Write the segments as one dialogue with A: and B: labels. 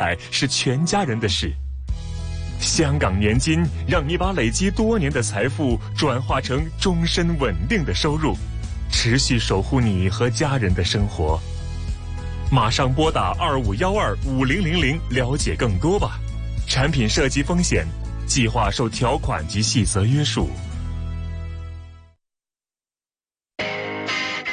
A: 哎，是全家人的事。香港年金让你把累积多年的财富转化成终身稳定的收入，持续守护你和家人的生活。马上拨打二五幺二五零零零了解更多吧。产品涉及风险，计划受条款及细则约束。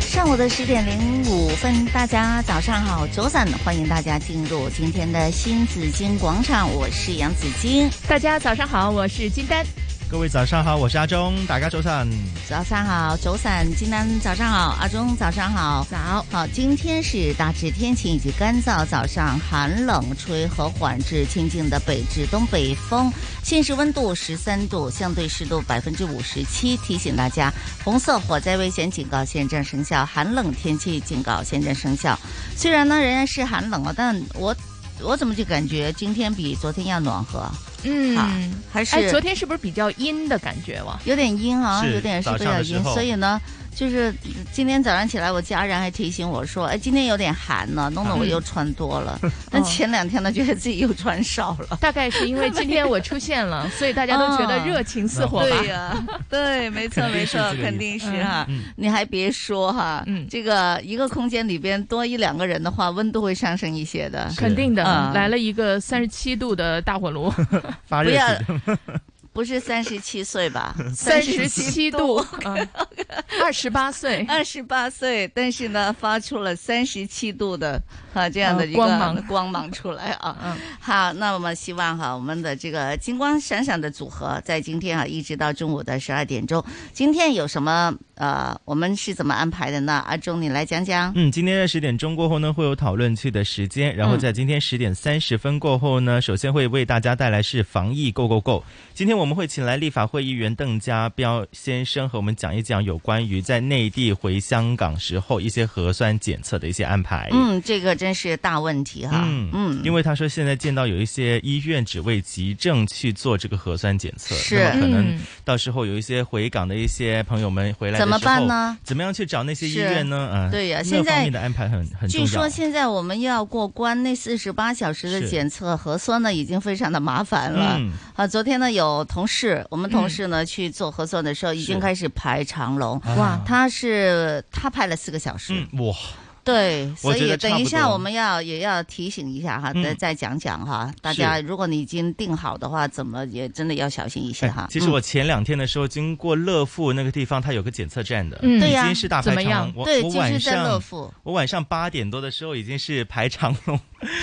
B: 上午的十点零五分，大家早上好，周三欢迎大家进入今天的新紫金广场，我是杨紫金。
C: 大家早上好，我是金丹。
D: 各位早上好，我是阿忠，大家早晨。
B: 早上好，周三，金丹早上好，阿忠早上好。
C: 早，
B: 好，今天是大致天晴以及干燥，早上寒冷，吹和缓至清劲的北至东北风，现时温度十三度，相对湿度百分之五十七。提醒大家，红色火灾危险警告现正生效，寒冷天气警告现正生效。虽然呢仍然是寒冷哦，但我我怎么就感觉今天比昨天要暖和？
C: 嗯，
B: 还是
C: 哎，昨天是不是比较阴的感觉哇？
B: 有点阴啊，
D: 是
B: 有点是比较阴
D: 早上的时，候
B: 所以呢，就是今天早上起来，我家人还提醒我说，哎，今天有点寒呢，弄得我又穿多了。但
C: 哦
B: 前两天呢，觉得自己又穿少了。
C: 嗯 大概是因为今天我出现了，所以大家都觉得热情似火吧？
B: 哦嗯呀、对，没错
D: 肯定
B: 没
D: 是
B: 错
D: 这，个
B: 肯
D: 意
B: 定是
C: 嗯
B: 哈。你还别说哈，
C: 嗯
B: 这个一个空间里边多一两个人的话，温度会上升一些的。
C: 肯定的，
B: 嗯
C: 来了一个三十七度的呃大火炉，
D: 发
B: 不
D: 热
B: 要
D: 体，
B: 不是三十七岁吧？
C: 三十七
B: 度
C: 度，嗯二十八岁，
B: 二十八岁，但是呢，发出了三十七度的啊这样的一个
C: 呃光芒
B: 光芒出来啊。
C: 嗯，
B: 好，那我们希望哈，我们的这个金光闪闪的组合，在今天啊，一直到中午的十二点钟。今天有什么呃，我们是怎么安排的呢？阿忠，你来讲讲。
D: 嗯，今天的十点钟过后呢，会有讨论区的时间。然后在今天十点三十分过后 呢，首先会为大家带来是防疫 Go Go Go。今天我们会请来立法会议员邓家彪先生和我们讲一讲有关于在内地回香港时候一些核酸检测的一些安排。
B: 嗯，这个真是大问题哈。
D: 哎嗯
B: 嗯，
D: 因为他说现在见到有一些医院只为急症去做这个核酸检测，
B: 是
D: 那么可能
C: 嗯
D: 到时候有一些回港的一些朋友们回来的
B: 怎么
D: 时
B: 办
D: 候
B: 呢？
D: 怎么样去找那些医院呢？啊，
B: 对呀
D: 那
B: 现在
D: 方面的安排很很重
B: 据
D: 要。
B: 说现在我们又要过关，那四十八小时的
D: 是
B: 检测核酸呢，已经非常的麻烦了。
D: 嗯，
B: 啊，昨天呢有同事，我们同事呢、去做核酸的时候，已经
D: 是
B: 开始排长龙。
C: 哇
D: 啊
B: 他是他排了四个小时，
D: 嗯哇，
B: 对，所
D: 觉
B: 以
D: 得差
B: 等一
D: 不
B: 下
D: 多
B: 我们要也要提醒一下哈，
D: 嗯
B: 再再讲讲哈，大
D: 是
B: 家如果你已经定好的话，怎么也真的要小心一些
D: 哎
B: 哈。嗯
D: 其实我前两天的时候经过乐富那个地方，它有个检测站的，
C: 嗯
B: 对
D: 已
B: 呀
D: 经是大
C: 怎么
D: 排长
C: 样
D: 龙。我
B: 对，
D: 我
B: 就是
D: 晚
B: 在乐
D: 上
B: 富，
D: 我晚上八点多的时候已经是排长龙，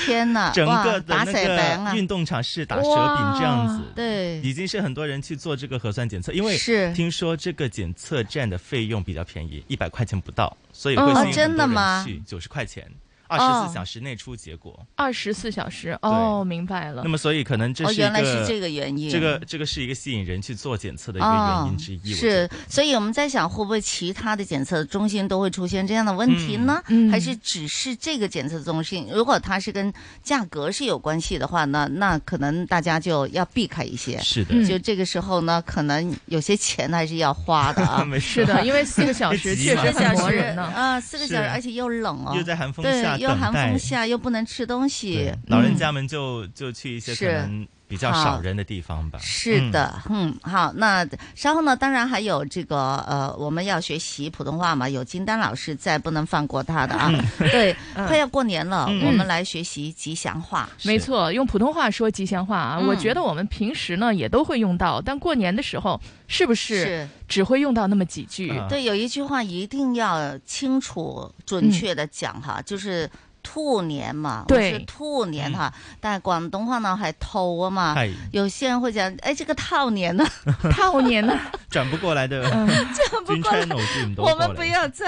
B: 天呐，
D: 整
B: 啊哇，
D: 个的
B: 打
D: 那
B: 水饼啊
D: 个，运动场是打蛇饼这样子。
B: 对，
D: 已经是很多人去做这个核酸检测，因为
B: 是
D: 听说这个检测站的费用比较便宜，一百块钱不到，所以
C: 哦
D: 会吸引
B: 真
D: 很
B: 的
D: 多
B: 吗哦
D: 人去，九十块钱，二十四小时内出结果。
C: 二十四小时，哦，明白了
D: 那。么所以可能这
B: 哦，
D: 是一个、
B: 原来是这个原因，
D: 这个这个是一个吸引人去做检测的一个
B: 哦，
D: 原因之一。我觉
B: 是
D: 得，
B: 所以我们在想，会不会其他的检测中心都会出现这样的问题呢？
C: 嗯嗯
B: 还是只是这个检测中心？如果它是跟价格是有关系的话呢，那可能大家就要避开一些。
D: 是的，
C: 嗯
B: 就这个时候呢，可能有些钱还是要花的啊。
D: 没
C: 是
D: 事
C: 的，因为四个小时
D: 急
C: 确
D: 嘛
C: 实
B: 四个小
C: 很磨
B: 时
C: 人呢。
B: 啊，四个小时，
D: 是
B: 而且又冷哦
D: 又，在寒风下
B: 对，又寒
D: 等待
B: 风下又不能吃东西
D: 对，老人
B: 嗯
D: 家们就就去一些可
B: 是
D: 能比较
B: 好
D: 少人的地方吧。
B: 是的，嗯，好，那稍后呢，当然还有这个呃，我们要学习普通话嘛，有金丹老师在，不能放过他的啊。对，
C: 嗯
B: 快要过年了，
D: 嗯
B: 我们来学习吉祥话。
D: 是
C: 没，错，用普通话说吉祥话啊，
B: 嗯
C: 我觉得我们平时呢也都会用到，但过年的时候是不是只会用到那么几句？
D: 啊
B: 对，有一句话一定要清楚、
C: 嗯
B: 准确的讲哈，就是。兔年嘛，我
C: 对
B: 是兔年哈，但是广东话呢还偷啊嘛，
D: 哎，
B: 有些人会讲，哎，这个套年呢，
C: 套年呢？
D: 转不过来的，
C: 嗯，
B: 转不
D: 君 channel 轉唔到
B: 我
D: 過
B: 们不
D: 嚟。
B: 要再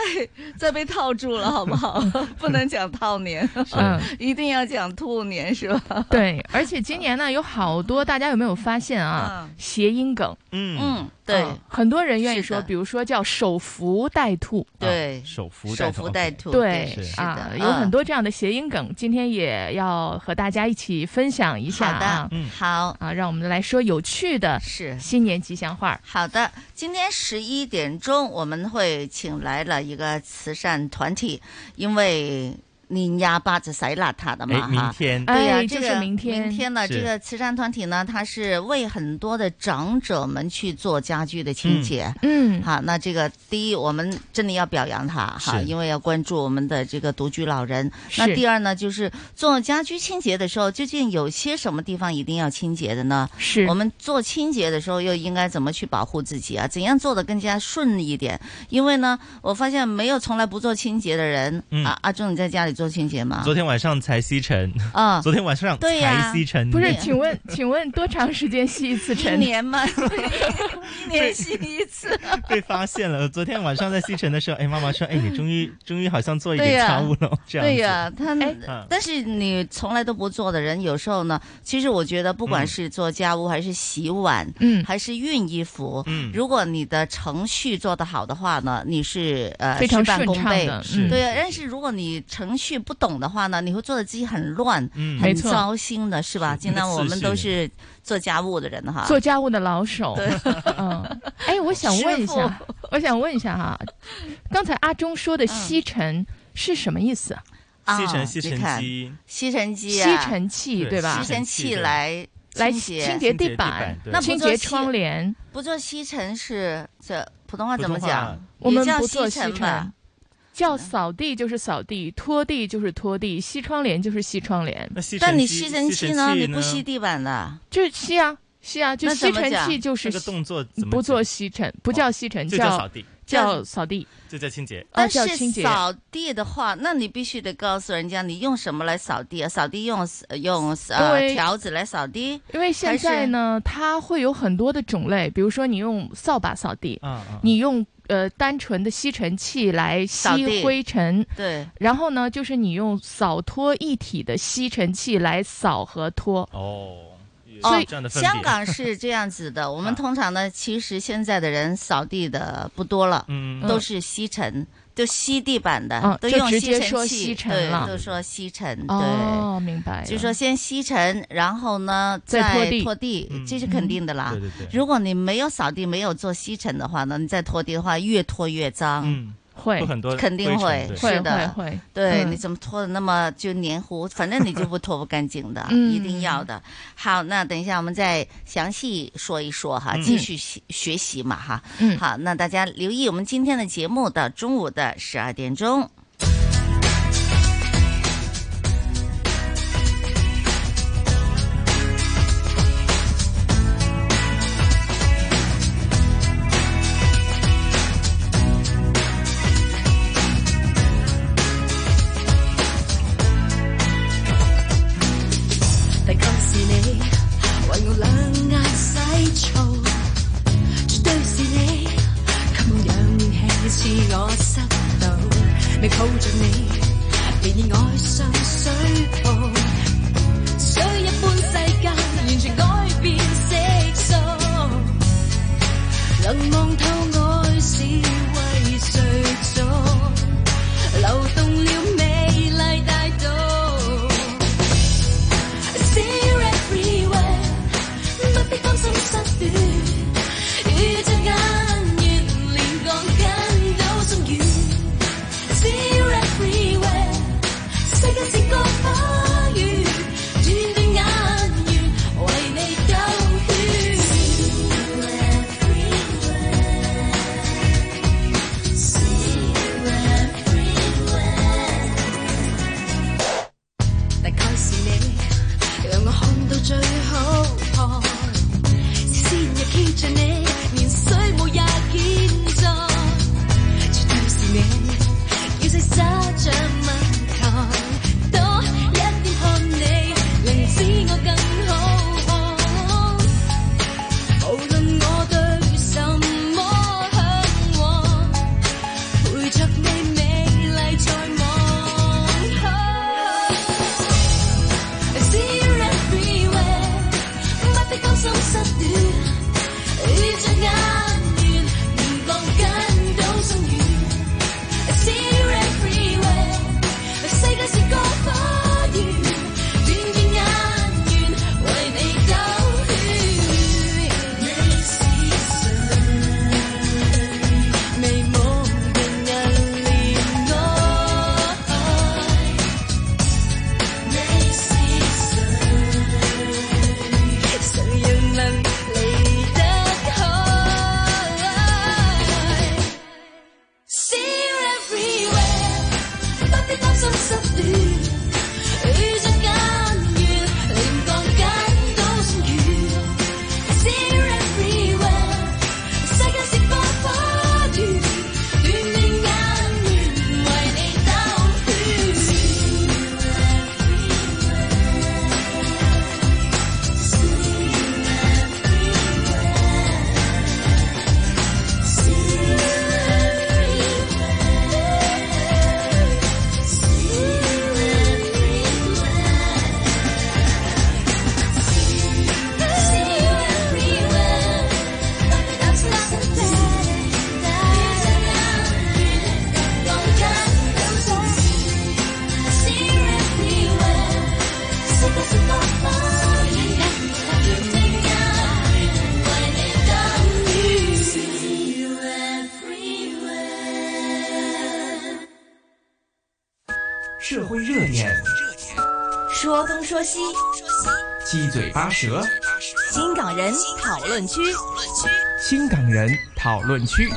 B: 再被套住了，好不 好？不能讲套年，
C: 嗯，
B: 一定要讲兔年，是吧？
C: 对，而且今年呢有好多，大家有没有发现
B: 嗯
C: 啊？谐音梗，
D: 嗯，
B: 嗯，对
C: 嗯很多人愿意
B: 是
C: 说，
B: 的
C: 比如说叫手扶带兔，
B: 对
D: 啊，手扶
B: 手
D: 带
B: 扶
D: 头
B: 带
D: OK
B: 兔，
C: 对
B: 是
C: 啊
B: 的，，嗯
C: 有很多这样的谐音梗，今天也要和大家一起分享一下
B: 好的
C: 啊
B: 嗯
D: 嗯
B: 好
C: 啊，让我们来说有趣的
B: 是。
C: 新年吉祥话。
B: 好的，今天十一点钟我们会请来了一个慈善团体，因为年廿八就洗邋遢的嘛
D: 哎，明
B: 哈。
D: 天
C: 哎
B: 对呀、
C: 就
B: 这
C: 是
B: 个
C: 明天
B: 明天呢，
D: 是
B: 这个慈善团体呢，它是为很多的长者们去做家居的清洁。
C: 嗯，
B: 好，那这个第一，我们真的要表扬他哈，
D: 是
B: 因为要关注我们的这个独居老人。
C: 是
B: 那第二呢，就是做家居清洁的时候，究竟有些什么地方一定要清洁的呢？
C: 是
B: 我们做清洁的时候又应该怎么去保护自己啊？怎样做的更加顺一点？因为呢，我发现没有从来不做清洁的人、
D: 嗯
B: 啊。阿忠，你在家里做清洁吗？
D: 昨天晚上才吸尘，
B: 啊，
D: 昨天晚上
B: 对呀
D: 才吸尘，
C: 啊不 是？
B: 对
C: 请问，请问多长时间吸一次
B: 一
C: 尘？
B: 年嘛， 一年洗一次。
D: 被发现了。昨天晚上在吸尘的时候，哎，妈妈说， 哎，你终于终于好像做一
B: 对
D: 点
B: 呀
D: 家务了，这样子
B: 对呀、他
C: 哎
D: 嗯
B: 但是你从来都不做的人，有时候呢，其实我觉得，不管
D: 嗯
B: 是做家务，还是洗碗，
C: 嗯，
B: 还是熨衣服，
D: 嗯
B: 如果你的程序做得好的话呢，你是呃
C: 非常
B: 事半
C: 顺
B: 功
C: 畅
B: 倍。
C: 的，
D: 是
C: 嗯，
B: 对啊，但是如果你程序不懂的话呢，你会做的自己很乱、
D: 嗯
C: 没
B: 很
C: 错
B: 糟心的，是吧？
D: 是
B: 尽量我们都是做家务的人哈。
C: 做家务的老手。嗯，哎，我想问一
B: 师嗯
C: 下，我想问一下哈、刚才阿忠说的吸尘是什么意思？
B: 啊
D: 吸尘吸
B: 你
D: 尘
B: 看
D: 机，
B: 吸尘机
C: 吸
B: 啊，
C: 尘器
D: 对
C: 对吧
B: 吸？尘器
D: 对
B: 来
C: 来
B: 洁。
C: 清
D: 洁
C: 地
D: 地板对
B: 那不
C: 清
B: 做
C: 洁
B: 吸
C: 窗帘，
B: 不做吸尘是这普通话
D: 普
B: 怎么
D: 通话
B: 讲？
C: 我们
B: 也叫
C: 不做吸
B: 尘吧
C: 尘。。叫扫地就是扫地，拖地就是拖地，吸窗帘就是吸窗帘，
D: 那吸
B: 但
D: 尘
B: 你
D: 机
B: 吸尘器
D: 器
B: 呢？
D: 呢？
B: 你不吸地板的，
C: 就是吸啊吸啊，就
B: 那
C: 吸
B: 怎么
C: 尘
B: 讲
C: 器就是
D: 这个动作怎么
C: 不做
D: 讲
C: 吸尘，不叫吸尘，
D: 就叫
C: 叫
D: 扫地，
C: 叫扫地，
D: 就叫清洁。
C: 啊
B: 但
C: 叫
B: 是
C: 清洁。
B: 扫地的话，那你必须得告诉人家你用什么来扫地啊？扫地用用呃
C: 对
B: 条子来扫地，
C: 因为现
B: 还
C: 在
B: 是
C: 呢，它会有很多的种类，比如说你用扫把扫地，
D: 啊啊！
C: 你用呃单纯的吸尘器来
B: 扫地
C: 吸灰尘，
B: 对，
C: 然后呢，就是你用扫拖一体的吸尘器来扫和拖。
D: 哦，有
B: 所
C: 以
D: 这样的分别
B: 香港是这样子的，我们
D: 啊
B: 通常呢，其实现在的人扫地的不多了，
D: 嗯
B: 都是吸尘，就吸地板的，
C: 嗯
B: 都
C: 就
B: 用
C: 直接
B: 吸尘
C: 说
B: 器，
C: 吸尘
B: 对，
C: 了
B: 都说吸尘，对。
C: 哦，明白了。
B: 就说先吸尘，然后呢
C: 再拖地
B: 拖地
D: 嗯，
B: 这是肯定的啦
D: 对。对对，
B: 如果你没有扫地，没有做吸尘的话呢，你再拖地的话，越拖越脏。
D: 嗯，
C: 会
D: 有很多
B: 肯定
D: 灰尘
B: 会
D: 对
B: 是
C: 会会
B: 的
C: 会，
B: 对，
C: 嗯，
B: 你怎么拖的那么就黏糊？反正你就不拖不干净的
C: 嗯
B: 一定要的。好，那等一下我们再详细说一说哈，
D: 嗯
B: 继续习学习嘛哈。
C: 嗯
B: 好，那大家留意我们今天的节目到中午的十二点钟。
E: 但今是你為我兩眼洗澡，絕對是你給我氧氣，似我濕到，未抱着你，便已愛上水泡。水一般世界完全改變色素，能望透愛是為誰做？流動了美麗大道。Zero everywhere，不必擔心失戀。與這眼緣連鋼筋都鬆軟。Zero everywhere，世界是個花
F: 社会热点，
G: 说东说西，
F: 七嘴八舌，
G: 新港人讨论区。
F: 新港人讨论区。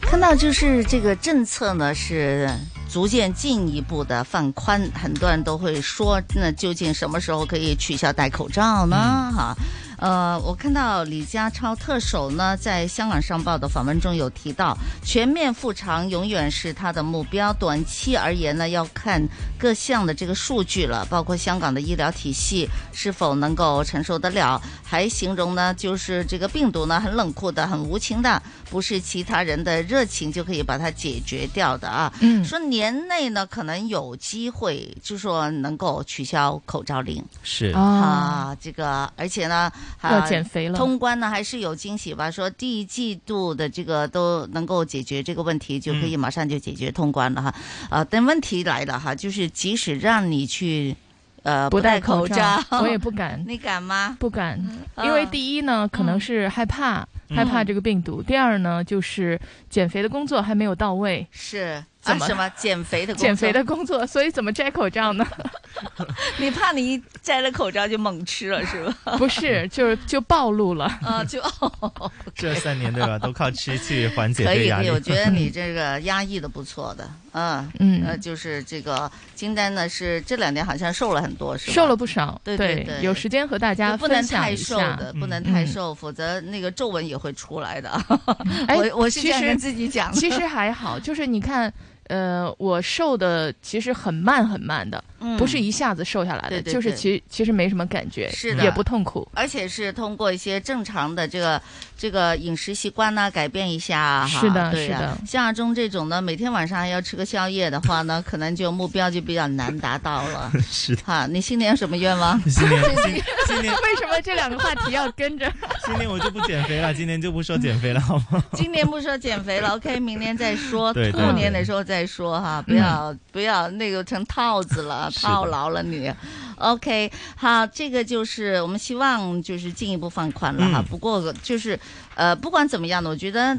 B: 看到就是这个政策呢是逐渐进一步的放宽，很多人都会说，那究竟什么时候可以取消戴口罩呢？哈、呃，我看到李家超特首呢在香港商报的访问中有提到，全面复常永远是他的目标，短期而言呢要看各项的这个数据了，包括香港的医疗体系是否能够承受得了，还形容呢就是这个病毒呢很冷酷的、很无情的，不是其他人的热情就可以把它解决掉的啊。
C: 嗯
B: 说年内呢可能有机会，就说能够取消口罩令。
D: 是
C: 啊，
B: 啊，这个而且呢，啊
C: 要减肥了
B: 通关呢还是有惊喜吧？说第一季度的这个都能够解决这个问题，就可以马上就解决通关了哈。
C: 嗯
B: 啊，但问题来了哈，就是即使让你去呃
C: 不
B: 戴
C: 戴
B: 口
C: 口
B: 罩，
C: 我也不敢，
B: 你敢吗？嗯
C: 不敢，
B: 啊
C: 因为第一呢，可能是害怕。害怕这个病毒。第二呢，就是减肥的工作还没有到位，
B: 是啊
C: 怎么
B: 什么减肥的工作
C: 减肥的，工作，所以怎么摘口罩 呢？
B: 你怕你一摘了口罩就猛吃了是 吧？
C: 不是，就是就暴露了。
B: 啊，就哦，
D: 这三年对 吧，都靠吃去缓解
B: 可
D: 对
B: 以，
D: 压
B: 可
D: 力
B: 以，。我觉得 你这个压抑的不错的，嗯。
C: 嗯，
B: 呃，就是这个金丹呢，是这两年好像瘦了很多，是吧？
C: 瘦了不少。
B: 对对
C: 对
B: 对
C: 有时间和大家
B: 就不能
C: 分享
B: 太
C: 一
B: 瘦
C: 下。
B: 的，
D: 嗯
B: 不能太瘦，否则那个皱纹也会出来的。
C: 哎
B: 我我是这
C: 其
B: 样
C: 实
B: 跟自己讲的。
C: 其实还好，就是你看。呃，我瘦的其实很慢很慢的，
B: 嗯
C: 不是一下子瘦下来的，
B: 对对
C: 就是
B: 对
C: 其其实没什么感觉，
B: 是的
C: 也不痛苦。
B: 而且是通过一些正常的这个这个饮食习惯呢、改变一下啊哈。
C: 是的
B: 对呀、
C: 是的
B: 像阿忠这种呢，每天晚上还要吃个宵夜的话 呢，可能就目标就比较难达到了。
D: 是的，
B: 哈，你新年有什么愿望？
D: 今 年今今年
C: 为什么这两个话题要跟着？
D: 今年我就不减肥了，今年就不说减肥了，好 吗？
B: 今年不说减 肥了，OK，明年再说，
D: 对对嗯
B: 兔年的时候再说哈，不要、不要那个成套子了，
D: 是的
B: 套牢了你。OK，好，这个就是我们希望就是进一步放宽了哈。
D: 嗯
B: 不过就是呃，不管怎么样呢，我觉得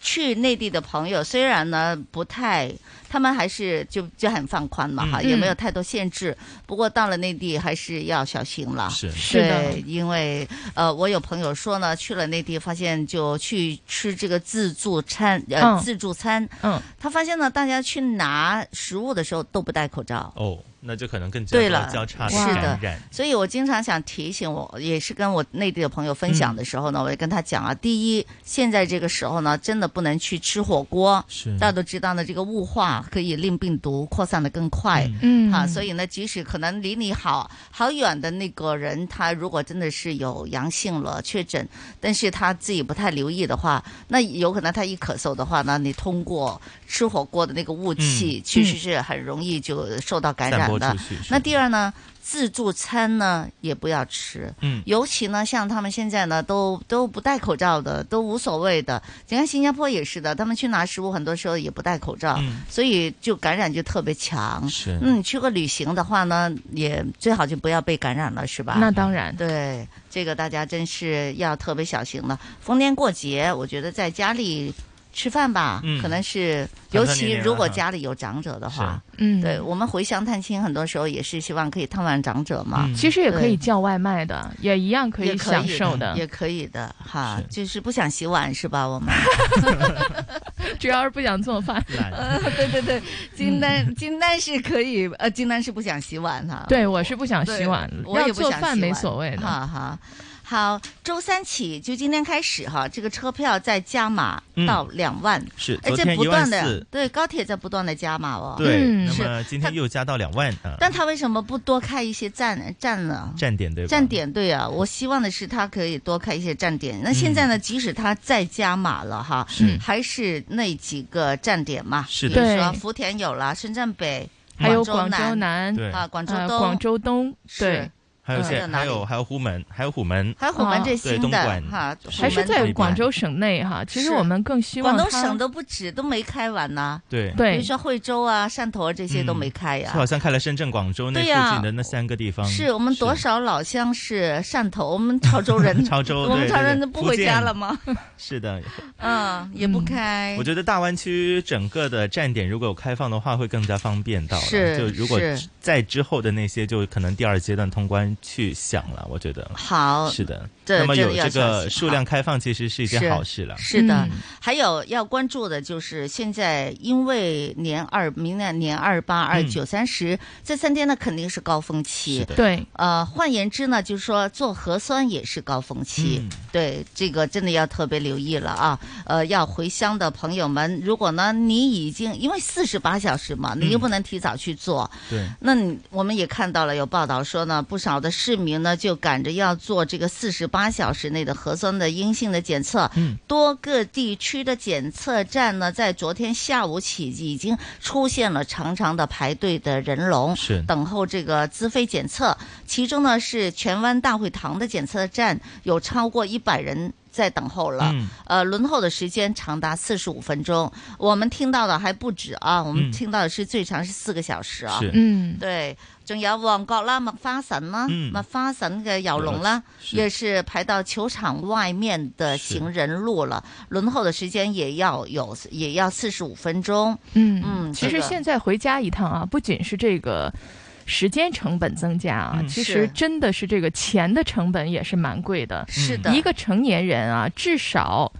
B: 去内地的朋友虽然呢不太，他们还是就就很放宽嘛哈，
C: 嗯
B: 也没有太多限制。不过到了内地还是要小心了。
D: 是
C: 是的
B: 对，，因为呃，我有朋友说呢，去了内地发现就去吃这个自助餐，呃，
C: 嗯
B: 自助餐，
C: 嗯，
B: 他发现呢，大家去拿食物的时候都不戴口罩。
D: 哦，那就可能更加
B: 对
D: 多
B: 了
D: 交叉
C: 是
B: 的
D: 感染，
B: 所以我经常想提醒我，也是跟我内地的朋友分
D: 嗯
B: 享的时候呢，我也跟他讲啊，第一，现在这个时候呢，真的不能去吃火锅，
D: 是
B: 大家都知道呢，这个雾化可以令病毒扩散的更快。
D: 嗯
C: 嗯，
B: 哈，所以呢，即使可能离你好好远的那个人，他如果真的是有阳性了确诊，但是他自己不太留意的话，那有可能他一咳嗽的话呢，你通过吃火锅的那个雾气，其实是很容易就受到感
D: 嗯散
B: 染
D: 播
B: 的
D: 出。去。是
B: 那第二呢，自助餐呢也不要吃，
D: 嗯
B: 尤其呢，像他们现在呢都都不戴口罩的，都无所谓的。你看新加坡也是的，他们去拿食物很多时候也不戴口罩，
D: 嗯
B: 所以就感染就特别强。
D: 是
B: 嗯，你去个旅行的话呢，也最好就不要被感染了，是吧？
C: 那当然，
B: 对这个大家真是要特别小心了。逢年过节，我觉得在家里吃饭吧，
D: 嗯
B: 可能是
D: 团
B: 尤
D: 团
B: 其
D: 圆圆
B: 如
D: 了
B: 果
D: 哈
B: 家里有长者的话，
C: 嗯，
B: 对我们回乡探亲，很多时候也是希望可以探望长者嘛。
D: 嗯
C: 其实也可
B: 对
C: 以叫外卖的，也一样可
B: 也
C: 以
B: 可
C: 享
B: 以
C: 受的，
B: 也可以的哈，
D: 是
B: 就是不想洗碗是吧？我们
C: 只要是不想做饭。嗯
D: 懒，
B: 对对对，金丹金丹是可以，呃，金丹是不想洗碗哈。
C: 对，我是不想
B: 对
C: 洗碗，
B: 我
C: 要
B: 也不
C: 做
B: 想洗
C: 饭
B: 碗
C: 没所谓的。
B: 哈哈。好，周三起就今天开始哈，这个车票再加码
D: 嗯
B: 到两万，
D: 是
B: 而
D: 昨
B: 且
D: 天
B: 不
D: 一万
B: 断的
D: 四，
B: 对高铁在不断的加码哦。
D: 对，
C: 嗯
D: 那
B: 是
D: 么今
B: 它
D: 天又加到两万啊，
B: 但他为什么不多开一些站站呢？
D: 站点对吧？
B: 站点对啊，我希望的是他可以多开一些站点。那现在呢，即使他再加码了哈，
D: 嗯是
B: 还是那几个站点嘛，
D: 是
B: 比如
C: 的
B: 说
C: 对
B: 福田有了，深圳北，
C: 还有
B: 广
C: 广
B: 州
C: 州南、
D: 对
B: 啊，广州
C: 呃
B: 东，
C: 广州东，
B: 是
C: 对，
D: 还有
B: 嗯还
D: 些
B: 有哪
D: 还
B: 里
D: 有还有虎门，还有虎门，
B: 还有虎门
C: 哦
B: 这
C: 对
B: 新
D: 东
B: 的
D: 莞
B: 哈，
D: 是
B: 虎
C: 还是
B: 门啊这
C: 在
B: 边
C: 广州省内哈。其实
B: 是
C: 我们更希望
B: 广
C: 它
B: 东省都不止，都没开完呢。
D: 对，
B: 比
C: 对
B: 如说惠州啊、汕头啊这些都
D: 嗯
B: 没开
D: 就
B: 呀、
D: 好像开了深圳、广州那
B: 对呀
D: 附近的那三个地方。，
B: 是我们多少老乡是汕头，我们潮州人
D: 潮州
B: 我们
D: 对
B: 潮州
D: 对
B: 人
D: 对
B: 都不
D: 福
B: 回家
D: 建
B: 了吗？
D: 是的，
B: 嗯，也不开。
D: 我觉得大湾区整个的站点如果有开放的话，会更加方便到了。
B: 是
D: 就如果
B: 是
D: 在之后的那些，就可能第二阶段通关去想了。我觉得
B: 好，
D: 是的。
B: 这
D: 那么
B: 这
D: 有
B: 个要
D: 这
B: 小
D: 个
B: 心
D: 数量开放，其实是一件
B: 是
D: 好事了。
B: 是的
C: 嗯，
B: 还有要关注的就是现在，因为年二明年年二八、二九、三十这三天呢，肯定是高峰
D: 嗯是
B: 期。
D: 的，
C: 对
B: 呃，换言之呢，就是说做核酸也是高峰期，
D: 嗯
B: 对这个真的要特别留意了啊。呃，要回乡的朋友们，如果呢你已经因为四十八小时嘛，你又
D: 嗯
B: 不能提早去做，
D: 对，
B: 那你我们也看到了有报道说呢，不少的市民呢就赶着要做这个四十八小时内的核酸的阴性的检测。
D: 嗯，
B: 多个地区的检测站呢，在昨天下午起已经出现了长长的排队的人龙，
D: 是
B: 等候这个资费检测。其中呢是荃湾大会堂的检测站有超过一百人在等候了。
D: 嗯，
B: 呃，轮候的时间长达四十五分钟，我们听到的还不止啊，我们
D: 嗯
B: 听到的是最长是四个小时啊。
D: 是
C: 嗯
B: 对，仲有旺角啦、麥花臣啦、
D: 嗯
B: 麥花臣嘅遊龍啦，
D: 是
B: 也是排到球场外面的
D: 是
B: 行人路了，轮候的时间也要有，也要四十五分钟。
C: 嗯
B: 嗯
C: 其
B: 这
C: 实
B: 个
C: 现在回家一趟啊，不仅是这个。时间成本增加啊，
D: 嗯
C: 其
B: 是
C: 实真的是这个钱的成本也是蛮贵的。
B: 是
D: 嗯
B: 的，
C: 一个成年人啊，至少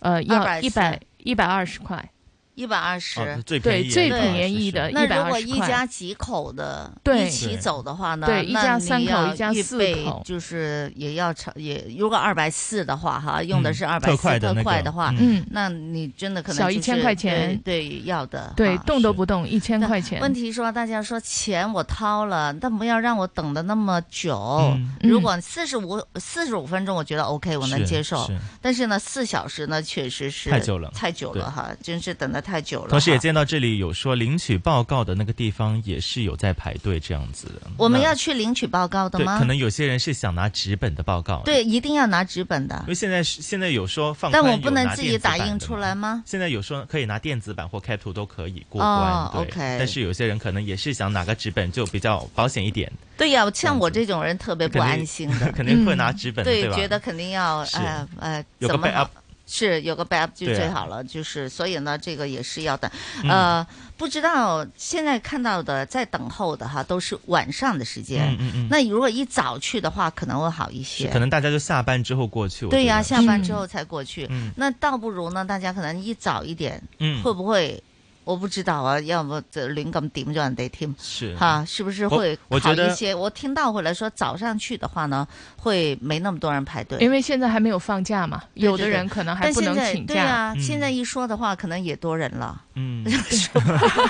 C: 呃要一
B: 140
C: 百一百二十块。
B: 一百二十。
D: 哦最
C: 对
D: 便宜
C: 最
D: 的
C: 便
D: 是
C: 宜
D: 是
C: 的
B: 那如
C: 120
B: 果一
C: 块
B: 家几口的
C: 对
B: 一起走的话呢，
C: 对一
B: 那
C: 家
B: 你
C: 三口
B: 要
C: 一家
B: 预
C: 四
B: 备
C: 口
B: 就是也要超也，如果二百四的话哈，用的
D: 嗯
B: 是二百
D: 特
B: 四
D: 快的
B: 特
D: 那
B: 快
D: 个
B: 的话，
D: 嗯
C: 嗯，
B: 那你真的可能
C: 小
B: 就是
C: 1000块钱
B: 对对要的
C: 对，
B: 哈
C: 动都
D: 是
C: 不动一千
B: 那
C: 块钱。
B: 问题说，大家说钱我掏了，但不要让我等的那么久。
D: 嗯
B: 如果四十五四十五分钟，我觉得 OK，我能
D: 是
B: 接受。
D: 是
B: 但是呢，四小时呢，确实是
D: 太久了
B: 太久了哈，真是等的太久了哈。
D: 同时也见到这里有说领取报告的那个地方也是有在排队这样子的。
B: 我们
D: 那
B: 要去领取报告的
D: 对，
B: 吗？
D: 可能有些人是想拿纸本的报告。
B: 对，一定要拿纸本的
D: 因，为现在是现在有说放宽，
B: 但我不能
D: 有拿
B: 自己
D: 电子
B: 打
D: 版
B: 印
D: 的
B: 出
D: 嘛
B: 来。吗？
D: 现在有说可以拿电子版或开图都可以过关，
B: 哦
D: 对。
B: OK
D: 但是有些人可能也是想拿个纸本就比较保险一点，
B: 对呀、
D: 样
B: 像
D: 子
B: 我这种人特别不
D: 肯定，
B: 安心的 嗯
D: 肯定会拿纸本，
B: 对，
D: 吧？
B: 觉得肯定要
D: 是
B: 呃呃，
D: 有个
B: 怎么
D: backup
B: 好是有个 backup 就
D: 对啊
B: 最好了，就是所以呢，这个也是要等。
D: 嗯
B: 呃，不知道现在看到的在等候的哈，都是晚上的时间
D: 嗯。嗯嗯，
B: 那如果一早去的话，可能会好一
D: 是可
B: 些。
D: 能大家就下班之后过去。我
B: 对呀、
D: 觉得
B: 下班之后才过去。
D: 嗯
B: 那倒不如呢，大家可能一早一点，
D: 嗯
B: 会不会？我不知道啊，要不就乱咁点咗人哋添。
D: 是
B: 哈，是不是会
D: 我我
B: 好
D: 觉得
B: 一些？我听到回来说早上去的话呢，会没那么多人排队。
C: 因为现在还没有放假嘛，有的
B: 对
C: 人可能还
B: 但
C: 不
B: 现
C: 能
B: 在
C: 请
B: 对
C: 假，
B: 啊，
D: 嗯
B: 现在一说的话，可能也多人了。
D: 嗯，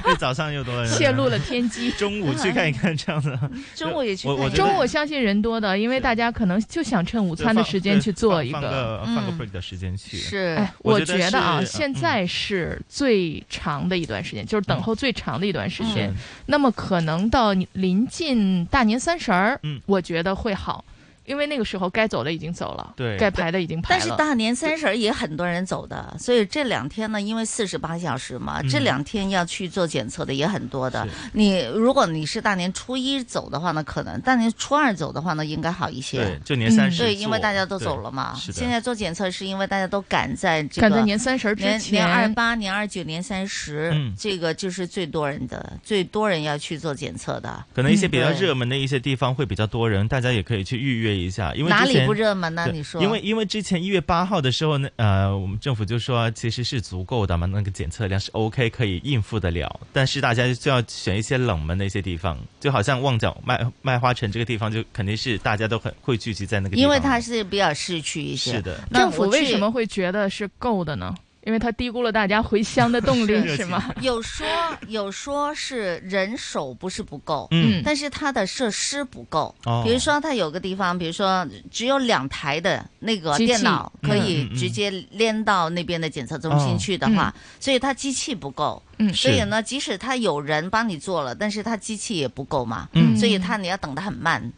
D: 对早上又多人
C: 泄露了天 机。
D: 中午去看一看这样的，
B: 中午也去
D: 我
B: 看
D: 我
B: 一
D: 觉
B: 看，
D: 得
C: 中午我相信人多的，因为
D: 是
C: 大家可能就想趁午 餐的时间去做一
D: 放
C: 个。
D: 个放个
B: 嗯
D: break 的时间去。
B: 是
C: 哎，
D: 我
C: 我
D: 觉得
C: 觉得啊，
D: 是
C: 现
D: 嗯
C: 在是最长的一段时间，就是等
D: 嗯
C: 候最长的一段时
B: 嗯
C: 间。那么可能到你临近大年三十儿，
D: 嗯
C: 我觉得会好，因为那个时候该走的已经走了，
D: 对
C: 该排的已经排
B: 但
C: 了。
B: 是大年三十儿也很多人走的，所以这两天呢，因为四十八小时嘛，
D: 嗯
B: 这两天要去做检测的也很多的
D: 是。
B: 你如果你是大年初一走的话呢，可能大年初二走的话呢，应该好一
D: 对
B: 些，。
D: 就年三
C: 嗯
D: 十做，
B: 对，因为大家都走了嘛。
D: 是的
B: 现在做检测是因为大家都赶在这
C: 赶在
B: 个
C: 年三十儿之
B: 年
C: 前，
B: 年二八、年二九、年三十，
D: 嗯
B: 这个就是最多人的，最多人要去做检测的。
D: 可能一些比较
B: 嗯对
D: 热门的一些地方会比较多人，大家也可以去预约一下，因为
B: 哪
D: 之前
B: 里不热门呢？
D: 对
B: 你说，
D: 因为因为之前一月八号的时候呢，呃，我们政府就说其实是足够的嘛，那个检测量是 OK 可以应付得了，但是大家就要选一些冷门的一些地方，就好像旺角卖卖花城这个地方，就肯定是大家都很会聚集在那个地方，
B: 因为它是比较市区一些。
D: 是的，
B: 那
C: 政府
B: 我
C: 为
B: 去
C: 什么会觉得是够的呢？因为他低估了大家回乡的动 力，
D: 是
C: 是吗？
B: 有说有说是人手不是不够，
D: 嗯
B: 但是它的设施不够。
D: 哦
B: 比如说，它有个地方，比如说只有两台的那个
C: 机器
B: 电脑可以
D: 嗯嗯嗯
B: 直接连到那边的检测中心去的话，所以它机器不够。
C: 嗯
B: 所以呢，即使它有人帮你做了，但是它机器也不够嘛，
D: 嗯
B: 所以它你要等得很慢。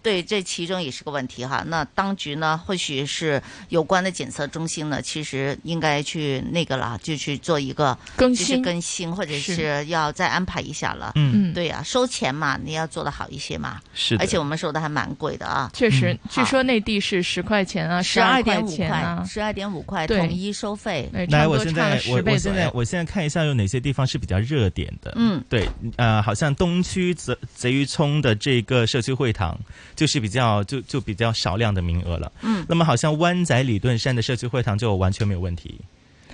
B: 对，这其中也是个问题哈。那当局呢，或许是有关的检测中心呢，其实应该去那个啦，就去做一个
C: 更
B: 就是
C: 新
B: 更新，或者
C: 是
B: 是要再安排一下了。
D: 嗯
C: 嗯
B: 对呀、收钱嘛，你要做得好一些嘛。
D: 是的
B: 而且我们收的还蛮贵的啊，
C: 确实
B: 嗯，
C: 据说内地是十块钱啊，
B: 十
C: 二
B: 二点五
C: 钱
B: 块
C: 啊，，
B: 十二点五块
C: 对
B: 统一收费。
C: 对，差
D: 来，
C: 不
D: 我
C: 多
D: 现
C: 差了
D: 在我
C: 十倍左
D: 我现在
C: 右。
D: 我现在看一下有哪些地方是比较热点的。
B: 嗯，
D: 对，呃，好像东区贼贼鱼冲的这个社区会堂，就是比较就就比较少量的名额了。
B: 嗯，
D: 那么好像湾仔里顿山的社区会堂就完全没有问题。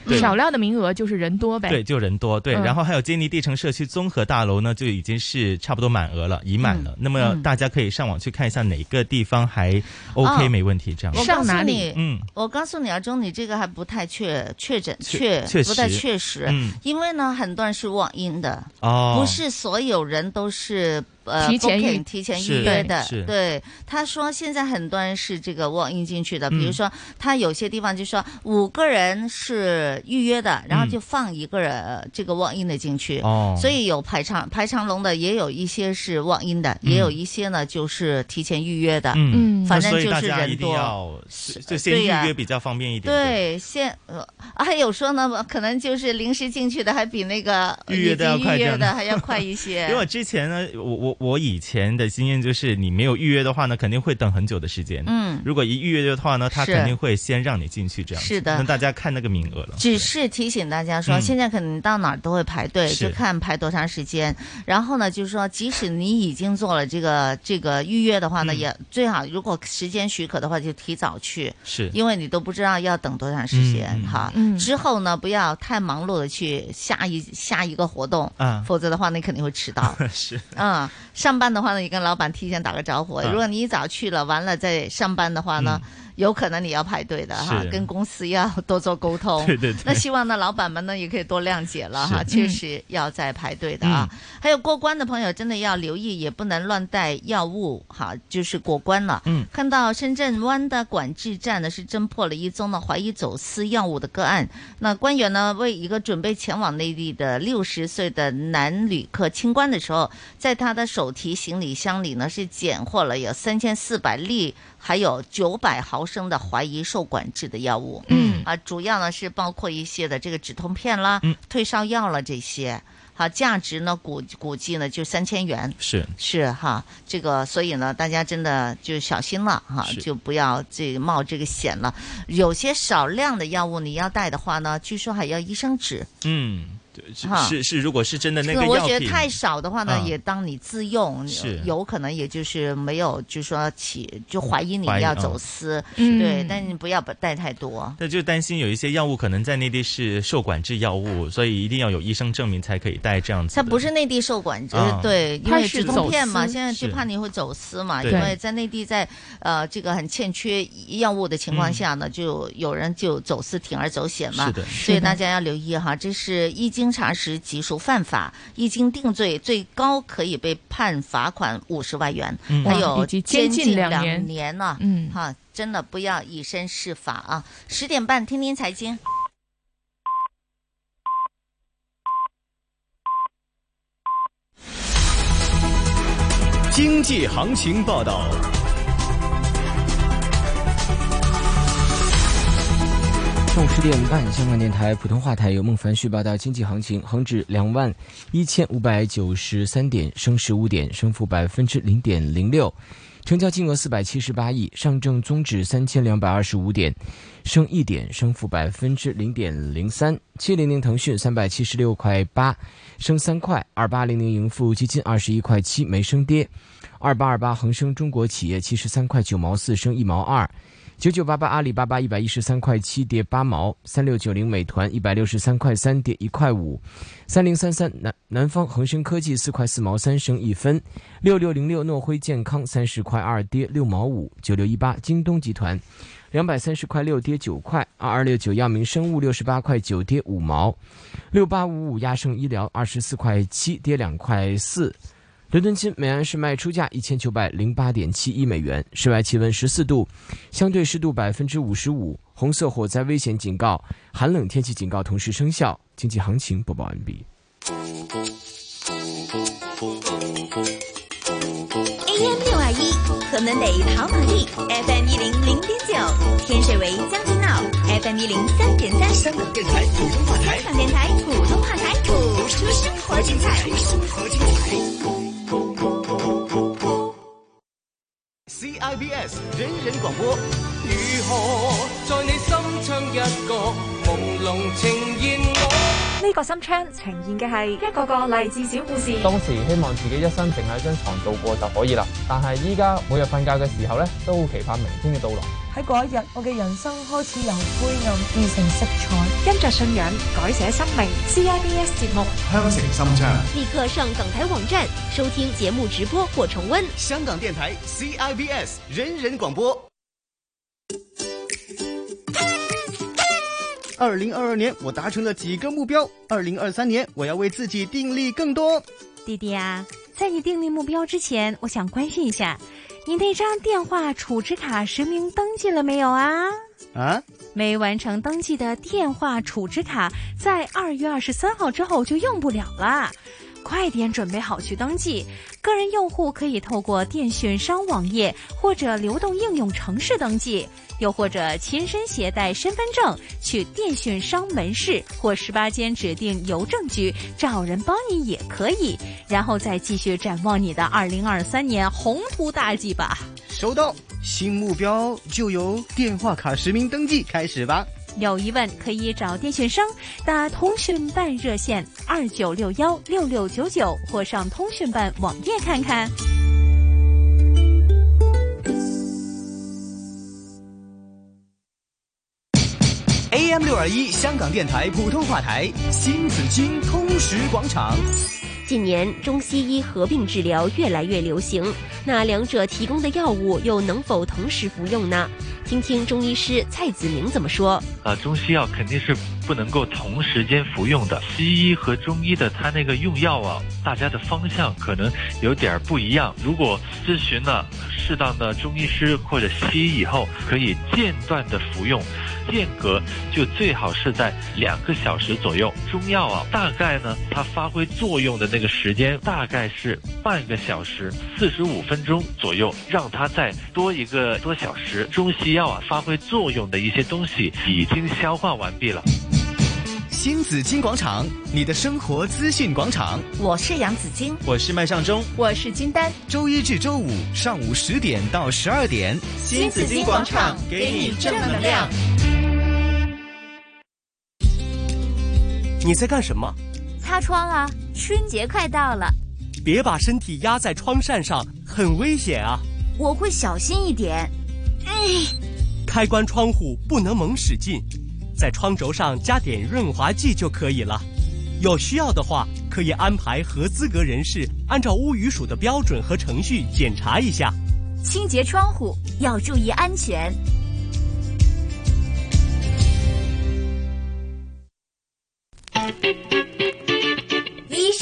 D: 对
C: 少量的名额就是人多呗。
D: 对，就人多，对。
C: 嗯
D: 然后还有坚尼地城社区综合大楼呢，就已经是差不多满额了，已满了。那么
B: 嗯
D: 大家可以上网去看一下哪个地方还 OK、
B: 哦
D: 没问题，这样
B: 我
D: 子。
C: 上
B: 告诉
C: 哪里
B: 你
D: 嗯
B: 我告诉你啊，钟，你这个还不太确确诊
D: 确
B: 确
D: 确
B: 不太
D: 实
B: 确实，
D: 嗯
B: 因为呢，很多人是 walk in 的，
D: 哦，
B: 不是所有人都是呃
C: 提前预
B: booking 提前
D: 是
B: 预约的
D: 是。
B: 对，他说现在很多人是这个 walk in 进去的，比如
D: 嗯
B: 说他有些地方就说五个人是预约的，然后
D: 嗯
B: 就放一个人呃这个 walk in 的进去。
D: 哦，
B: 所以有排长排长龙的，也有一些是 walk in 的，也有
D: 嗯
B: 一些呢就是提前预约的。
D: 嗯，
C: 嗯，
B: 反正
D: 所以
B: 就
D: 大
B: 是
D: 家
B: 人
D: 一定
B: 多
D: 要
B: 是
D: 就先
B: 对
D: 预
B: 呀
D: 约比较方便一点。
B: 对，现呃，啊还有说呢，可能就是临时进去的，还比那个
D: 预约的
B: 已
D: 要
B: 经
D: 快
B: 预约
D: 点
B: 的还要快一些。
D: 因为我之前呢，我我我以前的经验就是，你没有预约的话呢，肯定会等很久的时间。
B: 嗯
D: 如果一预约的话呢，他
B: 是
D: 肯定会先让你进去，这样子
B: 是的
D: 那大家看那个名额了。
B: 只是提醒大家说，
D: 嗯
B: 现在可能到哪儿都会排队，
D: 是
B: 就看排多长时间。然后呢，就是说，即使你已经做了这个这个预约的话呢，
D: 嗯
B: 也最好如果时间许可的话，就提早去，
D: 是，
B: 因为你都不知道要等多长时间
D: 嗯嗯
B: 哈。
C: 嗯
B: 之后呢，不要太忙碌的去下一下一个活动，
D: 啊，
B: 否则的话你肯定会迟到。
D: 是
B: 嗯，上班的话呢，你跟老板提前打个招呼。
D: 嗯
B: 如果你一早去了，完了再上班的话呢，有可能你要排队的哈
D: 是，
B: 跟公司要多做沟通。
D: 对对对
B: 那希望呢，老板们呢也可以多谅解了哈，
D: 是嗯
B: 确实要在排队的啊。还有过关的朋友，真的要留意，也不能乱带药物哈，就是过关了。
D: 嗯，
B: 看到深圳湾的管制站呢是侦破了一宗呢怀疑走私药物的个案，那官员呢为一个准备前往内地的六十岁的男旅客清关的时候，在他的手提行李箱里呢是检获了有三千四百粒，还有九百毫升的怀疑受管制的药物。
D: 嗯
B: 啊，主要呢是包括一些的这个止痛片啦、
D: 嗯
B: 退烧药啦这些。好，价值呢估估计呢就三千元。
D: 是
B: 是哈，这个所以呢，大家真的就小心了哈，
D: 是
B: 就不要这个冒这个险了。有些少量的药物你要带的话呢，据说还要医生纸。
D: 嗯，对是
B: 哈
D: 是是，如果是真的那
B: 这
D: 个
B: 我
D: 药
B: 觉得
D: 品
B: 太少的话呢，
D: 嗯
B: 也当你自用，
D: 是
B: 有可能也就是没有，就说起就怀疑你
D: 怀疑
B: 要
D: 嗯
B: 走私，
C: 嗯
B: 对，但你不要带太多。
D: 但就担心有一些药物可能在内地是受管制药物，所以一定要有医生证明才可以带这样子的。
B: 它不是内地受管制，
D: 啊
B: 对，因
C: 它
B: 为
C: 是
B: 止痛片嘛，
C: 走私
B: 现在就是怕你会走私嘛，因
D: 对
B: 为在内地在呃这个很欠缺药物的情况下呢，就有人就走私铤而走险嘛
D: 嗯是。的，
B: 所以大家要留意哈，这是一经查实即属犯法，一经定罪，最高可以被判罚款五十万元，
D: 嗯
B: 还有
C: 以及监
B: 监
C: 禁
B: 禁
C: 两
B: 两
C: 年
B: 年呢、
C: 嗯，
B: 哈，真的不要以身试法啊！十点半，听听财经。
H: 经济行情报道。
I: 上午十点半，香港电台普通话台由孟凡旭报道经济行情。恒指两万一千五百九十三点，升十五点，升幅百分之零点零六，成交金额四百七十八亿。上证综指三千两百二十五点，升一点，升幅百分之零点零三。七零零腾讯三百七十六块八，升三块。二八零零盈富基金二十一块七，没升跌。二八二八恒生中国企业七十三块九毛四，升一毛二。九九八八阿里巴巴一百一十三块七跌八毛，三六九零美团一百六十三块三跌一块五，三零三三南南方恒生科技四块四毛三升一分，六六零六诺辉健康三十块二跌六毛五，九六一八京东集团两百三十块六跌九块，二二六九药明生物六十八块九跌五毛，六八五五亚盛医疗二十四块七跌两块四。伦敦金每安士卖出价一千九百零八点七一美元，室外气温十四度，相对湿度百分之五十五，红色火灾危险警告、寒冷天气警告同时生效。经济行情播报完毕。
G: AM 六二一，河门北跑马地；FM 一零零点九，天水围将军澳；FM 一零三点三，香港电台普通话台；香港电台普通话台，播出生活精彩。生活精彩。
J: CIBS 人人廣播，如何在你心唱一個朦朧情現我？
K: 呢個心窗呈現嘅係一個個勵志小故事。
L: 當時希望自己一生淨喺張床度過就可以啦，但係依家每日瞓覺嘅時候呢，都好期盼明天嘅到來。
M: 喺嗰一日，我嘅人生開始由灰暗變成色彩。
K: 因着信仰，改寫生命。CIBS 節目
N: 《香城心窗》，
O: 立刻上港台網站收聽節目直播或重溫。
J: 香港電台 CIBS 人人廣播。二零二二年，我達成了幾個目標。二零二三年，我要為自己訂立更多。
P: 弟弟啊，在你訂立目標之前，我想關心一下，你那張電話儲值卡實名登記了沒有啊？
J: 啊？
P: 沒完成登記的電話儲值卡，在二月二十三號之後就用不了啦。快點準備好去登記。個人用戶可以透過電訊商網頁或者流動應用程式登記，又或者親身攜帶身份證去電訊商門市或十八間指定郵政局找人幫你也可以。然後再繼續展望你的二零二三年宏圖大計吧。
J: 收到，新目標就由電話卡實名登記開始吧。
P: 有疑問可以找電訊商，打通訊辦熱線二九六幺六六九九，或上通訊辦網頁看看。
J: AM 六二一香港電台普通話台，新紫荊通識廣場。
O: 近年中西醫合併治療越來越流行，那兩者提供的藥物又能否同時服用呢？聽聽中醫師蔡子明怎麼說。
Q: 啊，中西藥肯定是不能夠同時間服用的。西醫和中醫的它那個用藥啊，大家的方向可能有點不一樣。如果諮詢了適當的中醫師或者西醫以後，可以間斷的服用，間隔就最好是在兩個小時左右。中藥啊，大概呢，它發揮作用的那個時間大概是半個小時四十五分鐘左右，讓它再多一個多小時。中西藥啊，發揮作用的一些東西已經消化完畢了。
J: 新紫荊廣場，你的生活資訊廣場。
B: 我是楊子晶，
D: 我是麥尚中，
C: 我是金丹。
J: 周一至周五上午十點到十二點，
R: 新紫荊廣場給你正能量。
J: 你在幹什麼？
S: 擦窗啊，春節快到了。
J: 別把身體壓在窗扇上，很危險啊。
S: 我會小心一點。
J: 開關窗戶不能猛使勁，在窗軸上加點潤滑劑就可以了。有需要的話，可以安排合資格人士按照屋宇署的標準和程序檢查一下。
S: 清潔窗戶要注意安全。衣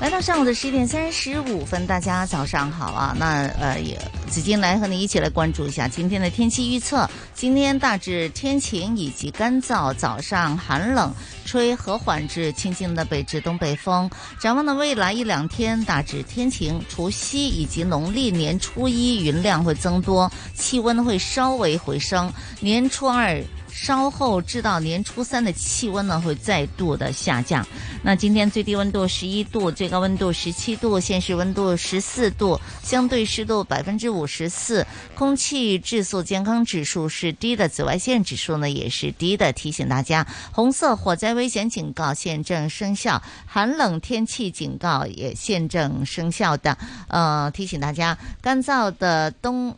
B: 来到上午的十點三十五分，大家早上好啊！那呃也。紫荊來和你一起來關注一下今天的天氣預測。今天大致天晴以及乾燥，早上寒冷，吹和緩至清勁的北至東北風。展望的未來一兩天大致天晴，除夕以及農曆年初一雲量會增多，氣溫會稍微回升。年初二稍後至到年初三的氣溫呢會再度的下降。那今天最低溫度十一度，最高溫度十七度，現時溫度十四度，相對濕度百分之五十四，空氣質素健康指數是低的，紫外線指數呢也是低的。提醒大家，紅色火災危險警告現正生效，寒冷天氣警告也現正生效的。呃，提醒大家，乾燥的冬。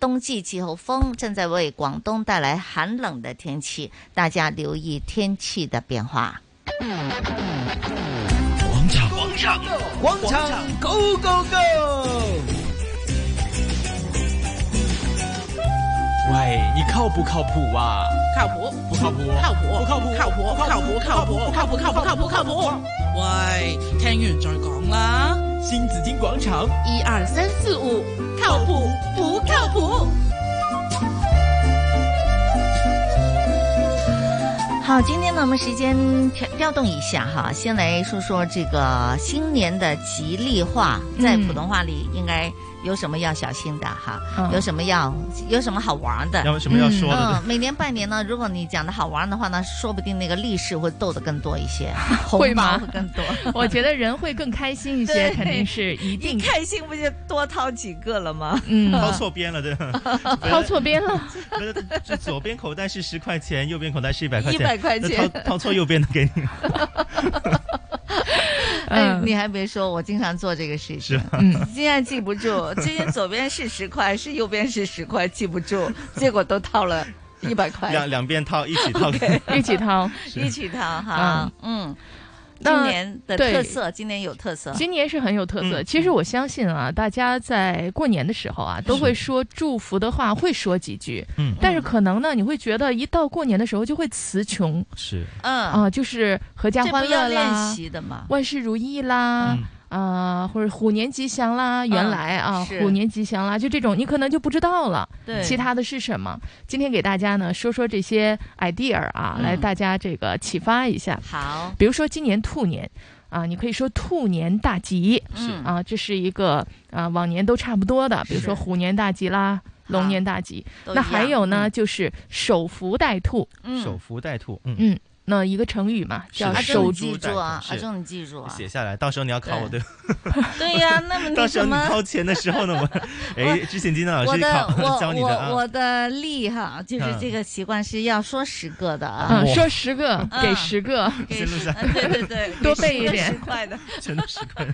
B: 冬季季候風正在為廣東帶來寒冷的天氣，大家留意天氣的變化。
T: 廣場，廣場，
J: 廣場，Go Go Go！
I: 喂，你看。
N: 靠不靠谱啊？
T: 靠谱，
N: 不靠谱，
T: 靠谱，
N: 不靠谱，
T: 靠谱，靠谱，靠谱，靠谱，靠谱，靠谱，靠谱。喂，聽完再講啦。
N: 新紫金廣場，
T: 一二三四五，靠譜不靠譜？
B: 好，今天呢，我们时间调调动一下哈，先来说说这个新年的吉利话，在普通话里应该有什么要小心的哈，
D: 嗯
B: 有什么要有什么好玩的，
D: 有什么要说的
B: 嗯，每年拜年呢，如果你讲的好玩的话呢，说不定那个利是会斗得更多一 些，
C: 会
B: 红包
C: 吗
B: 会更多。
C: 我觉得人会更开心一些，
B: 对
C: 肯定是一定
B: 一开心不就多掏几个了吗？
C: 嗯
D: 掏错边了，对，
C: 掏错边 了。
D: 这左边口袋是十块钱，右边口袋是一百块钱，
B: 100块钱
D: 那掏掏错右边的给你，
B: 哎，你还别说，我经常做这个事情，
D: 是吧
B: 现在记不住，之前左边是十块，是右边是十块，记不住，结果都掏了一百块，
D: 两两边掏，一起掏
B: OK，
C: 一起掏
D: 是
B: 一起掏哈，嗯，今
C: 那
B: 年的
C: 对
B: 特色，今年有特色，
C: 今年是很有特
D: 嗯
C: 色。其实我相信啊，大家在过年的时候啊，都会说祝福的话，会说几句。
D: 嗯
C: 但是可能呢，你会觉得一到过年的时候就会词穷。
D: 是
B: 嗯
C: 啊，就是阖家
B: 这不
C: 欢
B: 要
C: 乐
B: 练
C: 啦，
B: 习的嘛，
C: 万事如意啦。啊，或者虎年吉祥啦，
D: 嗯
C: 原来啊，
B: 是
C: 虎年吉祥啦，就这种你可能就不知道了。
B: 对
C: 其他的是什么？今天给大家呢说说这些 idea 啊，
B: 嗯
C: 来大家这个启发一下。
B: 好
C: 比如说今年兔年啊，你可以说兔年大吉，
B: 是
D: 嗯
C: 啊，这是一个啊往年都差不多的，比如说虎年大吉啦，龙年大吉。
D: 都
C: 那
D: 一样
C: 还有呢，就是手扶带兔，
D: 手扶带兔，嗯
C: 嗯，那一个成语嘛，
D: 是啊
C: 叫
D: 的
C: 手
D: 是的哎是
B: 阿正你记住啊
D: 写下来，到时候你要考我对吧。
B: 对呀，那么
D: 到
B: 你
D: 时候
B: 怎
D: 你
B: 么？
D: 掏钱的时候 呢，我哎，之前金丹老
B: 我
D: 师
B: 的
D: 考 教
B: 我
D: 你的啊，嗯
B: 我我的力哈，就是这个习惯是要说十个的啊
C: 嗯，，说十个
B: 嗯
C: 给十个，
B: 给十嗯对对 对，
C: 多
B: 给
C: 备
B: 十
C: 一
B: 个
C: 点
B: 十块的，
D: 真的十 块。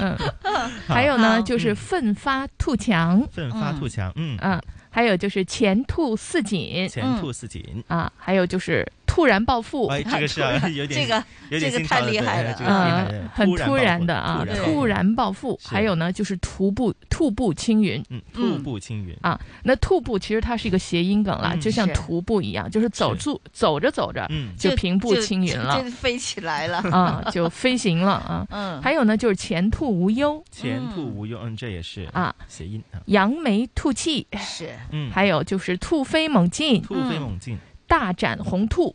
C: 嗯，
D: 好
C: 还有呢，
D: 好嗯
C: 就是奋发图强，
D: 奋发图强，嗯
C: 嗯，还有就是前兔似锦，
D: 前
B: 嗯
D: 兔似锦
C: 啊，还有就是突然暴富，
D: 哎，这个 是啊有点有点新潮的对这个厉害
C: 嗯，很突然的啊，突
D: 然
C: 然暴富。还有呢，就是徒步徒步青云，
D: 嗯暴富，兔步青云，
C: 啊，那徒步其实它是一个谐音梗啦，
D: 嗯
C: 就像
D: 是
C: 徒步一样，就是走住走着走着
D: 嗯
C: 就平步
B: 就
C: 青云了
B: 就飞起来了
C: 啊，就飞行了啊。
B: 嗯
C: 还有呢，就是前兔无忧，
D: 前兔无忧，嗯，这也是
C: 啊
D: 谐音
B: 嗯
D: 啊，
C: 扬眉吐气
B: 是
D: 嗯
C: 还有就是突飞猛进，
D: 兔飞猛进，
C: 大展宏图，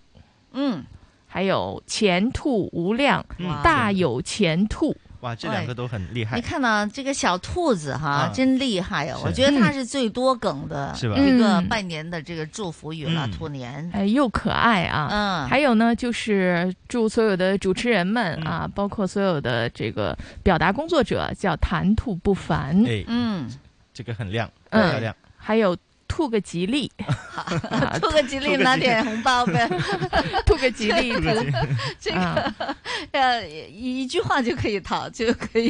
B: 嗯，
C: 还有前途无量
D: 嗯，
C: 大有前途。
D: 哇，这两个都很厉害
B: 你，看到这个小兔子哈
D: 啊，
B: 真厉害呀！
D: 是
B: 我觉得它是最多梗的
D: 是吧
B: 一个
C: 嗯
B: 拜年的这个祝福语了，
C: 嗯
B: 兔年。
C: 哎，又可爱啊！
B: 嗯
C: 还有呢，就是祝所有的主持人们
D: 嗯
C: 啊，包括所有的这个表达工作者，叫谈吐不凡。
D: 哎
B: 嗯
D: 这个很亮，很漂
C: 嗯
D: 亮，，
C: 还有兔个吉利， 啊
B: 兔个吉
C: 兔
B: 利，
C: 个
B: 拿
C: 吉
B: 点红包呗。
C: 兔个吉 利
B: 兔
C: 兔
B: 个吉利这个
C: 啊
B: 呃一句话就可以讨，就可以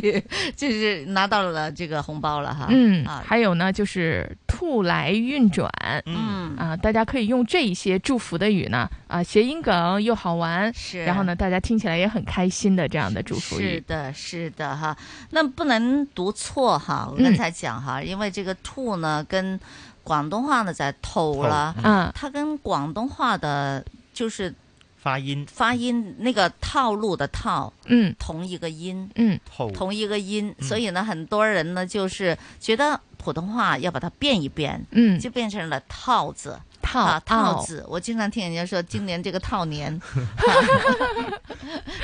B: 就是拿到了这个红包了哈。
C: 嗯，
B: 啊，
C: 还有呢，就是兔来运转，
B: 嗯
C: 啊，大家可以用这一些祝福的语呢，啊，谐音梗又好玩，
B: 是
C: 然后呢，大家听起来也很开心的这样的祝福
B: 是
C: 语，
B: 的，是的哈，那不能读错哈。我
C: 嗯
B: 刚才讲哈，因为这个兔呢跟广东话呢在头了，
D: 头嗯
B: 它跟广东话的就是
D: 发音
B: 发音那个套路的套，
C: 嗯，
B: 同一个音，
C: 嗯，
D: 头
B: 同一个音，
D: 嗯
B: 所以呢，很多人呢就是觉得普通话要把它变一变，
C: 嗯
B: 就变成了套字。
C: 套
B: 啊，套
C: 哦
B: 字，我经常听人家说，今年这个套 年，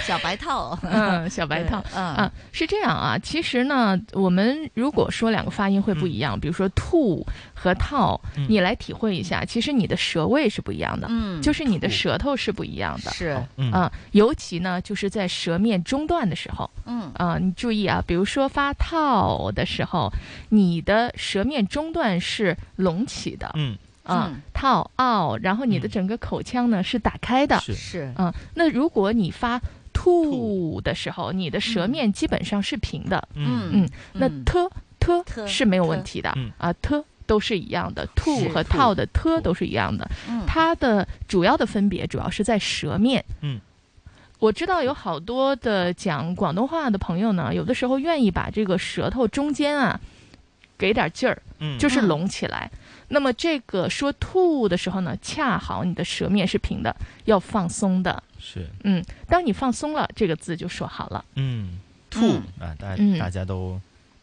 B: 小白套，
C: 嗯， 小白套，
B: 对嗯
C: 啊，是这样啊。其实呢，我们如果说两个发音
D: 嗯
C: 会不一样，比如说兔和套，
B: 嗯
C: 你来体会一下，其实你的舌位是不一样的，
B: 嗯
C: 就是你的舌头是不一样的，
B: 是
D: 嗯
C: 啊，尤其呢，就是在舌面中段的时候，
B: 嗯
C: 啊，你注意啊，比如说发套的时候，你的舌面中段是隆起的，
D: 嗯。
C: 啊
B: 嗯，
C: 套拗，然后你的整个口腔呢是打开的，
D: 是
B: 是
C: 嗯，那如果你发吐的时候，你的舌面基本上是平的，
B: 嗯
C: 嗯，那
B: 嗯
C: t
B: t
C: t 是没有问题的
B: 嗯
C: 啊，t 都是一样的，to
B: 是
C: 和
B: to，
C: 套的 t 都是一样的
B: 嗯，
C: 它的主要的分别主要是在舌面，
D: 嗯。
C: 我知道有好多的讲广东话的朋友呢，有的时候愿意把这个舌头中间啊，给点劲儿，
D: 嗯
C: 就是拢起来。那么这个说吐的时候呢，恰好你的舌面是平的，要放松的。
D: 是，
C: 嗯，当你放松了，这个字就说好了。
D: 嗯，吐
C: 嗯
D: 啊，大
C: 嗯
D: 大家都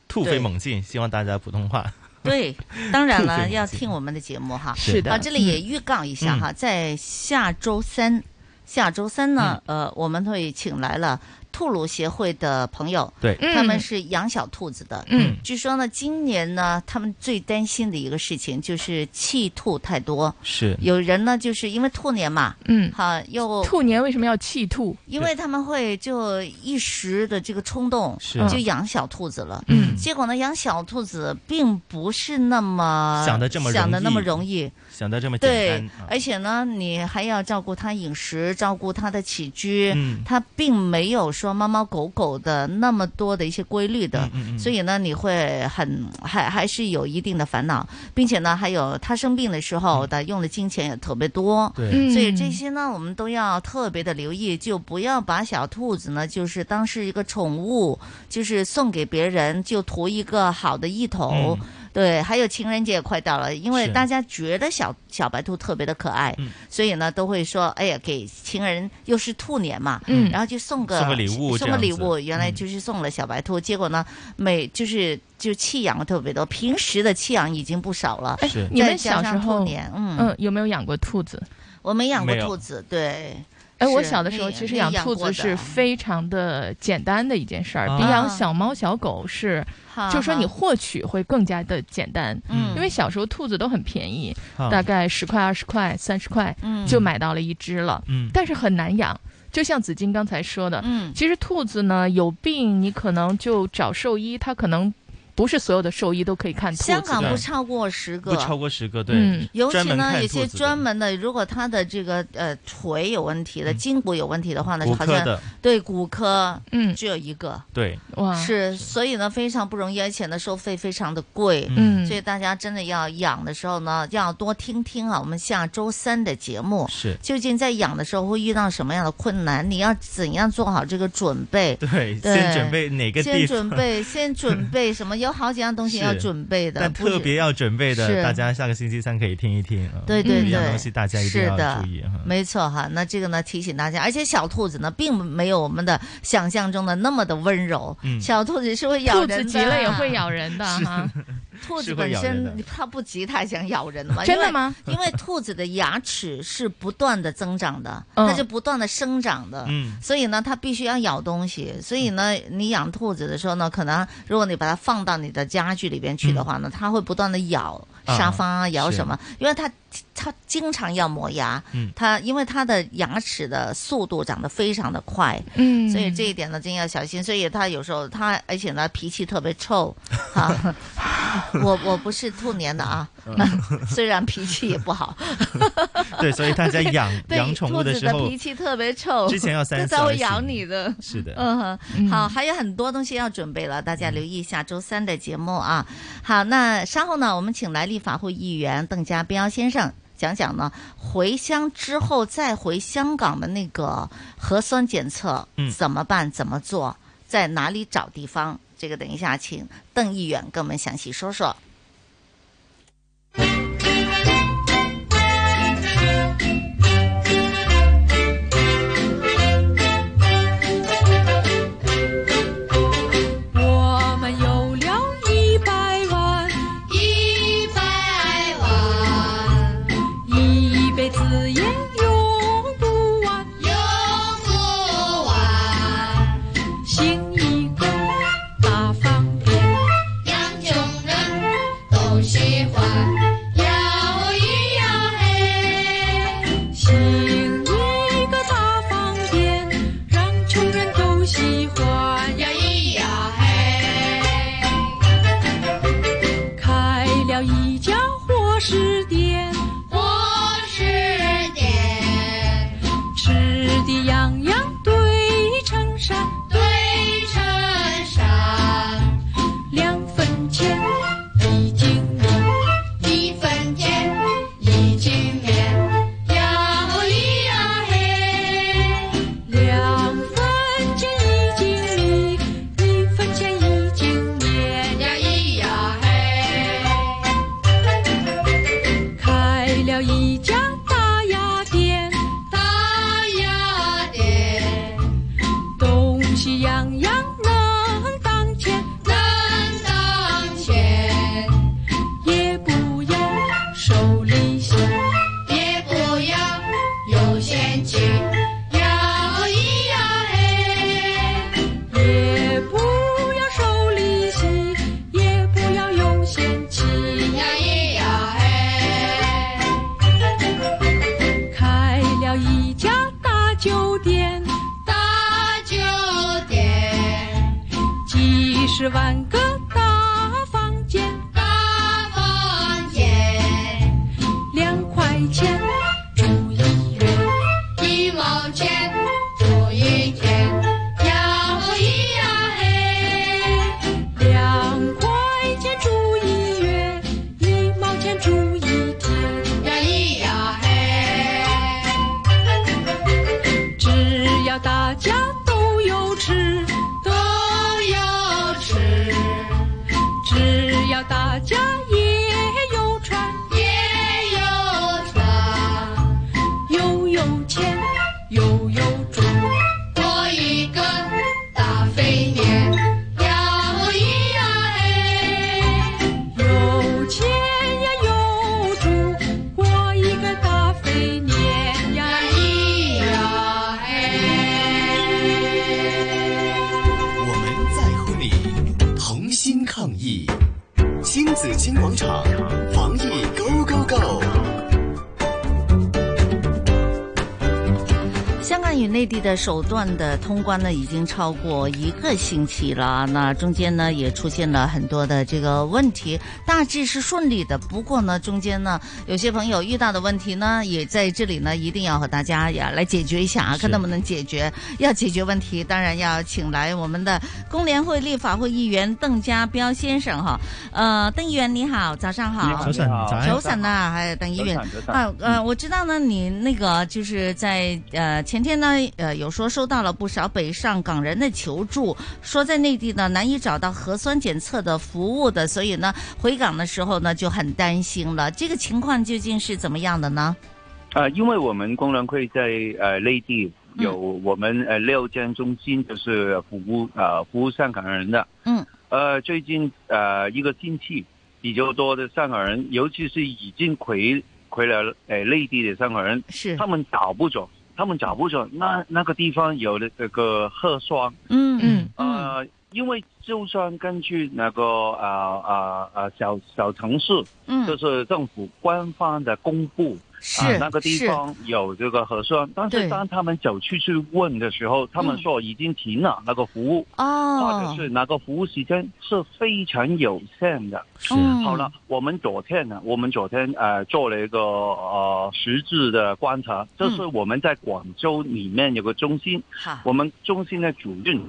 D: 突飞猛进，希望大家普通话。
B: 对，当然
D: 对
B: 了，
D: 对
B: 要
D: 对
B: 听我们的节目哈。
D: 是的嗯
B: 啊，这里也预告一下哈，在下周三，下周三呢，
D: 嗯
B: 呃，我们会请来了兔鲁协会的朋友，
D: 对
B: 他
D: 嗯
B: 们是养小兔子的。
D: 嗯
B: 据说呢，今年呢，他们最担心的一个事情就是弃兔太多。
D: 是
B: 有人呢，就是因为兔年嘛，
C: 嗯，
B: 哈，又
C: 兔年为什么要弃兔？
B: 因为他们会就一时的这个冲动，
D: 是
B: 就养小兔子了。
D: 嗯
B: 结果呢，养小兔子并不是那么
D: 想得这么容易
B: 啊想的那么容易。
D: 想到这么
B: 对
D: 简单，啊，
B: 而且呢，你还要照顾它饮食，照顾它的起居，
D: 嗯
B: 它并没有说猫猫狗狗的那么多的一些规律的，
D: 嗯嗯嗯
B: 所以呢，你会很还还是有一定的烦恼，并且呢，还有它生病的时候的用的金钱也特别多，
D: 嗯对嗯
B: 所以这些呢，我们都要特别的留意，就不要把小兔子呢，就是当是一个宠物，就是送给别人，就图一个好的意头。
U: 嗯
B: 对，还有情人节也快到了，因为
U: 是
B: 大家觉得小小白兔特别的可爱，
D: 嗯
B: 所以呢都会说，哎呀，给情人又是兔年嘛，
U: 嗯
B: 然后就送个
U: 送个礼物
B: 送
U: 这
B: 个
U: 样
B: 礼
U: 子
B: 物，原来就是送了小白兔，结果呢每就是就弃养了特别多，平时的弃养已经不少了，
C: 哎你们
B: 再加
C: 小时
B: 上
C: 候
B: 兔年，嗯
C: 嗯，有没有养过兔子？
B: 我没养过
C: 没有
B: 兔子，对。
C: 哎，我
B: 是
C: 小的时候
B: 你
C: 其实
B: 你
C: 养
B: 养
C: 兔
B: 过
C: 子
B: 的
C: 是非常的简单的一件事儿，比
B: 啊
C: 养小猫小狗是
B: 哈，
C: 就是说你
B: 哈
C: 获取会更加的简单。
B: 嗯
C: 因为小时候兔子都很便宜，
B: 啊
C: 大概十块、二十块、三十块
B: 嗯
C: 就买到了一只了。
D: 嗯
C: 但是很难养。就像紫金刚才说的，
B: 嗯
C: 其实兔子呢有病，你可能就找兽医，它可能不是所有的兽医都可以看兔子的。
B: 香港不超过十个，
D: 不超过十个，
C: 嗯
D: 对，
B: 尤其
D: 专门
B: 呢，
D: 看
B: 有
D: 兔
B: 些
D: 子的
B: 专门的，如果他的这个呃腿有问题的、筋骨有问题的话呢
D: 嗯骨，
B: 好
D: 科
B: 像
D: 的
B: 对骨科，
C: 嗯，
B: 只有一个。
D: 对，
B: 是，所以呢，非常不容易，而且呢，收费非常的贵，
D: 嗯
B: 所以大家真的要养的时候呢，要多听听啊，我们下周三的节目
D: 是
B: 究竟在养的时候会遇到什么样的困难，你要怎样做好这个准备？
D: 对，
B: 对
D: 先准备哪个地方？
B: 先准备，先准备什么？有好几样东西要
D: 是
B: 准备的，
D: 但
B: 不止
D: 特别要准备的，
B: 是
D: 大家下个星期三可以听一听。啊
B: 对对
D: 有一
B: 对，
D: 样东西大家一定
B: 是
D: 要
B: 的
D: 注 意哈。
B: 没错哈。那这个呢，提醒大家，而且小兔子呢，并没有我们的想象中的那么的温柔，
D: 嗯
B: 小兔子是会咬
C: 兔
B: 人的，啊
C: 子急了也会咬人的 哈。
B: 兔子
C: 是会
B: 本
C: 咬人
B: 身它不急，它也想咬人的嘛？
C: 真的
B: 因为
C: 吗
B: 因为兔子的牙齿是不断的增长的，
C: 嗯
B: 它是不断的生长的，
C: 嗯
B: 所以呢，它必须要咬东西。所以呢，
U: 嗯
B: 你养兔子的时候呢，可能如果你把它放到你的家具里边去的话呢，它会不断的咬
U: 嗯啊
B: 沙发啊，咬
U: 是
B: 什么？因为它它经常要磨牙，
U: 嗯
B: 它因为它的牙齿的速度长得非常的快，
U: 嗯
B: 所以这一点呢，真要小心。所以它有时候它，而且呢，脾气特别臭，哈、 我我不是兔年的啊， 虽然脾气也不好，
D: 对，所以大家养
B: 对
D: 养宠物
B: 兔子
D: 时候
B: 脾，气特别臭，
D: 之前要三思
B: 它才
D: 而
B: 会
D: 行
B: 咬你的。
D: 是的
B: 嗯哼，好，还有很多东西要准备了，大家留意一下周三的节目啊。
D: 嗯
B: 好，那稍后呢，我们请来立法会议员邓家彪先生。讲讲呢，回乡之后再回香港的那个核酸检测，
D: 嗯
B: 怎么办？怎么做？在哪里找地方？这个等一下，请邓议员跟我们详细说说。
V: 我们有了一百万，一百万，一辈子也用不完，用不完。兴一个大方便，让穷人大家也有船，也有船，又有钱又有赚。我一个大飞年，呀咿呀哎，有钱呀有主，我一个大飞年，呀咿呀哎。
N: 我们在乎你，同心抗疫。亲子金广场，防疫 Go Go Go。
B: 香港与内地的首段的通关呢，已经超过一个星期了。啊那中间呢，也出现了很多的这个问题，大致是顺利的。不过呢，中间呢，有些朋友遇到的问题呢，也在这里呢，一定要和大家呀来解决一下啊，看能不能解决。要解决问题，当然要请来我们的工联会立法会议员邓家彪先生哈。呃，邓议员你好，早上
D: 你
B: 好。
D: 好早晨你好早安
B: 早晨啊，还有邓议员
D: 早晨早晨嗯
B: 啊，呃，我知道呢，你那个就是在呃前天呢，呃，有说收到了不少北上港人的求助，说在内地呢难以找到核酸检测的服务的，所以呢回港的时候呢就很担心了。这个情况究竟是怎么样的呢？
A: 呃，因为我们工联会在呃内地
B: 嗯
A: 有我们呃六间中心，就是服务呃服务香港人的。
B: 嗯。
A: 呃，最近呃一个星期比较多的香港人，尤其是已经回回了呃内地的香港人，
B: 是
A: 他们找不着，他们找不着那那个地方有的这个核酸，
B: 嗯嗯
A: 呃，因为就算根据那个呃呃呃小小城市，
B: 嗯
A: 就是政府官方的公布，
U: 是
A: 啊那个地方有这个核酸，但
U: 对嗯
A: 是当他们走出去问的时候，他们说已经停了那个服务，或者
B: 哦，
A: 是那个服务时间是非常有限的。
B: 是嗯
A: 好了，我们昨天呢，我们昨天呃做了一个呃实质的观察，
U: 嗯
A: 就是我们在广州里面有个中心，
B: 好
A: 我们中心的主任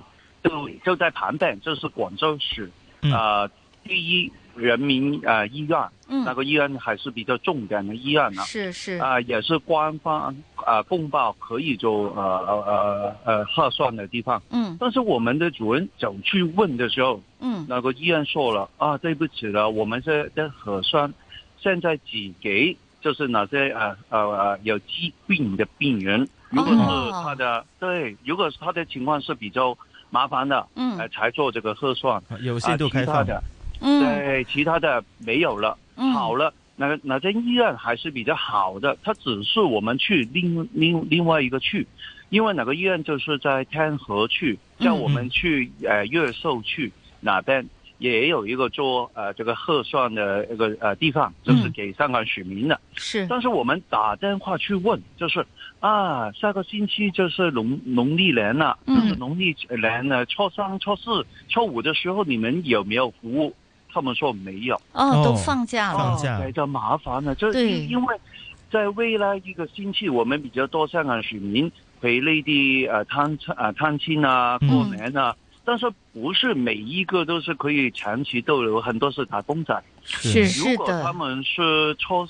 A: 就就在旁边，就是广州市呃第一人民呃医院，
B: 嗯
A: 那个医院还是比较重点的医院呢。
B: 是是
A: 啊、也是官方啊公报可以做呃呃呃呃核算的地方。
B: 嗯
A: 但是我们的主任走去问的时候，
B: 嗯
A: 那个医院说了啊，对不起了，我们是在核酸，现在只给就是那些呃呃呃有疾病的病
B: 哦
A: 人，如果是他的、对，如果是他的情况是比较麻烦的，
B: 嗯
A: 呃才做这个核酸，
D: 有限度
A: 啊
D: 开
A: 其他
D: 放
A: 的，
B: 嗯
A: 对，其他的没有了，
B: 嗯
A: 好了。哪哪间医院还是比较好的，它只是我们去另另另外一个区，因为哪个医院就是在天河区，
B: 嗯
A: 像我们去呃越秀区哪边也有一个做呃这个核算的一个呃地方，就是给香港选民的。
B: 是，
A: 但是我们打电话去问，就是啊，下个星期就是农农历年了，
B: 嗯
A: 就是农历年呢，初三、初四、初五的时候，你们有没有服务？他们说没有。
B: 哦都放假了
A: 哦
B: 放假
A: 对，这麻烦了，就是
B: 对
A: 因为在未来一个星期，我们比较多香港选民回内地呃探啊探亲啊
B: 嗯
A: 过年啊。但是不是每一个都是可以长期逗留，很多是打工仔。
B: 是
A: 如果
B: 是的
A: 他们是初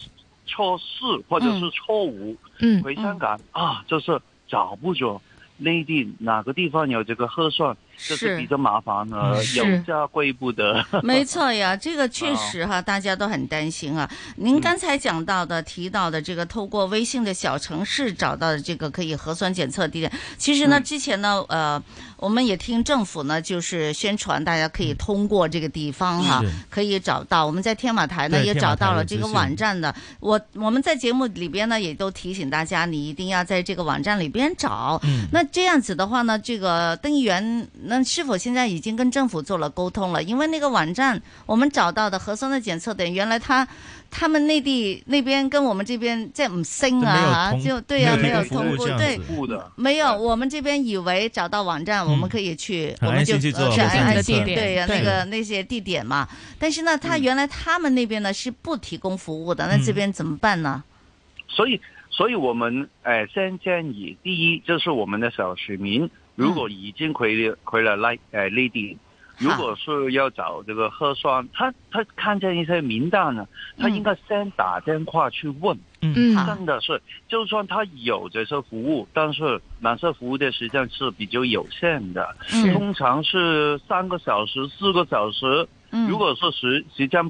A: 初四或者是初五、
B: 嗯
A: 回香港、啊，就是找不着内地哪个地方有这个核酸，这
B: 是嗯
A: 是比较麻烦了，
B: 是
A: 有家归不得。
B: 没错呀，这个确实
W: 啊
B: 哈，大家都很担心啊。您
W: 嗯
B: 刚才讲到的、提到的这个，透过微信的小程式找到的这个可以核酸检测地点，其实呢，
W: 嗯
B: 之前呢，呃，我们也听政府呢就是宣传，大家可以通过这个地方哈、
W: 是
B: 可以找到。我们在天马台呢
W: 对
B: 也找到了这
W: 天
B: 个
W: 马台有资讯
B: 网站的，我我们在节目里边呢也都提醒大家，你一定要在这个网站里边找。
W: 嗯
B: 那这样子的话呢，这个登记员那是否现在已经跟政府做了沟通了？因为那个网站我们找到的核酸的检测点，原来他他们内地那边跟我们这边即係唔升啊，
W: 就
B: 嚇
W: 没有同
B: 就对呀、啊，
W: 没
B: 没
W: 有
B: 有
W: 提供
B: 通
W: 服务
B: 过，
W: 这样
B: 对
W: 子，嗯
B: 没有。我们这边以为找到网站，我们可以去，
W: 很
B: 我们
W: 安
B: 就
W: 心去做
B: 呃
W: 核酸
B: 很安
W: 检测
B: 心，对呀、
W: 对
B: 那个那些地点嘛。但是呢，他原来他们那边呢是不提供服
W: 嗯
B: 务的，那这边怎么办呢？
A: 所以，所以我们呃先建议，第一就是我们的小市民，如果已经回
U: 嗯
A: 了回了内呃内地，如果是要找这个核酸，他他看见一些名单呢，他应该先打电话去问。
U: 嗯好
A: 真的是，就算他有这些服务，但是蓝色服务的时间是比较有限的，
U: 是
A: 通常是三个小时、四个小时。
U: 嗯
A: 如果是时时间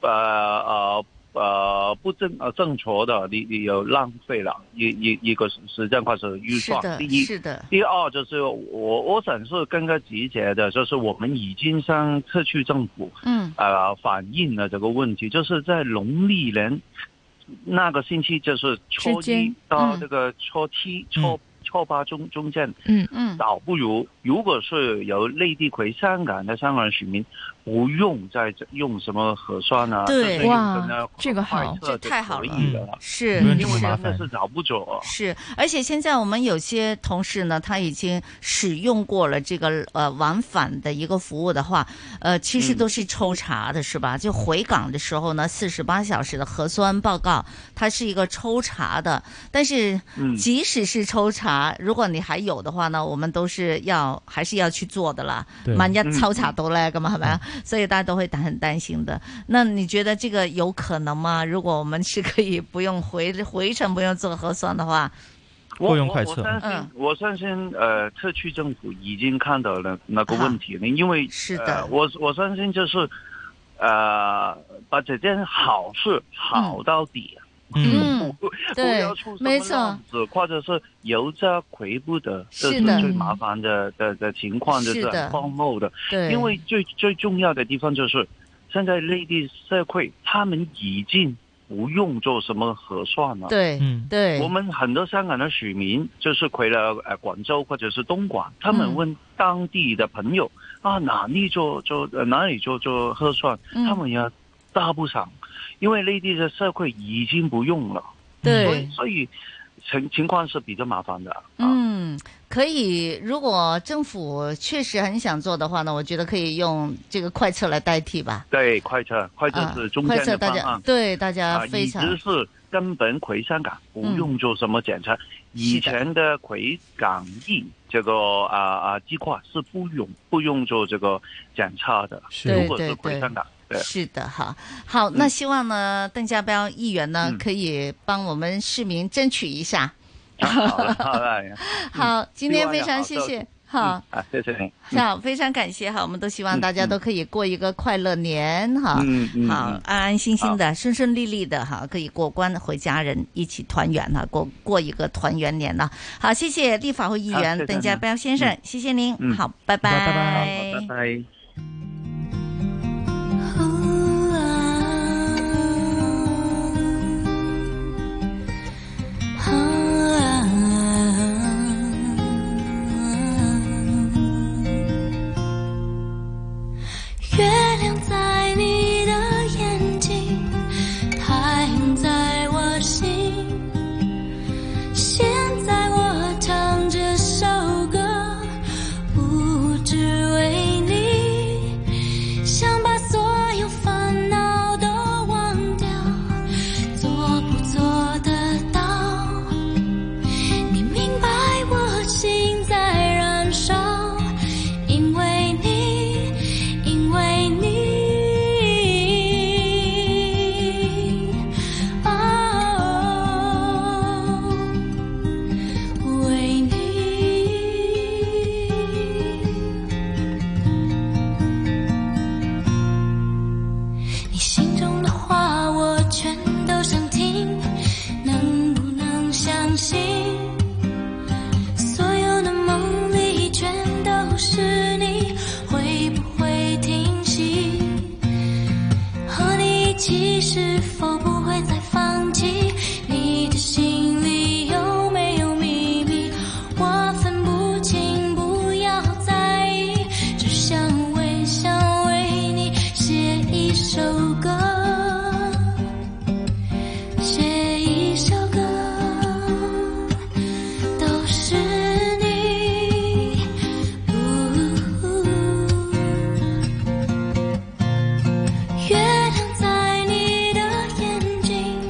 A: 呃呃呃不正呃正确的，你你有浪费了一一一个时间或者预算。第一，
B: 是的。
A: 第二就是我我想是更加直接的，就是我们已经向特区政府
B: 嗯
A: 呃反映了这个问题，就是在农历年那个星期，就是初
E: 之
A: 一
E: 间
A: 到
E: 嗯
A: 这个初七、初初八中中间，
E: 嗯嗯
A: 倒不如如果是由内地回香港的香港选民，不用再用什么核酸啊，就是用什
C: 哇
A: 么，
C: 这个好，
A: 这
B: 太好
A: 可
B: 了嗯
A: 以的了，
B: 是
A: 因为
B: 是
A: 真的是找不着。
B: 是，而且现在我们有些同事呢，他已经使用过了这个呃往返的一个服务的话，呃，其实都是抽查的，是吧？就回港的时候呢，四十八小时的核酸报告，它是一个抽查的。但是
U: 嗯，
B: 即使是抽查，如果你还有的话呢，我们都是要还是要去做的啦
U: 对。
B: 万
U: 嗯
B: 一抽查到嘞，干嘛系咪啊？所以大家都会很担心的。那你觉得这个有可能吗？如果我们是可以不用回回程不用做核酸的话，
A: 我
B: 够用快
A: 我
B: 测
A: 我相信，
B: 嗯
A: 我相信，呃，特区政府已经看到了那个问题了，因为
B: 嗯是
A: 的，
B: 的
A: 呃、我我相信就是，呃，把这件好事好到底，啊
B: 嗯，对
A: 要出，什么啊
B: 没错
A: 浪，子或者是游家回不得，这
B: 是的
A: 最麻烦的的的情况，就是是
B: 的
A: 很荒谬的。
B: 对
A: 因为最最重要的地方就是，现在内地社会他们已经不用做什么核算了。
B: 对嗯对
A: 我们很多香港的市民就是回了呃广州或者是东莞，他们
B: 嗯
A: 问当地的朋友、啊哪里做做呃哪里做做核算，
B: 嗯
A: 他们也答不上，因为内地的社会已经不用了。所以
B: 对，
A: 所以情情况是比较麻烦的。
B: 嗯，可以。如果政府确实很想做的话呢，我觉得可以用这个快测来代替吧。
A: 对，快车，快车
B: 啊
A: 是中
B: 快
A: 间
B: 测
A: 的
B: 大
A: 方
B: 家
A: 案。
B: 对大家
A: 啊，
B: 非
A: 已
B: 常嗯
A: 经是根本回香港不用做什么检测，以前的回港疫这个啊啊计划是不用不用做这个检测的，
B: 对
A: 如果是
B: 对
A: 回
B: 对
A: 香港，对，嗯
B: 是的哈。好，那希望呢，邓家彪议员呢，可以帮我们市民争取一下。
A: 啊好了好了，哎
U: 嗯
B: 好，今天
A: 希望
B: 非
A: 有
B: 常
A: 好
B: 谢
A: 消
B: 谢
A: 息，
B: 好。
A: 啊，谢谢你。
B: 好，非常感谢哈，我们都希望大家都可以过一个快乐年哈，
A: 嗯嗯
B: 好
A: 嗯
B: 安安心心的、顺顺利利的哈，可以过关回家人一起团圆哈，过过一个团圆年呢。好，谢谢立法会议
U: 好
B: 员
U: 谢谢
B: 邓家
U: 您
B: 彪先生
U: 嗯，
B: 谢谢您
U: 嗯，
B: 好，拜拜，
U: 好拜拜好拜
A: 拜。
V: 月亮在你的眼睛，太阳在我心。现在我唱这首歌，不只为你，想把所有烦恼都忘掉，做不做得到？你明白我心在燃烧，因为你。因为你，哦，Oh，为你，你心中的话我全都想听，能不能相信？所有的梦里全都是你，会不会停息？和你一起是否不会再放弃？你的心里有没有秘密？我分不清，不要在意，只想微笑为你写一首歌，写一首歌。都是你，月亮在你的眼睛，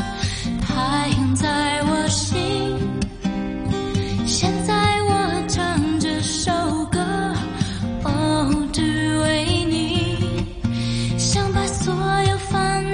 V: 太阳在我心。现在我唱这首歌，哦，只为你，想把所有烦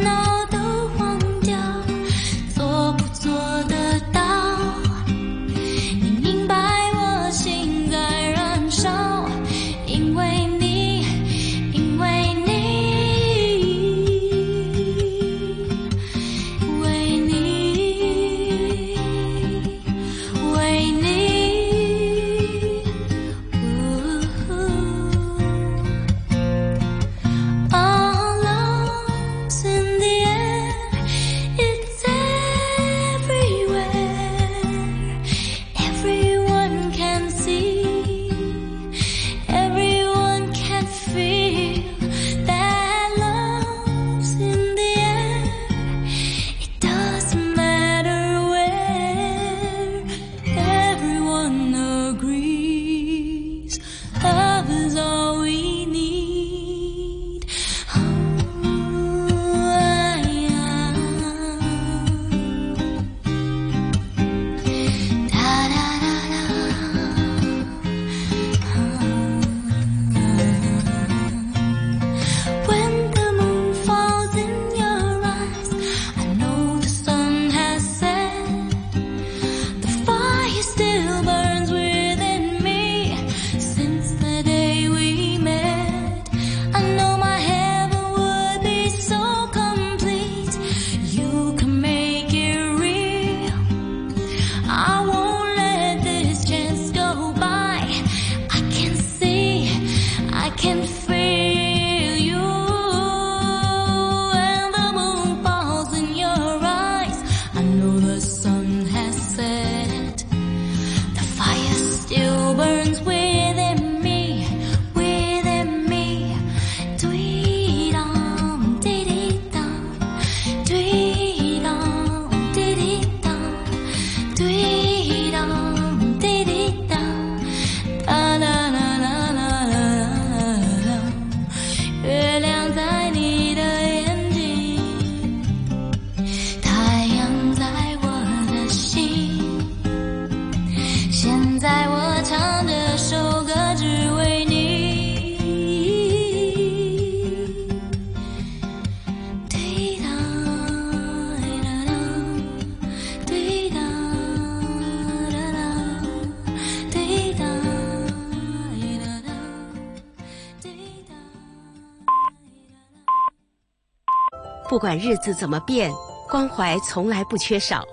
E: 不管日子怎么变，关怀从来不缺少。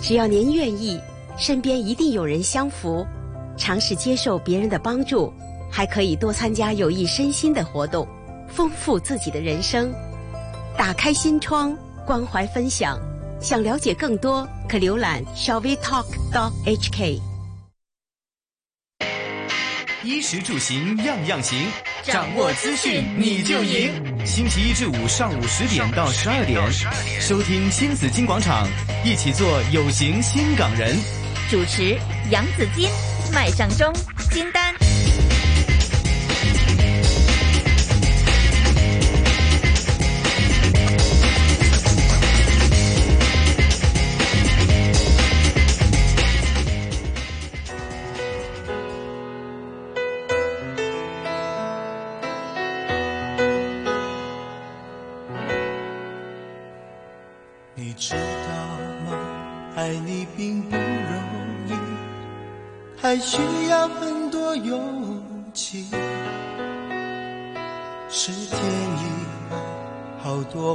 E: 只要您愿意，身边一定有人相扶。尝试接受别人的帮助，还可以多参加有益身心的活动，丰富自己的人生。打开心窗，关怀分享。想了解更多，可浏览 shall we talk dot hk。
H: 衣食住行样样行，
R: 掌握资讯你就赢。
H: 星期一至五上午十点到十二点，收听新紫金广场，一起做有型新港人。
S: 主持杨子金、麦尚中、金丹。
U: 你知道吗？爱你并不容易，还需要很多勇气。是天意啊，好多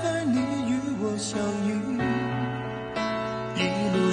U: 分离与我相遇。一路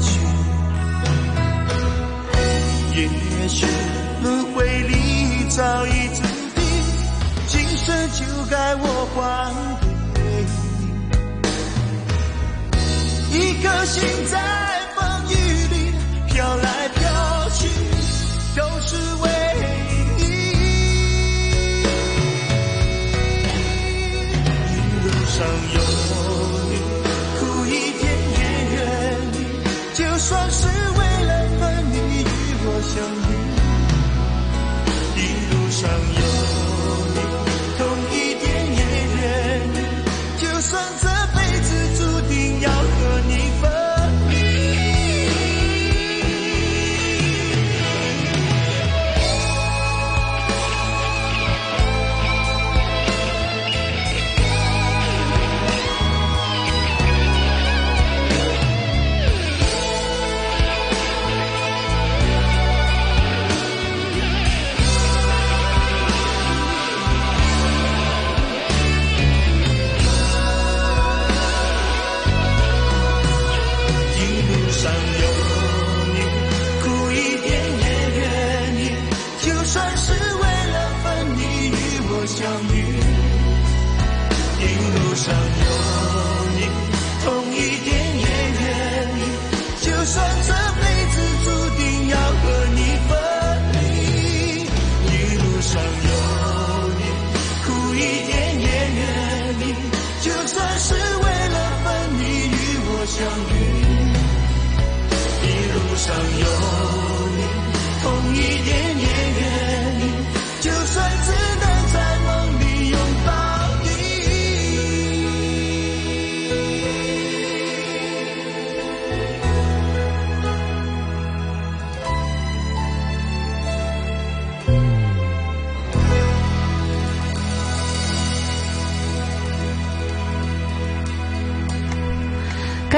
U: 去。也许轮回里早已注定，今生就该我还给你。一颗心在风雨里飘来飘去，都是为。上有你，苦一点也愿意，就算是为了分离与我相遇。一路上有你，痛一点也愿意，就算这辈子注定要和你分。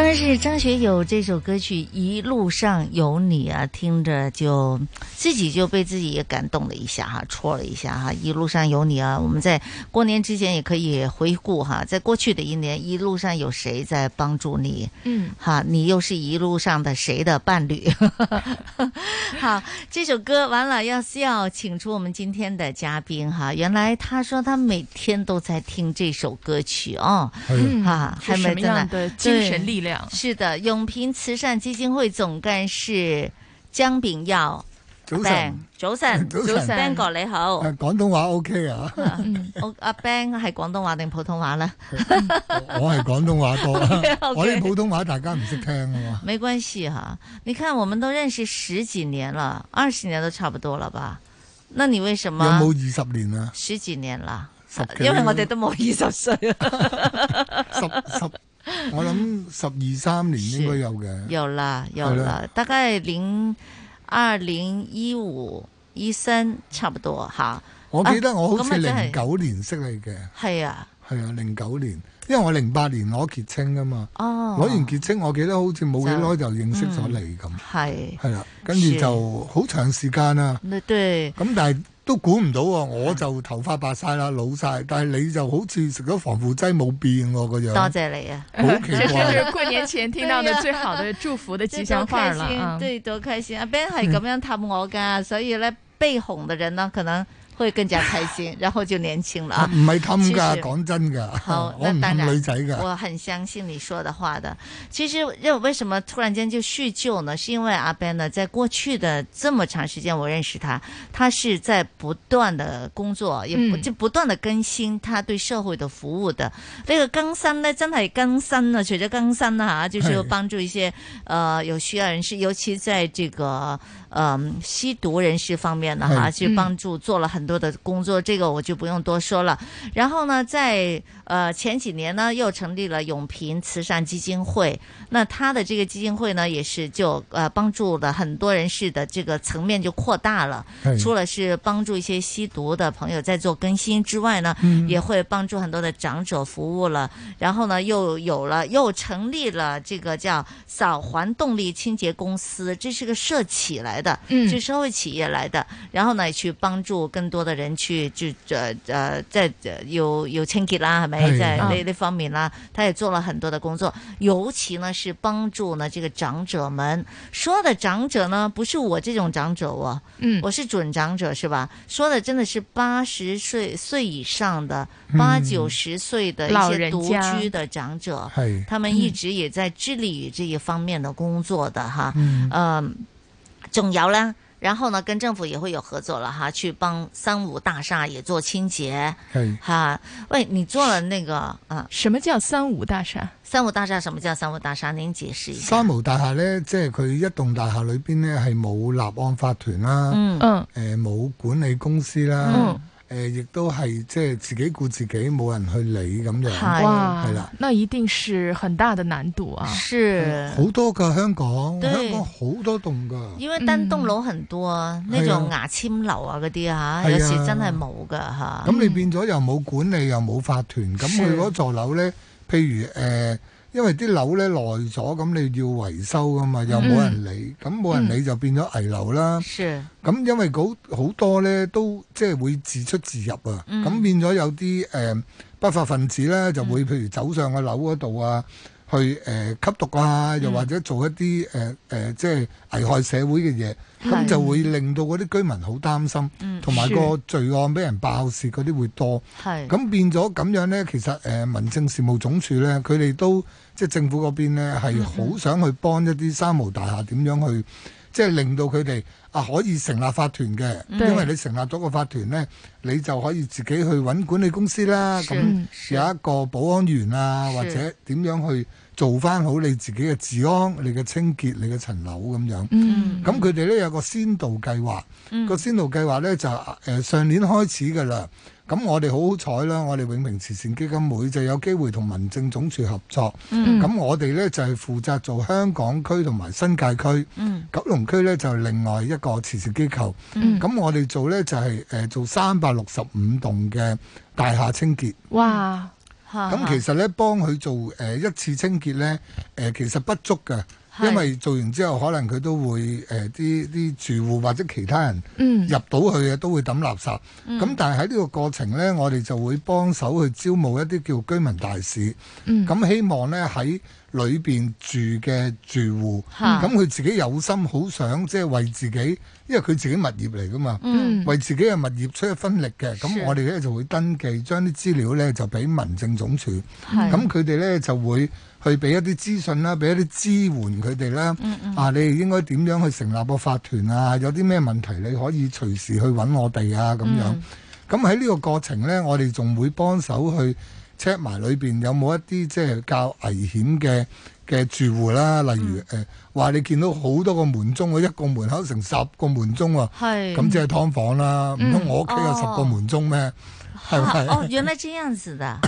B: 然是张学友这首歌曲《一路上有你》啊，听着就自己就被自己也感动了一下哈，戳了一下哈，《一路上有你》啊，我们在过年之前也可以回顾哈，在过去的一年，一路上有谁在帮助你？
C: 嗯，
B: 哈，你又是一路上的谁的伴侣？ 好，这首歌完了要要请出我们今天的嘉宾哈，原来他说他每天都在听这首歌曲哦，
F: 哎
C: 嗯
B: 哈，
C: 是
B: 还
C: 什
B: 没
C: 么
B: 真
C: 样的精神力量？
B: 是的，永平慈善基金会总干事姜炳耀。
F: 早晨
B: 阿 Bang，早晨，
F: 早啊晨
B: ，Bang 哥你好。
F: 誒
B: 嗯
F: 呃廣東話 OK 啊，
B: 我阿 Bang 係廣東話定普通 話咧？
F: 我係廣東話多啊
B: OK，OK，
F: 我啲普通話大家唔識聽啊嘛。
B: 没关系哈，你看我们都认识十几年了，二十年都差不多了吧？那你为什
F: 有
B: 么
F: 冇二十年啊？
B: 十几年啦？
F: 十幾
B: 因為我哋都冇二十歲啊。
F: 十十，我諗十二三年應該有嘅。
B: 有啦，有
F: 係
B: 啦
F: 啦，
B: 大概零二零一五一三差不多哈。
F: 我記得我好似
B: 啊咁啊
F: 零
B: 真係
F: 九年識你嘅，
B: 係啊，
F: 係啊，零九年，因為我零八年攞結清啊嘛。
B: 哦，
F: 攞完結清，我記得好似冇幾耐
B: 就
F: 就認識咗
B: 嗯
F: 你咁。
B: 係
F: 係啦，跟住
B: 是嗯
F: 就好長時間啦。
B: 那對
F: 咁但係都估唔到喎，我就頭髮白晒啦，老晒，但係你就好似食咗防腐劑冇變喎個樣。
B: 多謝你啊！
F: 好奇
C: 这
F: 怪
C: 是过年前听到的最好的祝 福的吉祥话了啊！
B: 对，多开心！阿 Ben 系咁样氹我噶，所以咧被哄的人呢，可能会更加开心，
C: 嗯
B: 然后就年轻了啊。
F: 唔係氹
B: 其
F: 㗎，
B: 實
F: 講真㗎
B: 好，，
F: 我唔
B: 那当然
F: 氹女仔㗎。
B: 我很相信你说的话的。其实，为为什么突然间就叙旧呢？是因为阿 Ben 呢，在过去的这么长时间，我认识他，他是在不断的工作，也不、
C: 嗯
B: 就不断的更新他对社会的服务的。这个更新呢，真系更新啊！除咗更新啊，吓就是
C: 是
B: 帮助一些呃有需要人士，尤其在这个嗯、吸毒人士方面呢，哈，
C: 嗯
B: 去帮助做了很多的工作，这个我就不用多说了。然后呢，在呃前几年呢，又成立了永平慈善基金会。那他的这个基金会呢，也是就呃帮助了很多人士的这个层面就扩大了
G: 是。
B: 除了是帮助一些吸毒的朋友在做更新之外呢，
G: 嗯
B: 也会帮助很多的长者服务了。然后呢，又有了又成立了这个叫扫环动力清洁公司，这是个社企来的，
C: 嗯
B: 是社会企业来的。然后呢，去帮助更多的人去就呃呃，即係呃要要清洁啦，系咪？
G: 是
B: 即係呢
G: 嗯
B: 呢方面啦，他也做了很多的工作，尤其呢是帮助呢这个长者们。说的长者呢，不是我这种长者哦，
C: 嗯
B: 我是准长者是吧？说的真的是八十岁岁以上的
G: 嗯
B: 八九十岁的
C: 老
B: 一些
C: 人
B: 独
C: 家
B: 居的长者
G: 是，
B: 他们一直也在致力于这一方面的工作的哈，
G: 嗯
B: 嗯仲有啦，然后呢，跟政府也会有合作了哈，去帮三无大厦也做清洁。
F: 係
B: 哈，喂，你做了那个啊？
C: 什么叫三无大厦？
B: 三无大厦什么叫三无大厦？您解释一下。
F: 三無大廈咧，即係佢一棟大廈裏邊咧係冇立案法團啦，
B: 嗯嗯
F: 誒冇、管理公司啦
C: 嗯，
F: 誒、亦都係即係自己顧自己，冇人去理咁樣，
C: 哇
F: 係啦，，
C: 那一定是很大的难度啊！
B: 是
F: 好多噶香港，
B: 對
F: 香港好多棟噶，
B: 因为單棟樓很多啊，
F: 嗯
B: 呢種
F: 係啊
B: 牙籤樓啊嗰啲啊，
F: 係啊
B: 有時真係冇噶
G: 啊
B: 吓。
F: 咁你變咗又冇管理又冇法團，咁
B: 是
F: 佢嗰座樓咧，譬如誒、呃因為啲樓咧耐咗，咁你要維修噶
G: 嗯
F: 嘛，又冇人理，咁冇、人理就變咗危樓啦。
B: 是
F: 咁因為嗰好多咧都即係會自出自入啊，
G: 嗯
F: 咁、變咗有啲誒、呃不法分子咧就會譬如走上個樓嗰度啊，去誒、呃吸毒
G: 嗯
F: 啊，又或者做一啲誒誒即係危害社會嘅嘢，
G: 係
F: 咁就會令到嗰啲居民好擔心
G: 嗯，
F: 同埋、
G: 是
F: 個罪案俾人爆竊嗰啲會多。
G: 係
F: 咁變咗咁樣咧，其實誒、呃民政事務總署咧，佢哋都即係政府嗰邊咧
G: 嗯
F: 係好想去幫一啲三無大廈點樣去，即係令到佢哋啊可以成立法團嘅，
G: 嗯
F: 因為你成立咗個法團咧，你就可以自己去揾管理公司啦，
G: 是
F: 咁有一個保安員啊，
G: 是
F: 或者點樣去做翻好你自己嘅治安、你嘅清潔、你嘅層樓咁樣。
G: 嗯
F: 咁佢哋咧有個先導計劃，
G: 嗯
F: 個先導計劃咧就誒、呃上年開始㗎啦。咁我哋好好彩啦，我哋永平慈善基金會就有機會同民政總署合作。咁、
G: 嗯
F: 我哋咧就係、負責做香港區同埋新界區。
G: 嗯
F: 九龍區咧就另外一個慈善機構，咁、
G: 嗯
F: 我哋呃做咧就係、誒、做三百六十五棟嘅大廈清潔。
C: 哇，
B: 嚇
F: 咁
B: 嚇
F: 其實咧幫佢做誒、呃一次清潔咧，誒、其實不足嘅，
B: 係
F: 因為做完之後可能佢都會誒啲啲住戶或者其他人
B: 嗯
F: 入到去啊嘅都會抌垃圾。咁、
B: 嗯
F: 但係喺呢個過程咧，我哋就會幫手去招募一啲叫居民大使。
B: 嗯
F: 咁希望咧喺裏邊住嘅住戶，
B: 嚇
F: 咁佢自己有心好想即係為自己，因為佢自己物業嚟噶嘛，
B: 嗯
F: 為自己嘅物業出一分力嘅。
B: 是
F: 咁我哋咧就會登記，將啲資料咧就俾民政總署，
B: 係
F: 咁佢哋咧就會去俾一啲資訊啦，俾一啲支援佢哋啦。
B: 嗯嗯
F: 啊，你哋應該點樣去成立個法團啊？有啲咩問題你可以隨時去揾我哋啊咁樣。
B: 嗯
F: 咁喺呢個過程呢，我哋仲會幫手去 check 埋裏邊有冇一啲即係較危險嘅嘅住戶啦，例如
B: 嗯
F: 誒話、你見到好多個門鐘喎，一個門口成十個門鐘喎，
B: 係
F: 咁即係劏房啦，唔通我屋企有十個門鐘咩？係
B: 啊
F: 咪、
B: 哦，原來這樣子 的，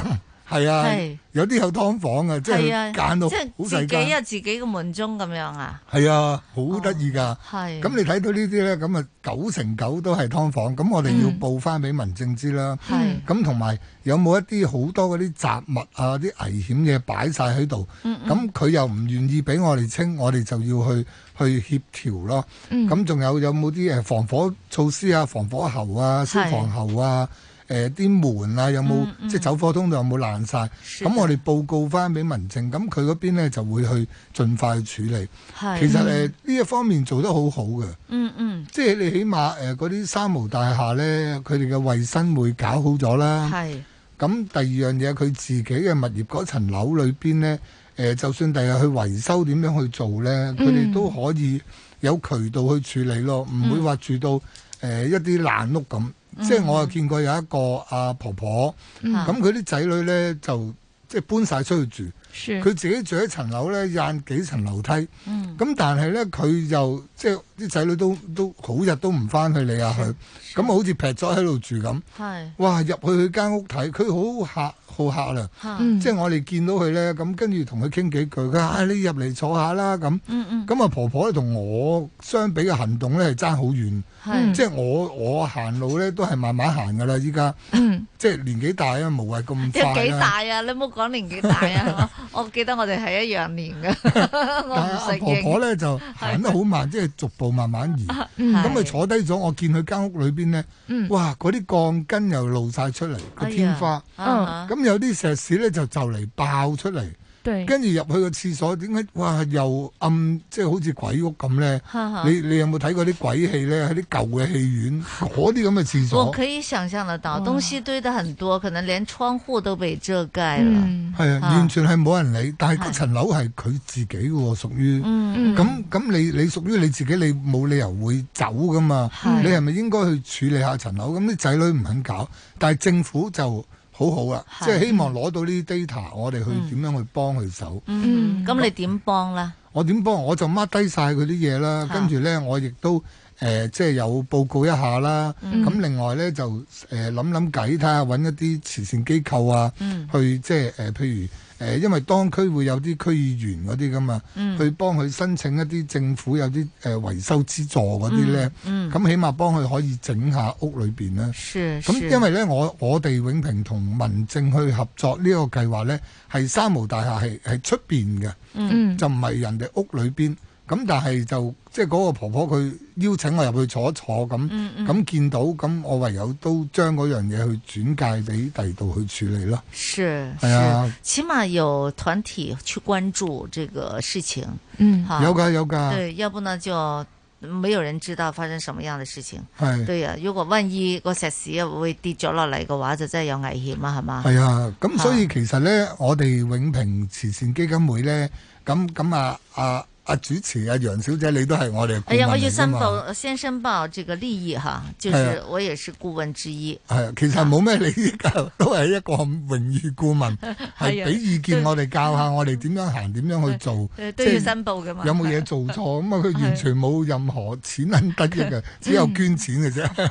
F: 係啊
B: 係，
F: 有啲有劏房啊，即
B: 係
F: 係
B: 啊，
F: 揀到
B: 即係
F: 好
B: 自
F: 細
B: 己有
F: 間，
B: 自己嘅門鐘咁樣啊，
F: 係啊，好得意㗎。
B: 哦係。
F: 咁你睇到呢啲呢，咁啊九成九都係劏房，咁我哋要報翻俾民政知啦。
B: 嗯係
F: 咁同埋有冇一啲好多嗰啲雜物啊、啲危險嘢擺晒喺度，
B: 嗯嗯
F: 咁佢又唔願意俾我哋清，我哋就要去去協調咯。
B: 嗯
F: 咁仲有有冇啲誒防火措施啊、防火喉啊、消
B: 係
F: 防喉啊？誒啲、門啊，有冇、
B: 嗯嗯
F: 即係走火通道有冇爛晒？
B: 是的
F: 咁我哋報告翻俾民政，咁佢嗰邊咧就會去盡快去處理。
B: 係
F: 其實誒呃呢一方面做得好好嘅。
B: 嗯嗯，
F: 即係你起碼誒嗰啲三無大廈咧，佢哋嘅衞生會搞好咗啦。
B: 係
F: 咁第二樣嘢，佢自己嘅物業嗰層樓裏邊咧，誒、就算第日去維修點樣去做咧，
B: 嗯
F: 佢哋都可以有渠道去處理咯，唔
B: 嗯
F: 會話住到誒、呃一啲爛屋咁。即係我又啊見過有一個阿、婆婆，
B: 嗯
F: 咁佢啲仔女咧就即係搬晒出去住。
B: 是
F: 佢自己住一層樓咧，掗幾層樓梯。咁、
B: 嗯
F: 但係咧，佢又即係啲仔女都都好日都唔翻去理下佢，咁好似劈咗喺度住咁。
B: 係
F: 哇！入去佢間屋睇，佢好客好客啦。
B: 嗯
F: 即係我哋見到佢咧，咁跟住同佢傾幾句，佢話：啊，你入嚟坐下啦咁。
B: 嗯嗯
F: 咁啊，婆婆咧同我相比嘅行動咧係爭好遠。
B: 係
F: 即係我我行路咧都係慢慢行㗎啦，依家。
C: 嗯。
F: 即係年紀大啊，無謂咁
B: 即係
F: 快
B: 幾
F: 啦。
B: 大啊！你冇講年紀大 啊！我我記得我哋係一樣年嘅，我唔
F: 阿
B: 承
F: 婆
B: 認。
F: 婆咧就行得好慢，即係逐步慢慢 移。
B: 嗯
F: 咁佢坐低咗，我見佢間屋裏邊咧，
B: 嗯
F: 哇！嗰啲鋼筋又露晒出嚟，個
B: 哎呀嗯
F: 天花。
B: 啊
F: 咁有啲石屎咧就就嚟爆出嚟。
C: 對
F: 跟住入去個廁所，點解哇又暗，即係好似鬼屋咁咧
B: 哈哈？
F: 你你有冇睇過啲鬼戲咧？喺啲舊嘅戲院嗰啲咁嘅廁
B: 我
F: 所，
B: 可以想象得到，
F: 哇
B: 東西堆得很多，可能連窗戶都被遮蓋了。
C: 嗯
F: 係啊，
B: 啊
F: 完全係冇人理。但係嗰層樓係佢自己嘅喎，屬於。
B: 嗯嗯
F: 咁咁你你屬於你自己，你冇理由會走噶嘛？
B: 係
F: 你係咪應該去處理下層樓？咁啲仔女唔肯搞，但係政府就好好啦，
B: 係
F: 即係希望攞到呢啲 data，我哋去點樣去幫佢手。
B: 嗯，咁你點幫啦？
F: 我點幫？我就 mark 低晒佢啲嘢啦，
B: 嚇
F: 跟住呢，我亦都誒、呃即係有報告一下啦。
B: 嗯
F: 咁、另外呢，就誒諗諗計，睇下揾一啲慈善機構啊，
B: 嗯
F: 去即係誒、呃譬如誒、呃因為當區會有啲區議員嗰啲噶嘛，
B: 嗯
F: 去幫佢申請一啲政府有啲誒、呃、維修資助嗰啲呢。咁、
B: 嗯嗯
F: 起碼幫佢可以整下屋裏邊啦。
B: 是
F: 咁
B: 是
F: 因為咧，我我哋永平同民政去合作呢個計劃咧，係三無大廈係係出邊嘅，
B: 嗯
F: 就唔係人哋屋裏邊。咁但係就即係嗰個婆婆佢邀請我入去坐一坐咁，咁、
B: 嗯嗯
F: 見到咁，我唯有都將嗰樣嘢去轉介俾第二度去處理咯。
B: 是
F: 係啊
B: 是，起碼有團體去關注這個事情。
C: 嗯
B: 哈
F: 有㗎有㗎
B: 对，要不呢就沒有人知道發生什麼樣的事情。
F: 係
B: 對啊，如果萬一個石屎會跌咗落嚟嘅話，就真係有危險啊，係嘛？
F: 係啊，咁所以其實咧，我哋永平慈善基金會咧，咁咁啊啊啊主持啊楊小姐，你都係我哋嘅顧問
B: 哎呀，我要
F: 嚟㗎
B: 申
F: 嘛
B: 報，先申報這個利益哈，就
F: 係
B: 是
F: 啊
B: 我也是顧問之一。
F: 係，啊其實冇咩利益㗎，都係一個榮譽顧 問，係啊俾意見我哋教下我哋點樣行，點樣去做
B: 誒，都
F: 即
B: 要
F: 係
B: 申報噶嘛
F: 有冇嘢做錯咁啊？ 佢完全冇任何錢銀得益 嘅，只有捐錢嘅啫。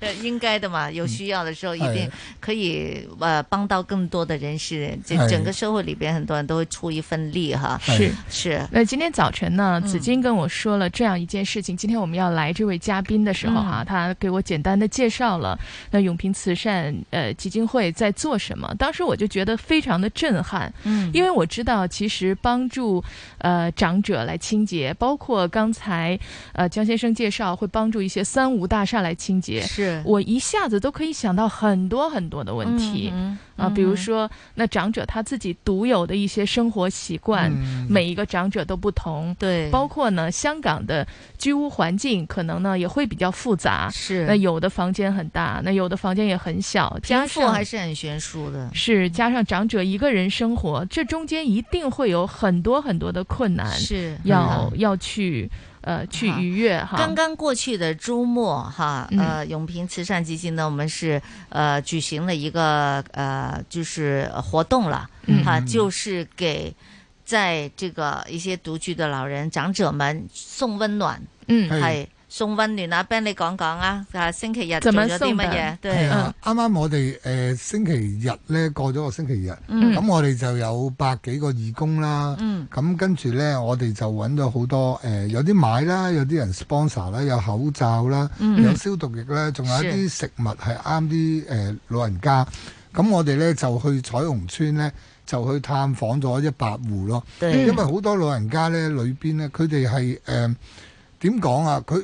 B: 呃应该的嘛，
C: 嗯
B: 有需要的时候一定
F: 哎
B: 可以呃帮到更多的人士，就
C: 哎
B: 整个社会里边很多人都会出一份力哈。
C: 是
B: 是，
C: 那今天。天早晨呢，
G: 嗯
C: 紫金跟我说了这样一件事情。今天我们要来这位嘉宾的
G: 嗯
C: 时候啊，他给我简单的介绍了那永平慈善呃基金会在做什么。当时我就觉得非常的震撼，
G: 嗯
C: 因为我知道其实帮助呃长者来清洁，包括刚才呃江先生介绍会帮助一些三无大厦来清洁，
G: 是
C: 我一下子都可以想到很多很多的问题。
G: 嗯
C: 啊，比如说那长者他自己独有的一些生活习惯，每一个长者都不同，
G: 嗯对，
C: 包括呢香港的居屋环境可能呢也会比较复杂，
G: 是
C: 那有的房间很大，那有的房间也很小，
G: 贫
C: 家
G: 富
C: 上
G: 还是很悬殊的。
C: 是加上长者一个人生活，这中间一定会有很多很多的困难，
G: 是
C: 要
G: 嗯
C: 要去呃去逾越哈。
G: 刚刚过去的周末哈，
C: 嗯
G: 呃，永平慈善基金呢，我们是呃举行了一个呃就是活动了，
C: 嗯
G: 哈，就是给在这个一些独居的老人长者们送温暖，
C: 嗯
F: 哎
G: 系送温暖啊，Ben 你講講啊，啊星期日做怎麼咗啲送
F: 乜
G: 乜嘢？
C: 哎
G: 嗯對，
F: 係啊，啱啱我哋誒、呃星期日咧過咗個星期日，咁、
G: 嗯
F: 我哋就有百幾個義工啦。咁、
G: 嗯
F: 跟住咧，我哋就揾咗好多誒、呃有啲買啦，有啲人 sponsor 啦，有口罩啦，
G: 嗯
F: 有消毒液啦，仲有一啲食物係啱啲誒老人家。咁我哋咧就去彩虹村咧。就去探訪咗一百戶咯，
G: 對
F: 因為好多老人家咧，裏邊咧，佢哋係誒點講啊？佢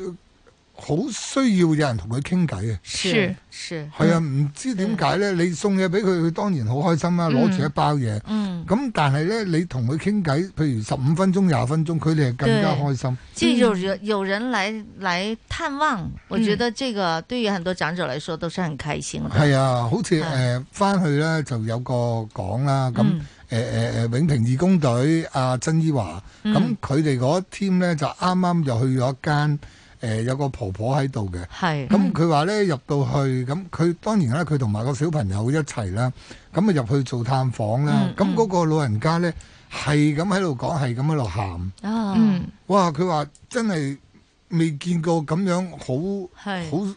F: 好需要有人同佢傾偈啊嘅，
G: 是是，
F: 係啊，
B: 嗯
F: 唔知點解咧？你送嘢俾佢，佢當然好開心啦，
G: 嗯
F: 攞住一包嘢。
G: 嗯，
F: 咁但係咧，你同佢傾偈，譬如十五分鐘、廿分鐘，佢哋係更加
G: 對
F: 開心。
G: 就有人有人來来探望，我觉得这个对于很多长者来说都是很开心的。
F: 係啊，好似誒翻去咧就有個講啦，咁
G: 嗯
F: 誒誒誒永平義工隊阿曾依華，
G: 嗯
F: 咁佢哋嗰 team 咧就啱啱就去咗一間誒有個婆婆喺度嘅，
G: 係
F: 咁佢話咧入到去，咁佢當然啦，佢同埋個小朋友一齊啦，咁啊入去做探訪啦，
G: 嗯
F: 咁嗰個老人家咧係咁喺度講，係咁喺度喊，
G: 啊，
E: 嗯
F: 哇！佢話真係未見過咁樣好
G: 係
F: 好。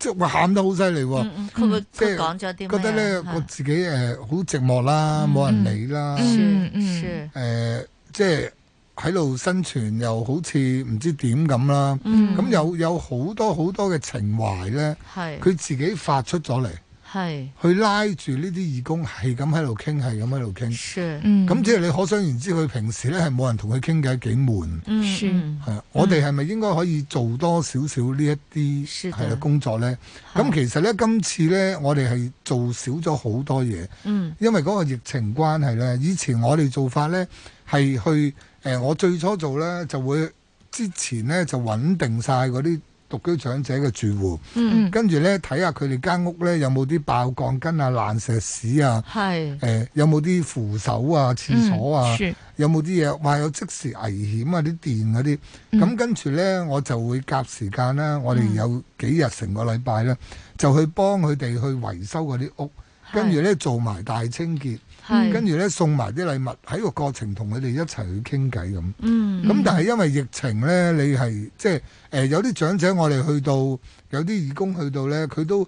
F: 即係話喊得好犀利喎！
G: 嗯佢會
F: 即係
G: 佢講咗啲咩啊
F: 覺得咧，
G: 嚇
F: 我自己誒好寂寞啦，冇人理啦，
G: 嗯
F: 嗯
G: 是是，
F: 誒呃即係喺度生存又好似唔知點咁啦。
G: 嗯
F: 咁有有好多好多嘅情懷咧，
G: 係
F: 佢自己發出咗嚟，
G: 係
F: 去拉住呢啲義工係咁喺度傾，係咁喺度傾。
G: 是
C: 嗯
F: 咁即係你可想而知，佢平時咧係冇人同佢傾偈，幾悶。
G: 嗯
C: 是
G: 嗯
F: 係啊，我哋係咪應該可以做多少少呢一啲係啦工作呢？咁其實呢，今次呢，我哋係做少咗好多嘢，
G: 嗯
F: 因為嗰個疫情關係呢。以前我哋做法呢，係去誒、呃我最初做呢，就會之前呢，就穩定晒嗰啲獨居長者嘅住戶，
G: 嗯
F: 跟住呢，睇下佢哋間屋呢，有冇啲爆鋼筋啊、爛石屎啊。
G: 係
F: 誒、有冇啲扶手啊、廁所啊，
G: 嗯是
F: 有冇啲嘢話有即時危險啊、啲電嗰啲，咁、
G: 嗯
F: 跟住呢，我就會夾時間啦，我哋有幾日成個禮拜呢，
G: 嗯
F: 就去幫佢哋去維修嗰啲屋，跟住呢，做埋大清潔，
G: 係
F: 跟住呢，送埋啲禮物，喺個過程同佢哋一齊去傾偈咁。
G: 嗯
F: 咁但係因為疫情呢，你係即係誒、呃有啲長者我哋去到，有啲義工去到呢，佢都誒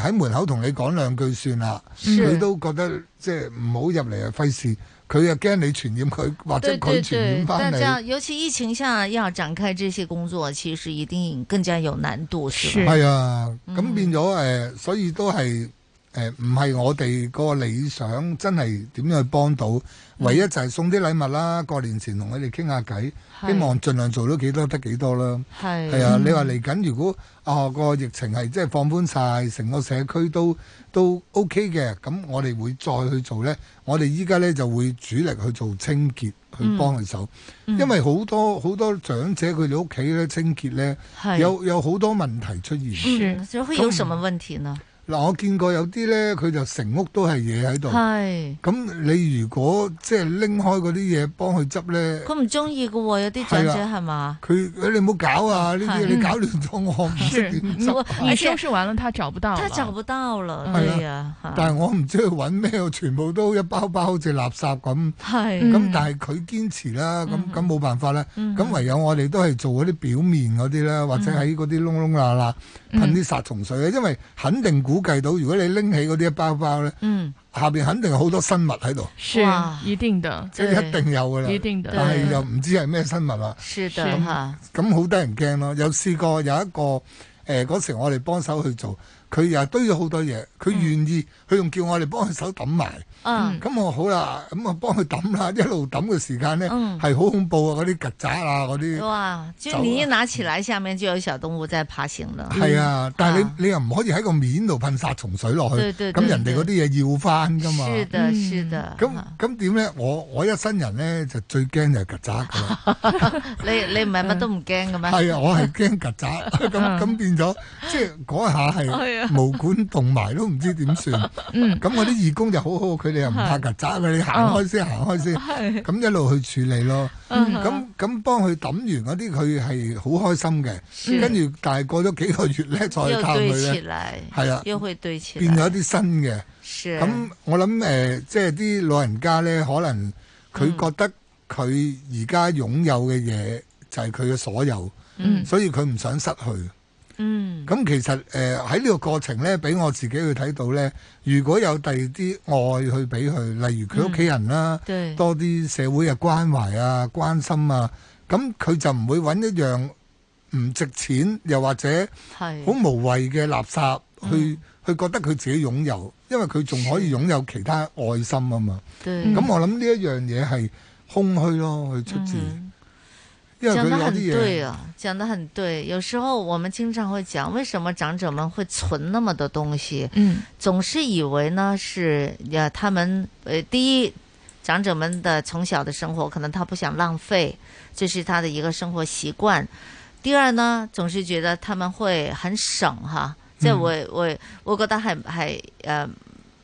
F: 喺、門口同你講兩句算啦，
G: 是
F: 佢都覺得即係唔好入嚟啊，費事佢又驚你傳染佢，或者
G: 對
F: 佢
G: 對
F: 傳
G: 對
F: 染，
G: 大
F: 翻
G: 家
F: 你。
G: 尤其疫情下要展開這些工作，其實一定更加有難度，是吧？
F: 係啊，咁變咗誒、呃所以都係誒唔係我哋個理想，真係點樣去幫到？唯一
G: 嗯
F: 就係送啲禮物啦，過年前同佢哋傾下偈，希
G: 係
F: 望盡量做到幾多得幾多啦。係
G: 係
B: 嗯
F: 啊，你話嚟緊如果啊個疫情係即係放寬晒，成個社區都都 OK 嘅，咁我哋會再去做呢。我哋依家呢就會主力去做清潔，去幫佢手，
G: 嗯
F: 因為好多好多長者佢哋屋企呢清潔呢，
G: 係
F: 有有好多問題出現。
G: 嗯，就會有什麼問題呢？
F: 嗱，我見過有啲呢，佢就成屋都係嘢喺度。
G: 係
F: 咁你如果即係拎開嗰啲嘢幫佢執呢。
G: 佢唔中意嘅喎，有啲
F: 哎
G: 長者係嘛？
F: 佢你唔好搞啊！呢啲
G: 係
F: 你搞亂咗我，唔識
G: 是
F: 點執。
G: 我
F: 啊
G: 而且
C: 哎收拾完了，嗯他找不到，
G: 他找不到了，
F: 係啦
G: 啊對呀，嚇
F: 但係我唔知佢揾咩，我全部都一包包好似垃圾咁。
G: 係
F: 咁
G: 嗯，
F: 但係佢堅持啦，咁咁冇辦法啦。
G: 嗯
F: 咁唯有我哋都係做
G: 嗯
F: 嗰啲表面嗰啲啦，或者喺嗰啲窿窿罅罅噴啲殺蟲水啊，因為肯定固估計到，如果你拎起嗰啲包包咧，
B: 嗯，
F: 下邊肯定有好多生物喺度，
C: 是一定的，
F: 即係一定有噶啦，
C: 一定的，
F: 但係又唔知係咩生物啦。
B: 是
C: 的是哈，
F: 咁好得人驚咯。有試過有一個誒嗰、時我哋幫手去做，佢又堆咗好多嘢，佢願意，佢仲、叫我哋幫佢手抌埋。
B: 嗯
F: 咁我好啦，咁我幫佢抌啦，一路抌嘅時間咧
B: 嗯
F: 係好恐怖啊！嗰啲曱甴啊，嗰啲
B: 哇！就
F: 走啊
B: 你一拿起来，下面就有小動物在爬行了。
F: 係啊，但係
B: 啊
F: 你你又唔可以喺個面度噴殺蟲水落
B: 對
F: 去，
B: 對
F: 咁
B: 對
F: 人哋嗰啲嘢要翻噶嘛。
B: 是的，是的。
F: 咁咁點咧？我我一生人咧就最驚就係曱甴啊㗎啦，
B: 你你唔係乜都唔驚 嘅咩？
F: 係啊，我係驚曱甴，
B: 嗯
F: 咁咁變咗即係嗰下
B: 係啊
F: 係毛管凍埋都唔知點算。
B: 嗯
F: 咁我啲義工就好好，佢哋又唔怕曱甴嘅，你行開先，行 開
T: 係
F: 先，咁一路去處理咯。
T: 嗯
F: 咁咁幫佢抌完嗰啲，佢係好開心
B: 是
F: 嘅。跟住但係過咗幾個月咧，再
B: 嗯又
F: 探
B: 堆
F: 佢
B: 起
F: 咧，
B: 來，
F: 係啊
B: 又會堆起來。
F: 變咗一啲新嘅。
B: 是
F: 咁我諗誒、呃即係啲老人家咧，可能
B: 嗯
F: 佢覺得佢而家擁有嘅嘢就係佢嘅所有，
B: 嗯
F: 所以佢唔想失去。
B: 嗯
F: 咁其實誒喺呢個過程咧，俾我自己去睇到咧，如果有第二啲愛去俾佢，例如佢屋企人啦，
B: 嗯對
F: 多啲社會嘅關懷啊、關心啊，咁佢就唔會揾一樣唔值錢，又或者好
B: 係嗯
F: 無謂嘅垃圾去、去覺得佢自己擁有，因為佢仲可以擁有其他愛心啊嘛。
B: 對
F: 咁我諗呢一樣嘢係空虛咯，佢出自，因為佢有
B: 講得嗯很
F: 啲
B: 對
F: 嘢
B: 啊，講得很對。有時候我們經常會講，為什麼長者們會存那麼多東西？
C: 嗯，
B: 总是以為呢是呀，他們呃，第一，长者们的从小的生活，可能他不想浪费，这是他的一个生活习惯。第二呢，总是覺得他們會很省哈，即係
S: 嗯
B: 會會會覺得係係呃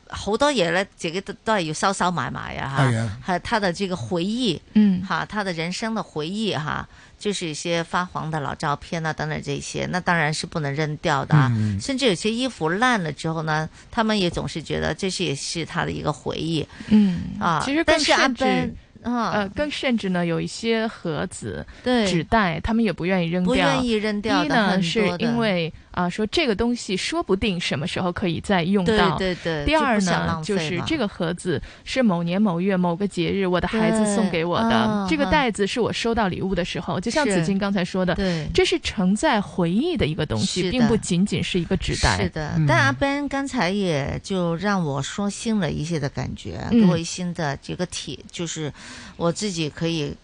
B: 好多嘢咧，自己都都係要收收埋埋啊哈。
S: 係啊
B: 还有他的这个回忆，
C: 嗯，
B: 哈，他的人生的回忆哈，就是一些发黄的老照片啊等等这些，那当然是不能扔掉的啊。
S: 嗯
B: 甚至有些衣服烂了之后呢，他们也总是觉得这是也是他的一个回忆
C: 嗯
B: 啊。
C: 其实更
B: 但是阿
C: 甚至
B: 奔。啊
C: 呃，更甚至呢，有一些盒子、
B: 对
C: 纸袋，他们也不愿意扔掉。
B: 不愿意扔掉的很
C: 一呢，
B: 多
C: 是
B: 的
C: 因为啊、说这个东西说不定什么时候可以再用到。
B: 对对对
C: 第
B: 就
C: 二
B: 不想
C: 呢
B: 浪，
C: 就
B: 费
C: 是
B: 嘛
C: 这个盒子是某年某月某个节日我的孩子送给我
B: 对
C: 的
B: 啊，
C: 这个
B: 哈
C: 袋子是我收到礼物的时候，就像
B: 是
C: 子金刚才说的，
B: 对
C: 这是承载回忆的一个东西，
B: 是
C: 并
B: 的
C: 不仅仅是一个纸袋。
B: 是的，但阿 Ben 刚才也就让我说新了一些的感觉，
C: 嗯
B: 给我一新的这个体，就是我自己可以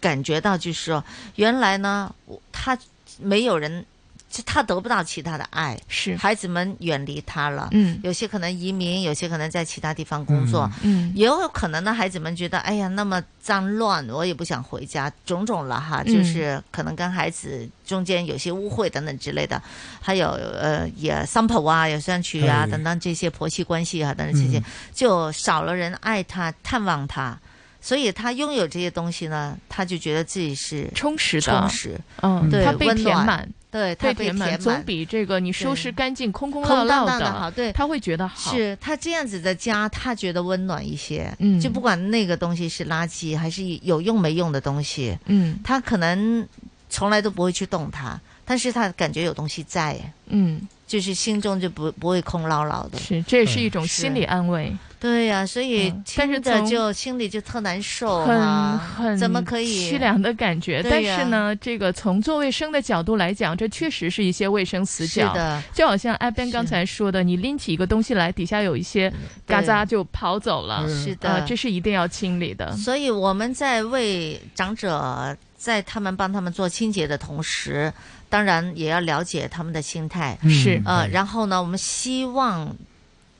B: 感觉到，就是说原来呢，我他没有人。就他得不到其他的爱，
C: 是
B: 孩子们远离他了，
S: 嗯
B: 有些可能移民，有些可能在其他地方工作，
S: 嗯嗯
B: 也有可能呢，孩子们觉得，哎呀，那么脏乱，我也不想回家，种种了哈，
S: 嗯
B: 就是可能跟孩子中间有些误会等等之类的，还有呃也三浦啊，有相处
C: 哎
B: 啊
S: 对
B: 等等这些婆媳关系啊等等这些，
S: 嗯
B: 就少了人爱他、探望他，所以他拥有这些东西呢，他就觉得自己是
C: 充实的
B: 充实，
C: 嗯，
B: 对，
C: 它被
B: 温
C: 填
B: 暖
C: 满，
B: 对，他
C: 被
B: 填
C: 满总比这个你收
B: 对
C: 拾干净、 空空
B: 空
C: 落落
B: 荡荡的好对
C: 他会觉得好。
B: 是他这样子的家，他觉得温暖一些。
C: 嗯
B: 就不管那个东西是垃圾还是有用没用的东西，
C: 嗯
B: 他可能从来都不会去动它，但是他感觉有东西在，
C: 嗯，
B: 就是心中就不不会空落落的。嗯
C: 是，这也是一种心理安慰。嗯
B: 对呀、所以听着
C: 从
B: 就心里就特难受
C: 很
B: 啊，
C: 很
B: 怎么可以
C: 凄凉的感觉？但
B: 对呀
C: 是呢，这个从做卫生的角度来讲，这确实是一些卫生死角。
B: 是的
C: 就好像阿 Ben 刚才说的，你拎起一个东西来，底下有一些嘎
B: 对
C: 扎就跑走了。
B: 是的
C: 啊这是一定要清理的。
B: 所以我们在为长者在他们帮他们做清洁的同时，当然也要了解他们的心态。
C: 是
B: 呃，
C: 对
B: 然后呢，我们希望。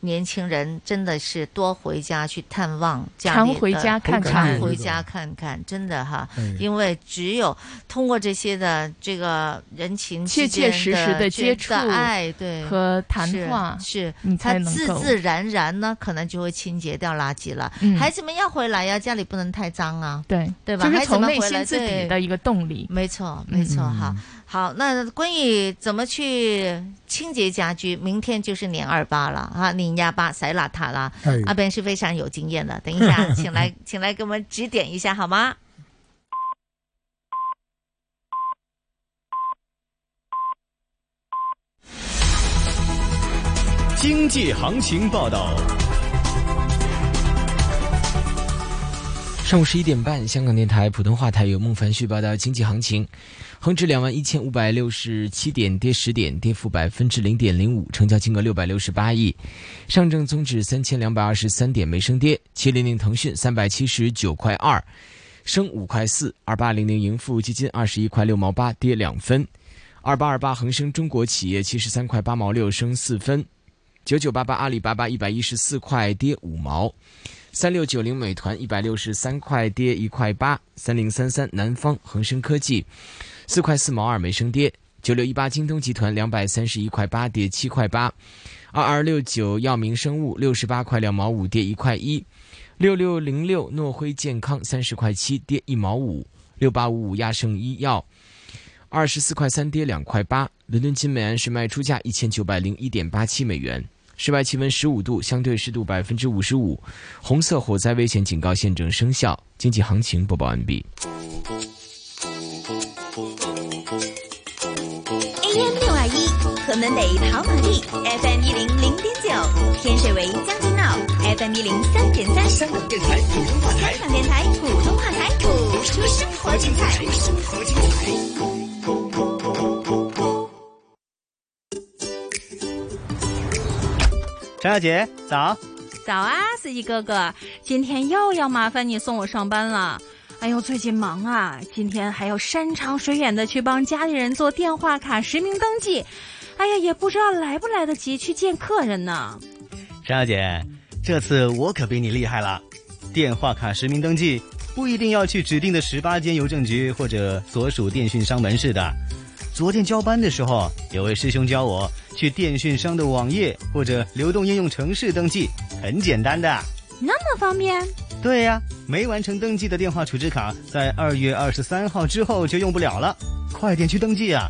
B: 年轻人真的是多回家去探望家里的，
C: 常回家看看
B: 常回家看看，真的哈
C: 嗯，
B: 因为只有通过这些的这个人情之
C: 切切
B: 间
C: 实实
B: 的
C: 的接触、
B: 爱对
C: 和谈话，
B: 是
C: 你
B: 他
C: 才能
B: 自
C: 够
B: 自然然呢，可能就会清洁掉垃圾了。
C: 嗯
B: 孩子们要回来呀，家里不能太脏啊，
C: 对
B: 对吧？
C: 就是
B: 孩子
C: 从
B: 们
C: 内
B: 回来
C: 心自
B: 对
C: 底的一个动力。嗯
B: 没错，没错哈。好，那关于怎么去清洁家居，明天就是年二八了啊，年廿八洗邋遢啦
S: 哎。
B: 阿 Ben 是非常有经验的，等一下，请来， 请来给我们指点一下好吗？
X: 经济行情报道。
I: 上午十一点半，香港电台普通话台有孟凡旭报道经济行情。恒指两万一千五百六十七点，跌十点，跌幅百分之零点零五，成交金额六百六十八亿。上证综指三千两百二十三点，没升跌。七零零腾讯三百七十九块二，升五块四。二八零零盈富基金二十一块六毛八，跌两分。二八二八恒生中国企业七十三块八毛六，升四分。九九八八阿里巴巴一百一十四块，跌五毛。三六九零美团一百六十三块跌一块八，三零三三南方恒生科技四块四毛二没升跌，九六一八京东集团两百三十一块八跌七块八，二二六九药明生物六十八块两毛五跌一块一，六六零六诺辉健康三十块七跌一毛五，六八五五亚盛医药二十四块三跌两块八，伦敦金美安是卖出价一千九百零一点八七美元。室外气温十五度，相对湿度百分之五十五，红色火灾危险警告现正生效。经济行情播报完毕。
S: AM 六二一，河门北跑马地；FM 一零零点九，天水围将军澳；FM 一零三点三，香港电台普通话台。香港电台普通话台，播出生活精彩。生活精彩。
L: 陈小姐，早！
P: 早啊，司机哥哥，今天又要麻烦你送我上班了。哎呦，最近忙啊，今天还要山长水远的去帮家里人做电话卡实名登记。哎呀，也不知道来不来得及去见客人呢。
L: 陈小姐，这次我可比你厉害了。电话卡实名登记不一定要去指定的十八间邮政局或者所属电讯商门市的。昨天交班的时候，有位师兄教我去电讯商的网页或者流动应用程式登记，很简单的。
P: 那么方便？
L: 对呀、没完成登记的电话储值卡，在二月二十三号之后就用不了了，快点去登记啊！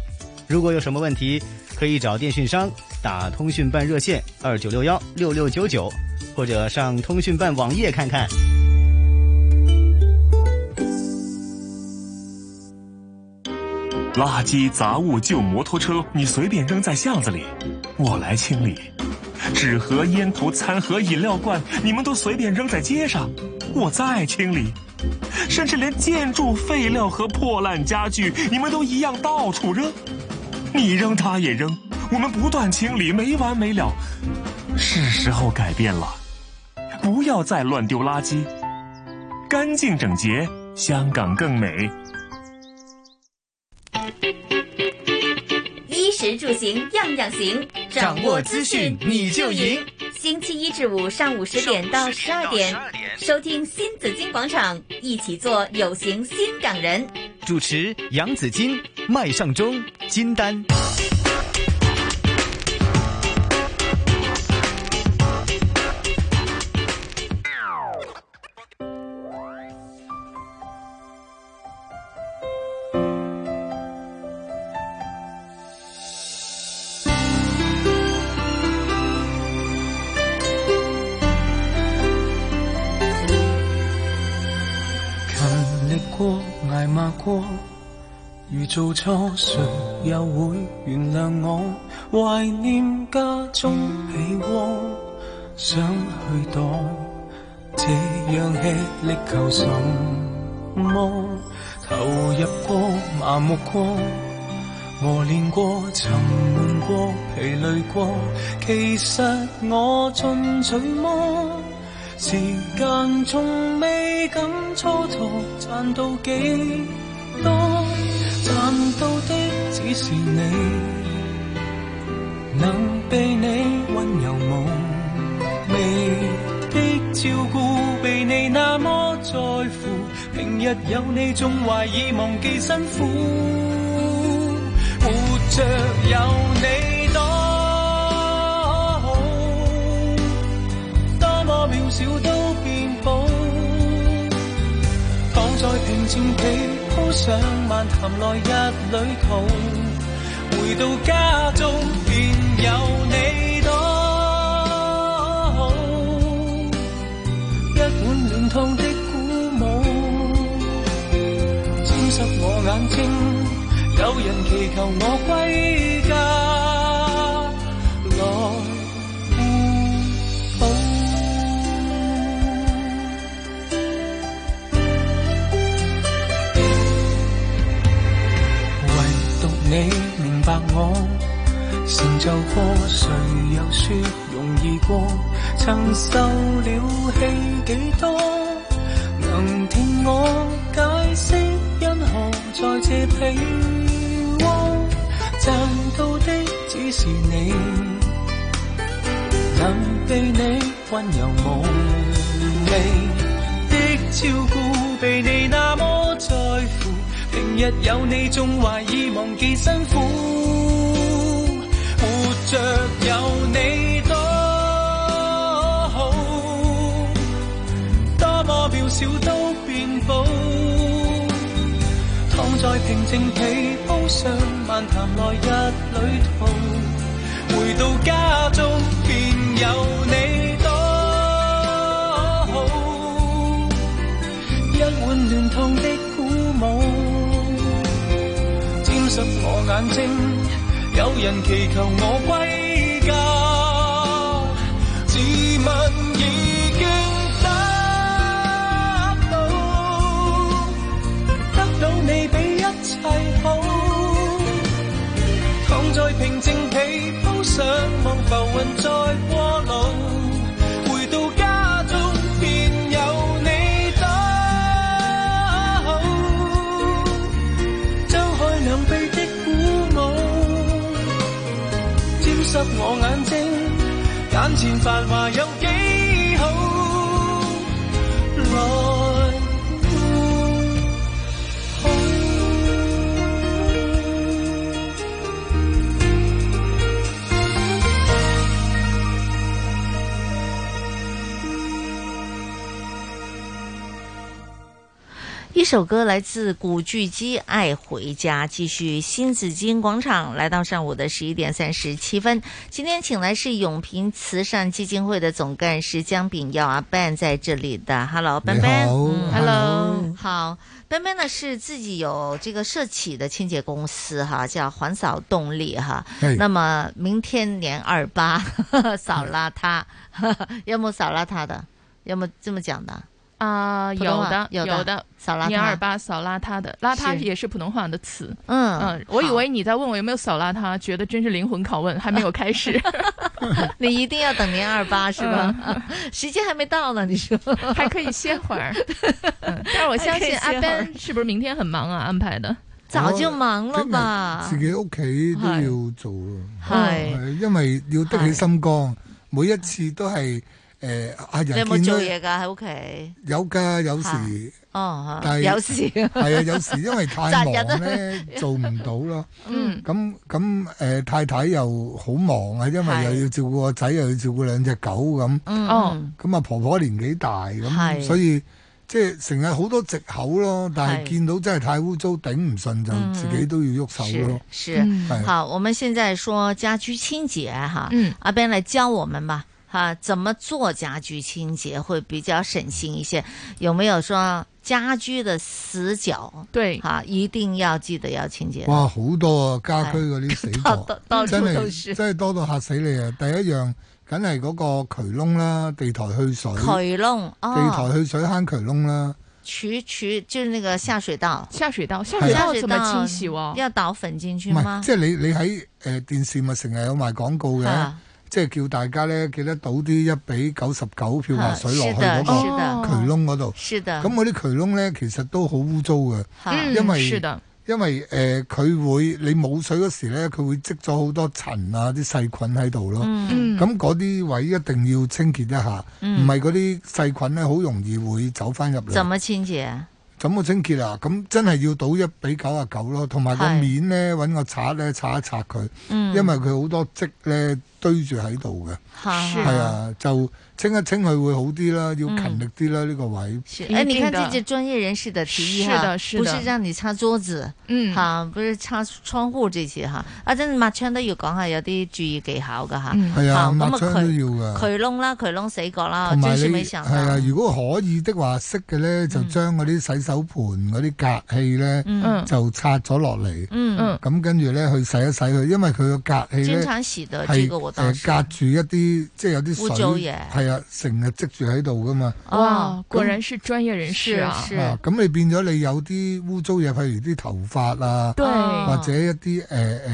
L: 如果有什么问题，可以找电讯商打通讯办热线二九六幺六六九九，或者上通讯办网页看看。
M: 垃圾、杂物、旧摩托车，你随便扔在巷子里，我来清理；纸盒、烟头、餐盒、饮料罐，你们都随便扔在街上，我再清理；甚至连建筑废料和破烂家具，你们都一样到处扔。你扔，他也扔，我们不断清理，没完没了。是时候改变了，不要再乱丢垃圾，干净整洁，香港更美。
S: 衣食住行样样行，
J: 掌握资讯你就赢。
S: 星期一至五上午十点到十二点，收听新紫金广场，一起做有型新港人。
X: 主持杨紫金、麦尚中、金丹。
K: 勤力過，挨罵過，如做錯，誰又會原諒我？懷念家中被窩，想去躲，這樣吃力求什麼？投入過，麻木過，磨練過，沉悶過，疲累過，其實我進取麼？時間從未敢蹉跎，賺到幾多？賺到的只是你，能被你溫柔無微的照顧，被你那麼在乎。平日有你，仲懷疑忘記辛苦，活着有你多好。多麼渺小都變寶。躺在平靜地鋪上漫談來日旅途，回到家中便有你多好。一碗暖湯的鼓舞，沾濕我眼睛。有人祈求我歸家來。你明白我，成就過，誰又說容易過？曾受了氣幾多？能替我解釋因何在這被窩賺到的只是你，能被你温柔無微的照顧，被你那麼在乎。平日有你仲懷疑忘記辛苦，活着有你多好，多麼渺小都變寶。躺在平靜被鋪上，漫談來日旅途，回到家中便有你多好，一碗暖燙的鼓舞。濕我眼睛，有人祈求我歸家，自問已經得到，得到你比一切好。躺在平靜被鋪上，望浮雲在過路，回到家中便有你多好，張開兩臂。濕我眼睛，眼前繁華有幾好？來
B: 一首歌来自古巨基，《爱回家》。继续新紫金广场，来到上午的十一点三十七分。今天请来是永平慈善基金会的总干事江炳耀阿 Ben 在这里的。Hello，Ben
S: 你
B: Ben。
S: 好
B: 嗯
S: Hello
B: 好，Ben Ben 呢是自己有这个社企的清洁公司哈，叫环扫动力哈
S: 嘿。
B: 那么明天年二八 扫邋遢， 有没有扫邋遢的？有没有这么讲的？
C: 啊，
B: 普
C: 有
B: 通话
C: 的
B: 有的
C: 的，
B: 扫邋遢
C: 年二八扫邋遢的，邋遢
B: 是
C: 也是普通话的词。
B: 嗯
C: 我以
B: 好
C: 为你在问我有没有扫邋遢，觉得真是灵魂拷问，还没有开始。
B: 你一定要等年二 八是吧？ 时间还没到呢，你说
C: 嗯还可以歇会儿。 嗯但是我相信阿 Ben 是不是明天很忙啊？安排的
B: 早就忙了吧？
F: 自己屋企都
B: 係
F: 要做咯，
B: 啊係
F: 係因為要得起心肝，每一次都係誒啊
B: 你
F: 人
B: 有冇
F: 見
B: 做
F: 到
B: 嘢㗎喺屋企？
F: 有㗎，有時
B: 嚇。哦，嚇
F: 但係
B: 有事
F: 係啊，有時因為 太
B: 擇日
F: 忙
B: 啊
F: 咧，做唔到咯。
B: 嗯
F: 咁咁誒，太太又好忙啊，因為
B: 係
F: 又要照顧個仔，又要照顧兩隻狗咁。
B: 嗯哦
F: 咁啊，婆婆年紀大咁，
B: 係
F: 所以即係成日好多藉口咯。但
B: 係
F: 係見到真係太污糟，頂唔順
B: 嗯
F: 就自己都要喐手咯。
B: 是
F: 係
B: 好，我们现在说家居清洁哈，
F: 嗯，
B: 阿 Ben 来教我们吧，哈，怎么做家居清洁会比较省心一些？有没有说家居的死角？
C: 对，
B: 哈，一定要记得要清洁。
F: 哇，好多啊！家居嗰啲死角
B: 到到，到處
F: 真
B: 都
F: 係
B: 是
F: 真係多到嚇死你啊！第一樣梗係嗰個渠窿啦，地台去水，
B: 渠窿哦
F: 地台去水坑渠窿啦。
B: 渠渠就是那个下水道，
C: 下水道，下
F: 水道
B: 道
C: 怎么清洗哦
B: 要倒粉进去
F: 唔
B: 吗
F: 係，？即係你你喺誒電視咪成日有賣廣告嘅
B: 嚇，
F: 即係叫大家咧記得倒啲一比九十九漂白水落去
B: 嚇是的
F: 嗰
B: 是的
F: 個渠窿嗰度。
B: 是的
F: 咁嗰啲渠窿咧，其實都好污糟嘅
B: 嚇，嗯
F: 因為
B: 是的
F: 因為誒佢會你冇水嗰時咧，佢會積咗好多塵啊啲細菌喺度咯。
B: 嗯
F: 咁嗰啲位一定要清潔一下，
B: 嗯
F: 唔係嗰啲細菌咧好容易會走翻入嚟。
B: 怎么清洁？
F: 咁我清潔啊，咁真係要倒一比九啊九咯，同埋個
B: 係
F: 面咧揾個刷咧刷一刷佢，
B: 嗯
F: 因為佢好多積咧堆住喺度嘅，
B: 哈
F: 係啊，就清一清佢會好啲啦，要勤力啲啦呢個位。
B: 哎，嗯你看这些专业人士的提议哈，
F: 是的是的
B: 不是让你擦桌子，
C: 嗯，
B: 哈，不是擦窗户這些哈，啊，真係抹窗都要講下有啲注意技巧噶吓，
F: 嗯係啊
B: 好咁
F: 抹窗都要㗎
B: 渠渠窿啦，渠窿死角啦，
F: 同埋
B: 真是
F: 你
B: 沒
F: 係
B: 想
F: 啊，
B: 到，
F: 如果可以的話，識嘅咧就將嗰啲洗手盤嗰啲隔氣咧
B: 嗯
F: 就拆咗落嚟，
B: 嗯嗯
F: 咁跟住咧去洗一洗佢，因為佢個隔氣
B: 經
F: 咧
B: 常洗的
F: 係
B: 這個我我
F: 诶
B: 当时。
F: 隔住一啲即係有啲水
B: 污糟嘢
F: 係啊，成日積住喺度噶嘛。
C: 哇，果然是专业人士啊！
F: 啊咁你變咗你有啲污糟嘢，譬如啲頭髮啊，
C: 對
F: 或者一啲誒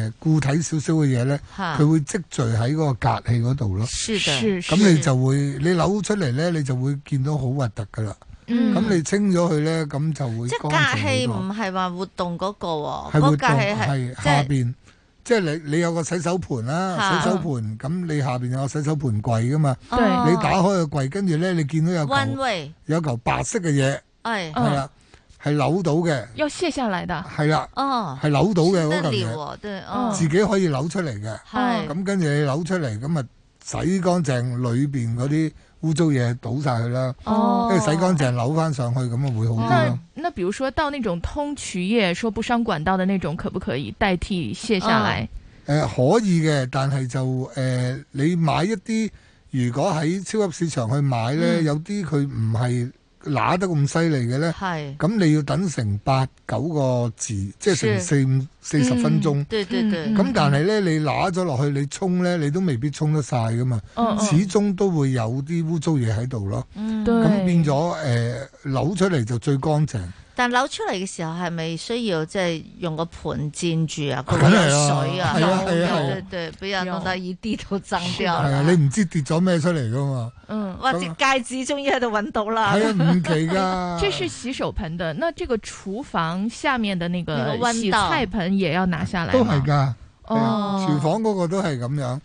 F: 誒固體少少嘅嘢咧，
C: 嚇
F: 佢會積聚喺嗰個隔氣嗰度咯。
B: 是的是
F: 咁
B: 是
F: 你就會你扭出嚟咧，你就會見到好核突噶啦。
B: 嗯
F: 咁你清咗佢咧，咁就會
B: 即係
F: 乾淨
B: 隔氣
F: 好多
B: 唔。係話活動嗰個
F: 係
B: 喎，嗰
F: 活動
B: 個隔氣係
F: 係
B: 即
F: 下
B: 係
F: 邊，即係你你有個洗手盆啦，
B: 嚇哦
F: 洗手盆咁你下邊有個洗手盆櫃噶嘛，
B: 對
F: 你打開個櫃，跟住咧你見到有
B: 彎
F: 嚿
B: 位，
F: 有嚿白色嘅嘢，
B: 哎，
F: 係啦，係扭到嘅，
C: 嗯要卸下來的。
F: 係啦，
B: 哦，
F: 係扭到嘅
B: 那
F: 嗰嚿
B: 裡
F: 嘢，
B: 喎，對，哦，
C: 嗯
F: 自己可以扭出嚟
B: 係
F: 嘅，咁跟住你扭出嚟咁啊。洗乾淨裏邊嗰啲污糟嘢倒晒佢啦，
C: 哦
F: 跟住洗乾淨扭翻上去咁啊會好啲
C: 那
F: 咯。
C: 那比如说到那种通渠液，说不伤管道的那种，可不可以代替卸下来？
F: 誒、呃可以嘅，但係就誒、你買一啲如果喺超級市場去買咧，
B: 嗯
F: 有啲佢唔係揦得咁犀利嘅咧，
B: 係
F: 咁你要等成八九個字，即係成
B: 是嗯
F: 四五四十分鐘。
B: 對對對，
F: 咁但係咧，你揦咗落去，你沖咧，你都未必沖得晒噶嘛，
B: 嗯嗯
F: 始終都會有啲污糟嘢喺度咯。
B: 嗯對
F: 咁變咗誒、扭出嚟就最乾淨。
B: 但扭出嚟嘅時候係咪需要即係用個盤墊住啊？佢
F: 梗係啦
B: 水
F: 係
B: 啊，
F: 啊
B: 有
F: 係啊係
B: 有對
F: 啊
B: 對，俾人弄到一地都髒掉
F: 係啊，
B: 啦。
F: 你唔知跌咗咩出嚟噶嘛？
C: 嗯，
B: 哇！隻戒指終於喺度揾到啦。
C: 哎
F: 係啊，唔奇㗎。
C: 这是洗手盆的，那这个厨房下面的那
F: 那
C: 个
F: 个弯
C: 洗
F: 道
C: 菜盆也要拿下来
F: 都
C: 吗
F: 係㗎，係啊
C: 哦
F: 廚房嗰個都係咁樣，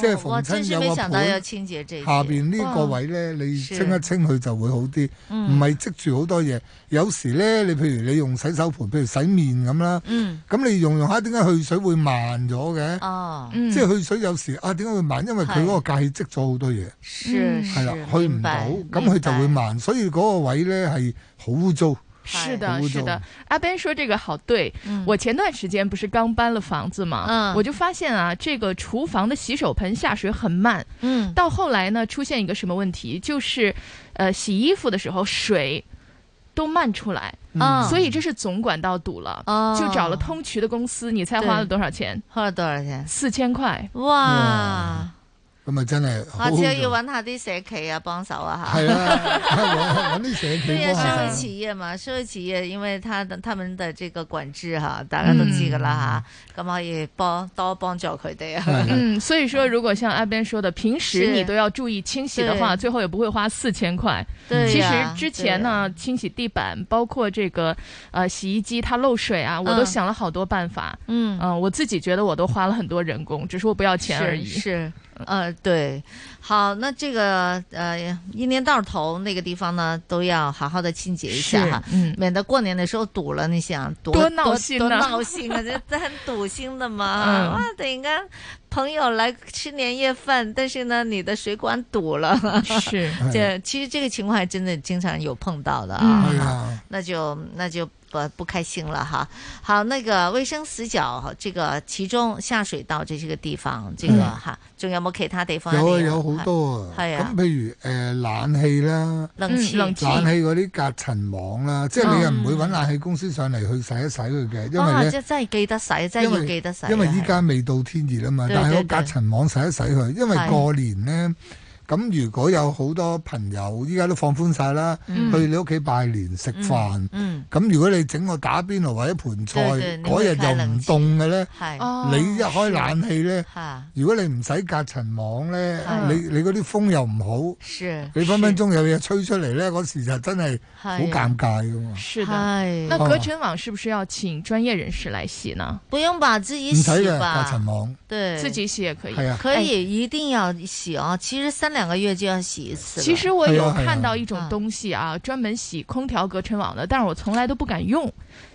F: 即係
B: 哦哇
F: 逢
B: 真
F: 親
B: 是
F: 有
B: 沒
F: 個
B: 想到要
F: 盤，
B: 清潔這一
F: 下
B: 節
F: 邊呢個
B: 哇
F: 位咧，你
B: 是
F: 清一清佢就會好啲，
B: 嗯
F: 唔係積住好多嘢。有時咧，你譬如你用洗手盆，譬如洗面咁啦，
B: 嗯
F: 咁你用用下，點解去水會慢咗嘅？
B: 哦，
F: 嗯
C: 嗯
F: 即係去水有時啊，點解會慢？因為佢嗰個界積咗好多嘢，
C: 嗯
B: 是
F: 係啦
B: 是，
F: 去
B: 明
F: 唔到
B: 白，
F: 咁佢就會慢，所以嗰個位咧係好污糟。
C: 是的
F: 好，污
C: 是
F: 糟
C: 的，阿 Ben 说这个好对。我前段时间不是刚搬了房子嘛，
B: 嗯
C: 我就发现啊，这个厨房的洗手盆下水很慢。
B: 嗯，
C: 到后来呢，出现一个什么问题，就是呃，洗衣服的时候水。都漫出来，
B: 嗯
C: 所以这是总管道堵了，
B: 哦
C: 就找了通渠的公司。你猜花了多少钱？
B: 花了多少钱？
C: 四千块。
B: 哇！
F: 咁啊真係好
B: 下
F: 污
B: 次
F: 糟，
B: 要揾下啲社企啊幫手啊嚇。
F: 係啊，揾啲社
B: 对
F: 企
B: 呀，
F: 幫
B: 社
F: 下
B: 会
F: 手。嗯
B: 企业嘛，社会企业，因为他的他们的这个管制哈，大家都知噶啦
F: 嗯
B: 吓，咁、可以帮多帮助佢哋啊。
C: 嗯，所以说，如果像阿边说的，平时
B: 是
C: 你都要注意清洗的话，
B: 对
C: 最后也不会花四千块。
B: 对
C: 其实
B: 呀
C: 之前呢，清洗地板，包括这个呃洗衣机它漏水啊，我都
B: 嗯
C: 想了好多办法。呃
B: 嗯
C: 我自己觉得我都花了很多人工，只是我不要钱而已。
B: 是是，呃，对，好，那这个呃，一年到头那个地方呢，都要好好的清洁一下
C: 是
B: 哈，
C: 嗯
B: 免得过年的时候堵了，你想多
C: 多闹心
B: 多
C: 呐
B: 闹心啊，这这很堵心的嘛。
C: 嗯
B: 哇，等一下朋友来吃年夜饭，但是呢，你的水管堵了，
C: 是
B: 这其实这个情况还真的经常有碰到的
F: 哎嗯哎
B: 啊
F: 呀。
B: 那就那就不不开心了哈。好，那个卫生死角这个其中下水道这些个地方，这个
F: 嗯
B: 哈，仲有冇其他地方
F: 有啊，
B: 你
F: 有好多啊。
B: 係啊
F: 咁譬如誒、呃冷氣啦，
B: 冷氣嗯冷
F: 冷
B: 氣
F: 氣嗰啲隔塵網啦，即係你又
B: 嗯
F: 唔會揾冷氣公司上嚟去洗一洗佢嘅，因
B: 哇
F: 為
B: 真
F: 咧。
B: 真係記得洗，真
F: 因
B: 係要
F: 為
B: 記得洗啊。
F: 因為依
B: 係
F: 家未到天熱啊嘛，
B: 對
F: 但係
B: 對
F: 我隔塵網洗一洗佢，因為
B: 係
F: 過年呢，咁如果有好多朋友依家都放寬晒啦，
B: 嗯
F: 去你屋企拜年食飯，
B: 嗯
F: 咁如果你整個打邊爐或者盤菜
B: 對對你
F: 嗰
B: 會
F: 日
B: 開
F: 又唔
B: 冷
F: 凍嘅呢，
B: 係
F: 你
B: 哦
F: 一開冷氣呢，
B: 嚇
F: 如果你唔使隔塵網咧
B: 係，
F: 你你嗰啲風又唔好，
B: 是
F: 你分分鐘有嘢吹出嚟咧，嗰時就真係好
C: 係啊
F: 尷尬噶嘛。
C: 是的，
B: 哎
C: 那隔尘網是不是要請專業人士來洗呢？
B: 不用吧，自己
F: 唔使
B: 洗
F: 嘅
B: 吧。
F: 隔塵網，
B: 对，
C: 自己洗也可以
F: 係啊
B: 可以一定要洗啊！其實三兩個月就要洗一次了。嗯
C: 其實我有看到一种东西啊，专门洗空调隔尘网的，但是我从来都不敢用，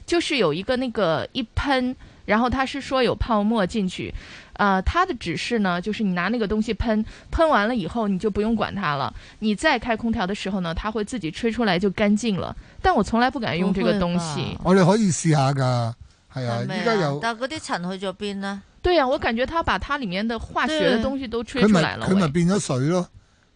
C: 就是有一个那个一喷，然后它是说有泡沫进去，呃，它的指示呢，就是你拿那个东西喷，喷完了以后你就不用管它了，你再开空调的时候呢，它会自己吹出来就干净了，但我从来不敢用这个东西。
F: 我哦哋可以試下㗎，係啊，
B: 係咪
F: 依家
B: 啊
F: 有？
B: 哦但嗰啲塵去咗邊呢？
C: 对呀、我感觉它把它里面的化学的
B: 对
C: 东西都吹
F: 佢
C: 出
F: 咪
C: 来了。
F: 佢咪
C: 喂
F: 變咗水咯，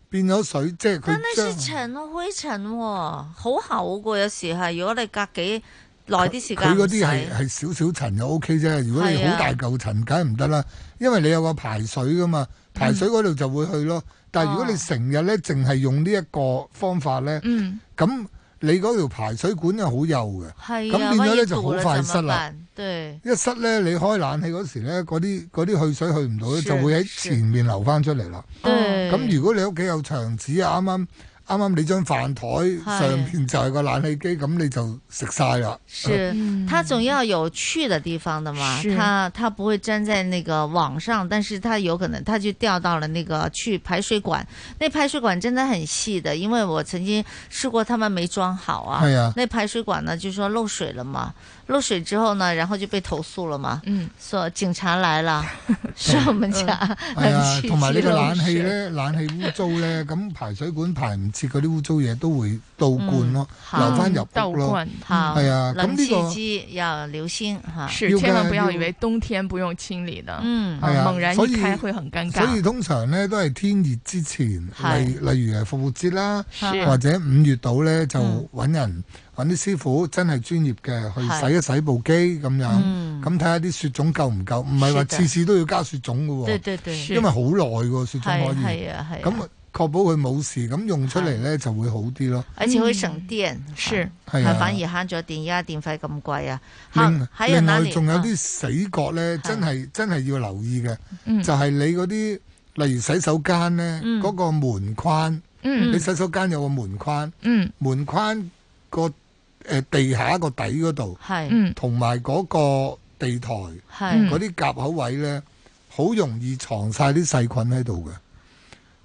F: 變咗水即係佢
B: 但係
F: 將
B: 是塵灰塵喎，好厚噶，有時係如果你隔幾耐啲時間
F: 佢
B: 唔
F: 嗰
B: 使
F: 啲係係少少塵就 O K 啫，如果你
B: 係啊
F: 好大嚿塵，梗係唔得啦，因為你有個排水噶
B: 嗯
F: 嘛，排水嗰度就會去咯。但係如果
B: 哦
F: 你成日咧，淨係用呢一個方法咧，
C: 嗯
F: 咁你嗰條排水管係好幼嘅，
B: 係
F: 咁
B: 啊，
F: 變咗
B: 萬一
F: 咧就
B: 堵
F: 好
B: 了
F: 快
B: 怎麼
F: 塞啦。
B: 辦。對，
F: 一塞咧，你開冷氣嗰時咧，嗰啲嗰啲去水去唔到咧，
B: 是
F: 就會喺前面流翻出嚟啦。
B: 對
F: 咁如果你屋企有牆紙啊，啱啱啱啱你張飯台
B: 係
F: 上面就係個冷氣機，咁你就食晒啦。
B: 是，它总要有去的地方的嘛
F: 是，
B: 它它不会粘在那个网上，但是它有可能它就掉到了那个去排水管，那排水管真的很细的，因为我曾经试过他们没装好啊，
E: 哎呀
B: 那排水管呢就说漏水了嘛，漏水之后呢，然后就被投诉了嘛，
C: 嗯，
B: 说警察来 了，是我们家
F: 係 啊
B: 冷，氣
F: 同埋你
B: 機
F: 個
B: 漏
F: 冷氣
B: 水
F: 咧，冷氣污糟咧，咁排水管排唔切嗰啲污糟嘢都會倒灌咯，
B: 嗯好
F: 流翻入
C: 嗯倒
F: 屋咯
C: 灌。
B: 好，
F: 係啊，咁
B: 冷
F: 呢
B: 氣
F: 個
B: 機要留心哈，
C: 是，千万不要以为冬天不用清理的，
B: 嗯
C: 啊
F: 係啊
C: 猛然
F: 所
C: 一
F: 以
C: 开会很尴
F: 所以
C: 尬。
F: 通常咧都係天熱之前，
C: 係
F: 例例如係復活節啦
C: 是，
F: 或者五月度咧就
C: 嗯
F: 揾人揾啲師傅真係專業嘅
B: 係
F: 去洗一洗部機咁樣，
B: 嗯
F: 咁睇下啲雪種夠唔夠，唔係話
B: 是的
F: 次次都要加雪種嘅喎。
B: 對對對是
F: 因為好耐喎雪種可
B: 係
F: 以
B: 係啊係啊，
F: 咁確保佢冇事，咁用出嚟咧就會好啲咯。
B: 而且會省電，
C: 是
F: 係啊
B: 反而慳咗電，而家電費咁貴啊。好
F: 另，
B: 還有
F: 另
B: 哪
F: 外
B: 裡？啊
F: 仲有啲死角咧，真係真係要留意嘅，
B: 嗯
F: 就係你嗰啲例如洗手間咧，
B: 嗯
F: 嗰個門框，
B: 嗯
F: 你洗手間有個門框，
C: 嗯
F: 門框個誒地下個底嗰度，
B: 係嗯
F: 同埋嗰個地台，
B: 係嗯
F: 嗰啲夾口位咧，好容易藏晒啲細菌喺度嘅，
B: 哦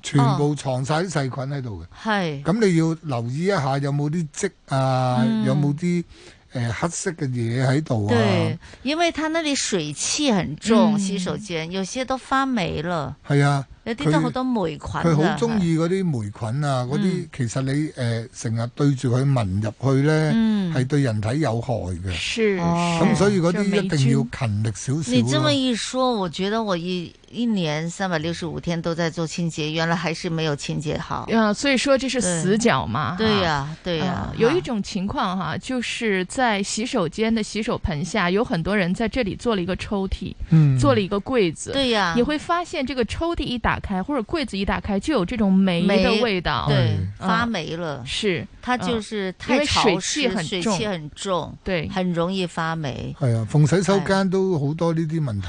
F: 全部藏晒啲細菌喺度嘅。
B: 係
F: 咁你要留意一下有冇啲積啊，
B: 嗯
F: 有冇啲誒黑色嘅嘢喺度啊？
B: 對，因為它那裡水氣很重，
F: 嗯
B: 洗手間有些都發霉了，
F: 係啊，
B: 有啲都好多霉菌啊
F: 佢好
B: 㗎嗯
F: 中意啊嗰啲霉菌啊，嗰啲、其實你誒成日對住佢聞入去咧，
B: 嗯
F: 係、對人體有害嘅。
C: 是
B: 哦
F: 咁所以嗰
B: 就
F: 啲
B: 霉
F: 一定要勤力少啊少咯。
B: 你這麼一說，我覺得我一一年三百六十五天都在做清潔，原來还是没有清潔好。
C: 啊，所以说这是死角嘛。
B: 对
C: 啊
B: 呀对呀
C: 啊有一种情况哈，就是在洗手间的洗手盆下，有很多人在这里做了一个抽屉，
Y: 嗯
C: 做了一个柜子。
B: 对呀
C: 你会发现这个抽屉一打开或者柜子一打开，就有这种霉的
B: 霉
C: 味道，
F: 哎
B: 对
C: 嗯，
B: 发霉了。
C: 是，
B: 它就
C: 嗯
B: 是
C: 因
B: 太
C: 为
B: 潮
C: 水
B: 湿
C: 气，很
B: 水
C: 重
B: 气很重，
C: 对，
B: 很容易发霉。
C: 哎
B: 哎
F: 係啊，逢洗手間都好多呢啲問題。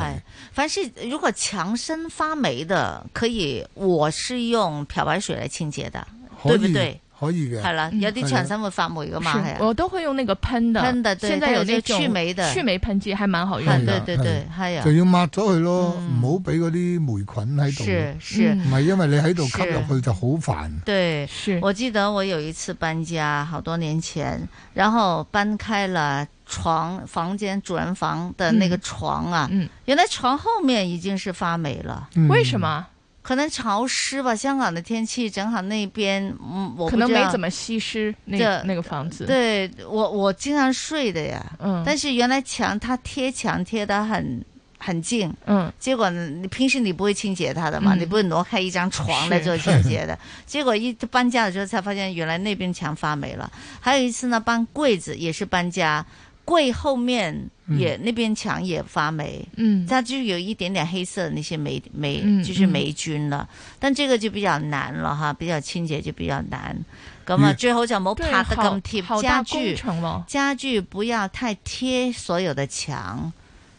B: 凡是如果强身发霉的，可以，我是用漂白水来清洁的，
F: 可以
B: 对不对？
F: 可以嘅。嗯
B: 系啦，有啲全身会发霉噶嘛，
C: 是
B: 系啊，
C: 我都会用那个喷的，
B: 喷的对
C: 现在
B: 它有
C: 有那
B: 些
C: 种
B: 去霉的嗯
C: 去霉喷剂还蛮好用
F: 係
C: 的
F: 啦，
B: 對對對係
F: 哎
B: 啊
F: 就要抹咗佢咯，唔好俾嗰啲霉菌喺度。
B: 嗯是是
F: 唔係因為你喺度吸
B: 是
F: 入去就好煩。
B: 对，我记得我有一次搬家，好多年前，然后搬开了床房间主人房的那个床啊，原来床后面已经是发霉了，
C: 嗯为什么？
B: 可能潮湿吧，香港的天气正好那边，嗯，我不
C: 可能
B: 知道
C: 没怎么吸湿那
B: 这
C: 那个房子。
B: 对我我经常睡的呀，
C: 嗯
B: 但是原来墙它贴墙贴的很很近，
C: 嗯，
B: 结果呢你平时你不会清洁它的嘛，
C: 嗯
B: 你不会挪开一张床来做清洁 的，结果一搬家的时候才发现原来那边墙发霉了，还有一次呢搬柜子也是搬家。柜后面也、那边墙也发霉，
C: 嗯，
B: 它就有一点点黑色的那些霉霉，
C: 嗯
B: 就是
C: 嗯
B: 霉菌了。但这个就比较难了哈，比较清洁就比较难。咁啊，
C: 嗯
B: 最好就冇
C: 對
B: 拍得
C: 好
B: 咁貼
C: 好
B: 家
C: 大
B: 具
C: 工程
F: 哦
C: 咯，
B: 家具不要太贴所有的墙。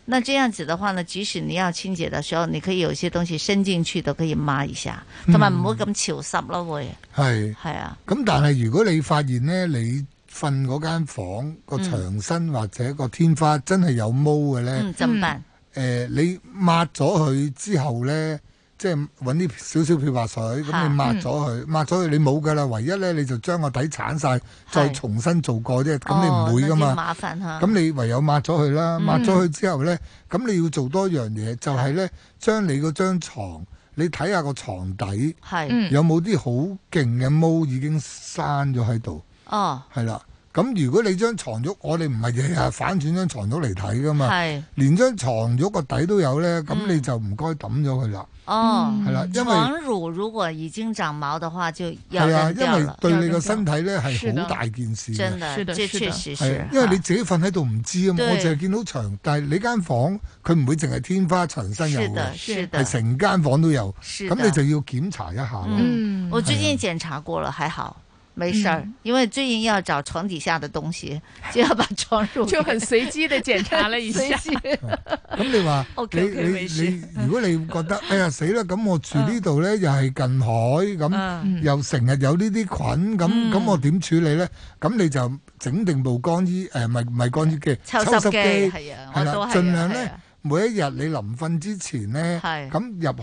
B: 那这样子的话呢，即使你要清洁的时候，你可以有些东西伸进去都可以抹一下，
F: 嗯
B: 同埋唔好咁潮濕咯會。
F: 係
B: 係啊，
F: 咁但係如果你發現呢，你瞓嗰間房個牆身或者個天花真係有毛嘅呢，
B: 嗯，怎麼辦？
F: 誒、你抹咗佢之後咧，即係揾啲少少漂白水，咁
B: 嚇嗯
F: 你抹咗佢，抹咗佢你冇㗎啦。唯一咧你就將個底鏟晒，再重新做過啫。嗯咁你唔會㗎
B: 哦那就
F: 嘛
B: 麻。煩嚇。
F: 咁你唯有抹咗佢啦，
B: 嗯
F: 抹咗佢之後咧，咁你要做多樣嘢，就係咧將你嗰張床，你睇下個床底
B: 係嗯
F: 有冇啲好勁嘅毛已經生咗喺度，
B: 哦，
F: 係啦。咁如果你張床褥，我哋唔係日日反轉張床褥嚟睇噶嘛，
B: 係
F: 連張床褥個底都有咧，咁你就唔該抌咗佢啦。
B: 哦，
F: 嗯係啦，因為
B: 床褥如果已经长毛的话，就要
F: 係啊，
B: 扔
F: 因
B: 掉
F: 為
B: 了。
F: 對你個身體咧
B: 是
F: 係
B: 的
F: 好大件事嘅。
B: 真的，这确实
F: 係
B: 是
F: 啊，因為你自己瞓喺度唔知啊嘛，
B: 對
F: 我淨係見到牆，但係你間房佢唔會淨係天花牆身有
B: 是的是
F: 嘅，
B: 的
F: 係成間房都有。
B: 是
F: 咁
B: 的
F: 你就要檢查一下咯。
B: 嗯，我最
F: 係啊
B: 近检查过了，还好。没事儿
F: 嗯，
B: 因为最近要找床底下的东 西，就要把床褥
C: 就很随机地检查了一下
B: 随机
F: 咁你話你
B: OK，OK，
F: 你
B: 沒事
F: 你，如果你覺 得哎呀死啦，咁我住呢度咧又係近海，
B: 嗯
F: 咁又成日有呢啲菌，咁咁我點處理咧？咁你就整定部乾衣誒，唔係唔係乾衣機，
B: 抽濕
F: 濕
B: 機
F: 機
B: 係啊
F: 係
B: 我都係
F: 啦
B: 啊，
F: 盡量咧
B: 係啊。
F: 每一日你臨瞓之前咧，
B: 係
F: 咁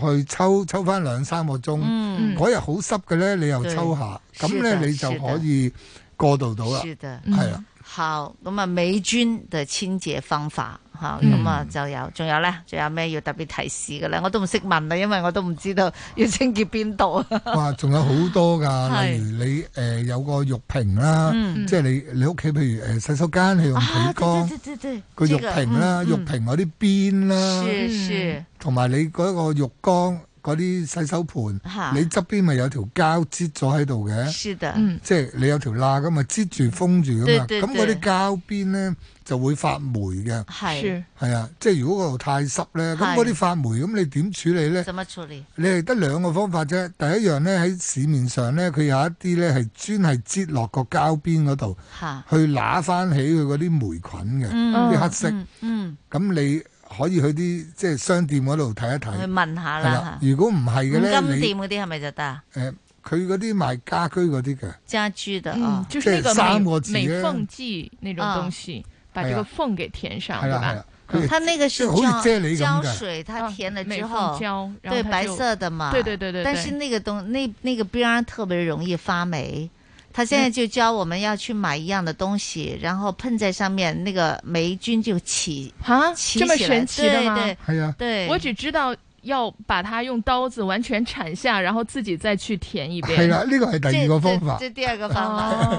F: 入去抽抽翻兩三個鐘，
B: 嗯
F: 嗰日好濕嘅咧，你又
B: 對
F: 抽下，
B: 是
F: 咁咧
B: 的
F: 你
B: 是
F: 就
B: 的
F: 可以過渡到啦。
B: 是的，
F: 係啦。
B: 好，咁啊，美專嘅清潔方法吓，
F: 嗯
B: 咁啊就有，仲有咧，仲有咩要特別提示嘅咧？我都唔識問啦，因為我都唔知道要清潔邊度。
F: 哇，仲有好多㗎，
B: 係
F: 例如你誒、呃有個浴瓶啦，
B: 嗯
F: 即係你你屋企譬如誒洗手間係用
B: 啊，
F: 浴缸
B: 對對對
F: 個
B: 對
F: 浴
B: 對，這
F: 瓶啦，
B: 嗯
F: 浴
B: 嗯
F: 瓶嗰啲邊啦，嗯
B: 是是
F: 同埋你嗰個浴缸嗰啲洗手盆
B: 嚇，
F: 你側邊咪有條膠擠咗喺度嘅，
B: 是的嗯
F: 即係你有條罅咁啊，擠住封住㗎嘛，
B: 對對
F: 咁嗰
B: 對
F: 啲膠邊咧就會發霉嘅，
B: 係是
F: 係啊，即係如果嗰度太濕咧，咁
B: 係
F: 嗰啲發霉咁你點處理咧？
B: 怎麼處理？
F: 你係得兩個方法啫。第一樣咧喺市面上咧，佢有一啲咧係專係擠落個膠邊嗰度，
B: 吓，
F: 去揦翻起佢嗰啲霉菌嘅，啲黑色。
B: 嗯嗯，
F: 咁你可以去啲即係商店嗰度睇一
B: 去
F: 睇。
B: 問下
F: 係
B: 啦
F: 啦，。如果唔係嘅咧，
B: 五金
F: 你
B: 店嗰啲係咪就得啊？
F: 誒佢嗰啲賣家居嗰啲嘅，
B: 家居的
C: 嗯
B: 啊，
C: 就是那
F: 即係
C: 个
F: 三
C: 美
F: 個字
C: 美
F: 咧
C: 缝剂那种
B: 嗯
C: 东西，把这
F: 係
C: 个
F: 啊
C: 缝给填上，
F: 係
C: 对
F: 啦係
C: 吧啊
F: 啦？，佢
B: 它那個是
F: 即係好似啫喱咁
B: 胶
F: 嘅。
B: 水，它填了
C: 美
B: 之
C: 缝
B: 后，
C: 胶然
B: 对
C: 后它
B: 白
C: 就
B: 色的嘛，
C: 对对对对
B: 但
C: 对
B: 是那个东那那个边儿特别容易发霉。他现在就教我们要去买一样的东西，然后喷在上面，那个霉菌就起
C: 啊，
B: 起
C: 这么
B: 起来
C: 神奇的吗哦
B: 对对
F: 哎呀
B: 对
C: 我只知道要把它用刀子完全铲下，然后自己再去填 一遍。哦
F: 係啦呢個係第二個方法
B: 这第二个方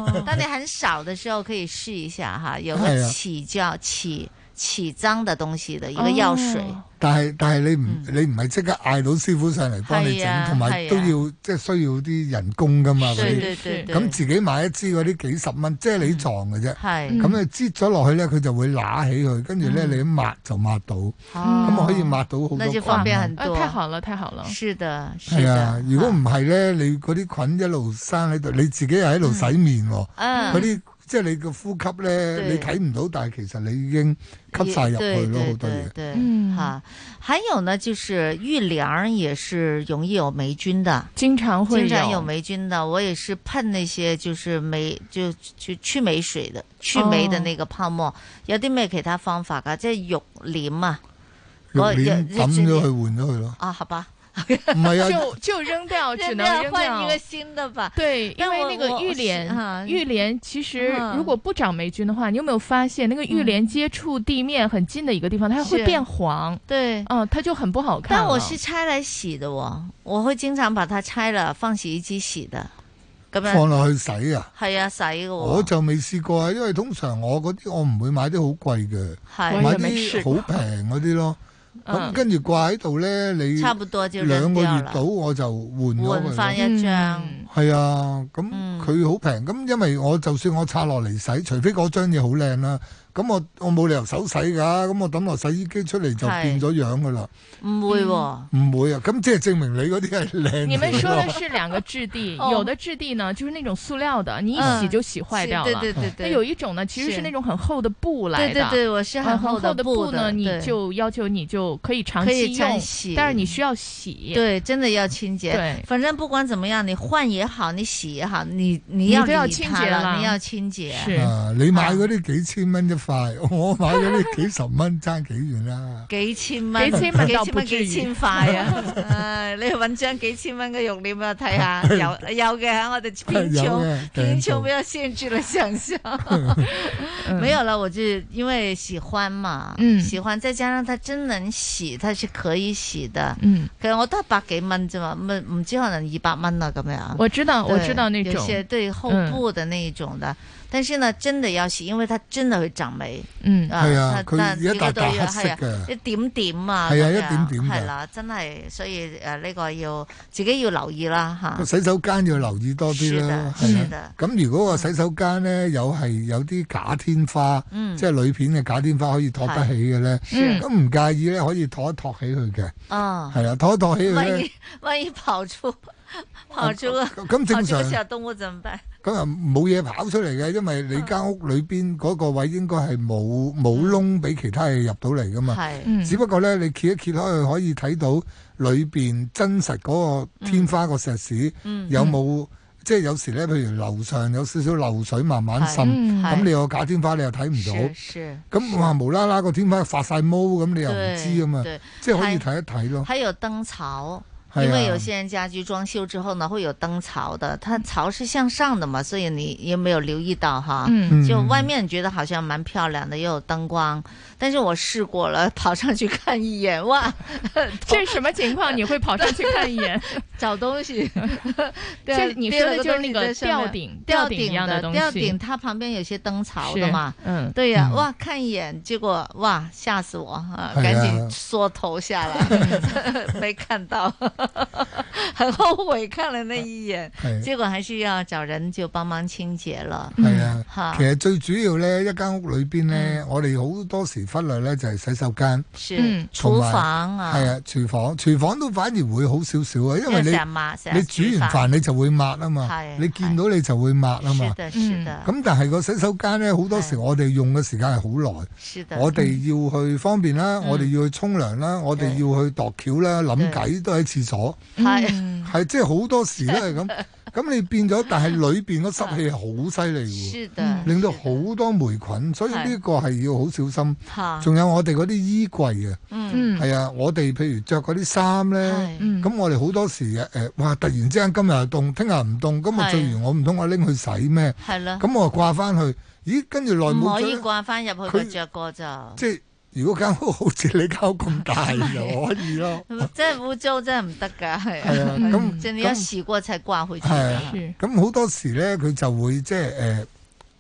B: 法，当你很少的时候可以试一下哈，有
F: 哎
B: 个
F: 呀
B: 起叫起起脏的东西的一个药水，
C: 哦
B: 嗯
F: 但係但係你唔你唔係即刻嗌到師傅上嚟幫你
B: 係啊
F: 整，同埋
B: 係啊
F: 都要即係需要啲人工噶嘛。
B: 對
F: 嗰啲
B: 對對對
F: 咁自己買一支嗰啲幾十蚊啫喱狀嘅啫。
B: 係
F: 咁你擠咗落去咧，佢就會揦起佢，跟住咧
B: 嗯
F: 你一抹就抹到，
B: 哦
F: 咁可以抹到好多
B: 那就
F: 菌。
B: 方便很多。
C: 啊太好了，太好了。
B: 是的，是
F: 係
B: 的。
F: 啊，如果唔係咧，你嗰啲菌一路生喺度，你自己又喺度洗面喎。
B: 嗯
F: 嗰啲即係你個呼吸咧，
B: 對
F: 你睇唔到，但係其實你已經吸晒入去
B: 对
F: 咯，
B: 对
F: 好多
B: 对
F: 嘢。
B: 对，
C: 嗯
B: 哈。还有呢，就是浴帘也是容易有霉菌的，
C: 经常
B: 经
C: 会
B: 常
C: 有
B: 有霉菌的。我也是喷那些就是霉就就去霉水的去霉
F: 哦
B: 的那个泡沫。有啲咩其他方法噶？即系浴簾啊，
F: 肉
B: 我有
F: 鏈抌咗佢換咗佢咯。
B: 啊，好吧。
F: 唔係啊
C: 就就扔掉，只
B: 哎扔
C: 能
B: 掉
C: 扔
B: 换一
C: 掉
B: 个新的吧。
C: 对，因
B: 但
C: 为
B: 我
C: 那个
B: 我是
C: 浴
B: 啊
C: 帘，浴帘其实
B: 嗯
C: 如果不长霉菌的话，你有没有发现那个浴帘接触地面很近的一个地方，它会
B: 是
C: 变黄？
B: 对，
C: 嗯，它就很不好看了。
B: 但我是拆来洗的哦，我会经常把它拆了放洗衣机洗的，咁樣
F: 放落去洗啊！
B: 係啊洗嘅
F: 我
B: 喎。
F: 就未試過啊，因為通常我嗰啲我唔會買啲好貴嘅，買
B: 係我也未試過
F: 啲好平嗰啲咯。咁
B: 嗯
F: 跟住掛喺度咧，你
B: 差不多就
F: 兩個
B: 扔
F: 月
B: 掉啦
F: 到我就換咗
B: 換
F: 佢
B: 翻
F: 咯。
B: 一嗯張，
C: 嗯
F: 係啊，咁佢好平。咁因為我就算我拆落嚟洗，除非嗰張嘢好靚啦，咁我我冇理由手洗㗎。咁我抌落洗衣機出嚟就
B: 係
F: 變咗樣㗎啦。
B: 唔會喎。
F: 唔會啊，咁即係證明你嗰啲係靚嘅咯。
C: 你们说的是两个质地，
B: 哦
C: 有的质地呢就是那种塑料的，你一
B: 嗯
C: 洗就洗坏掉
B: 是
C: 了。
B: 对对对对
C: 那有一种呢，其实
B: 是
C: 是那种很厚的布来的。
B: 对对对我是很
C: 呃
B: 厚
C: 厚
B: 的
C: 的
B: 布的
C: 呢，
B: 对
C: 你就要求你就可以长
B: 可
C: 期
B: 以常
C: 用，
B: 洗
C: 但是你需要洗。
B: 对，真的要清洁。
C: 对
B: 反正不管怎么样，你换也好，你洗也好，你你
C: 你
B: 要
C: 都要
B: 理
C: 清
B: 它
C: 洁
B: 了，
C: 啦
B: 你要清洁。
F: 啊，你買嗰啲幾千蚊一塊， 我買咗呢幾十蚊爭幾遠啦。
B: 幾千蚊，
C: 幾千蚊
B: 幾
C: 倒
B: 千
C: 不
B: 蚊
C: 至於
B: 幾千塊啊！唉，你去揾張幾千蚊嘅肉料俾我睇下，有有嘅喺我哋貧
S: 有
B: 窮
S: 嘅
B: 貧窮不要限制了想象。
C: 嗯
B: 没有了，我就因为喜歡嘛，
S: 嗯
B: 喜歡再加上它真能洗，它是可以洗的。
C: 嗯，
B: 其實我都係百幾蚊啫嘛，唔唔知可能二百蚊啊啦咁樣。
C: 我知道我
B: 對
C: 知道那
B: 有
C: 種
B: 些對後
C: 嗯
B: 部的那一種的，但是呢，真的要洗，因為它真的會長霉。
C: 嗯
F: 係啊
B: 啊
F: 佢
B: 但
F: 一
B: 幾個
F: 笪
B: 都
F: 笪
B: 要
F: 黑色
B: 係啊，
F: 嘅
B: 一點點啊，
F: 係啊
B: 咁
F: 一
B: 樣
F: 點點㗎
B: 係啦，真係，所以誒呢個要自己要留意啦嚇。
F: 啊個洗手間要留意多啲啦，
B: 啊
F: 啊
B: 是
F: 係
B: 的是
F: 啦
B: 的。
F: 咁如果個洗手間咧有係有啲假天花，
B: 嗯
F: 即係裏片嘅假天花可以托得起嘅咧，
B: 是
F: 咁唔介意咧可以托一托起佢嘅，
B: 啊，
F: 係啦，托一托起佢
B: 萬
F: 咧
B: 一，萬一跑出跑出個
F: 咁正
B: 跑出個
F: 常
B: 小動物怎麼辦？
F: 咁啊冇嘢跑出嚟嘅，因
B: 啊
F: 為你間屋裏邊嗰個位應該係冇冇窿俾其他嘢入到嚟噶嘛。
B: 嗯係嗯
F: 只不過咧，你揭一揭開佢可以睇到裏邊真實嗰個天花個石屎
B: 嗯
F: 有冇？即係有時咧，譬如樓上有少少漏水，慢慢滲，
B: 係嗯
F: 咁
B: 係
F: 你有個假天花你又睇唔
B: 是
F: 到，咁哇無啦啦個天花發晒毛，咁你又唔
B: 對
F: 知啊嘛
B: 對，
F: 即係可以
B: 係
F: 睇一睇咯。
B: 還有燈槽。
F: 哎呀
B: 因为有些人家居装修之后呢，会有灯槽的，
F: 嗯
B: 它槽是向上的嘛，所以你也没有留意到哈。
S: 嗯
B: 就外面觉得好像蛮漂亮的，又有灯光，但是我试过了，跑上去看一眼，哇，
C: 这是什么情况？你会跑上去看一眼，
B: 找东 西？对啊
C: 这你
B: 跌
C: 说
B: 了
C: 的就是那
B: 东
C: 个
B: 西在上面
C: 吊顶，
B: 吊
C: 顶一样
B: 的
C: 东
B: 吊
C: 西
B: 顶，。它旁边有些灯槽
C: 是
B: 的嘛。
C: 嗯
B: 对呀、
C: 嗯
B: 哇，看一眼，结果哇，吓死我啊！
F: 哎呀
B: 赶紧缩头下来， 没看到，很后悔看了那一眼
F: 哎，
B: 结果还是要找人就帮忙清洁了。嗯
F: 係啊，
B: 哈
F: 其，實最主要咧，一間屋裏邊咧，我哋好多時忽略咧就係洗手間，
B: 嗯是嗯
F: 同埋
B: 廚房啊
F: 係啊，廚房，廚房都反而會好少少啊，因為
B: 因為成日抹成
F: 你
B: 日
F: 你煮完飯你就會抹啊嘛
B: 係，
F: 你見到你就會抹啊嘛
B: 是，的，是的，
F: 咁但係個洗手間咧，好多時我哋用嘅時間係好
B: 是
F: 耐，
B: 的，
F: 我哋要去方便啦，
B: 嗯
F: 我哋要去沖涼啦，我哋要去度橋啦，諗計都喺廁所，
B: 係
F: 係即係好多時都係咁。 咁你變咗，但係裏邊嗰濕氣係好犀利喎。
B: 是的，
F: 令到好多霉菌，所以呢個係要好小心
B: 嚇。
F: 仲有我哋嗰啲衣櫃啊，
B: 嗯
F: 係啊，我哋譬如着嗰啲衫咧，咁我哋好多時誒、呃哇！突然之間今日又凍，聽日唔凍，咁我
B: 係
F: 着完我唔通我拎去洗咩？
B: 係啦
F: 咁我就掛翻去，咦？跟住耐
B: 唔
F: 冇
B: 可以
F: 着，
B: 掛翻入去佢着過咋，
F: 即係如果間屋好似你間屋咁 大就可以咯。
B: 即係污糟真係唔得哎㗎，係
F: 係啊咁
B: 就你嗯要洗過才掛回去的。
F: 係啊，咁好多時咧，佢就會即係誒、呃、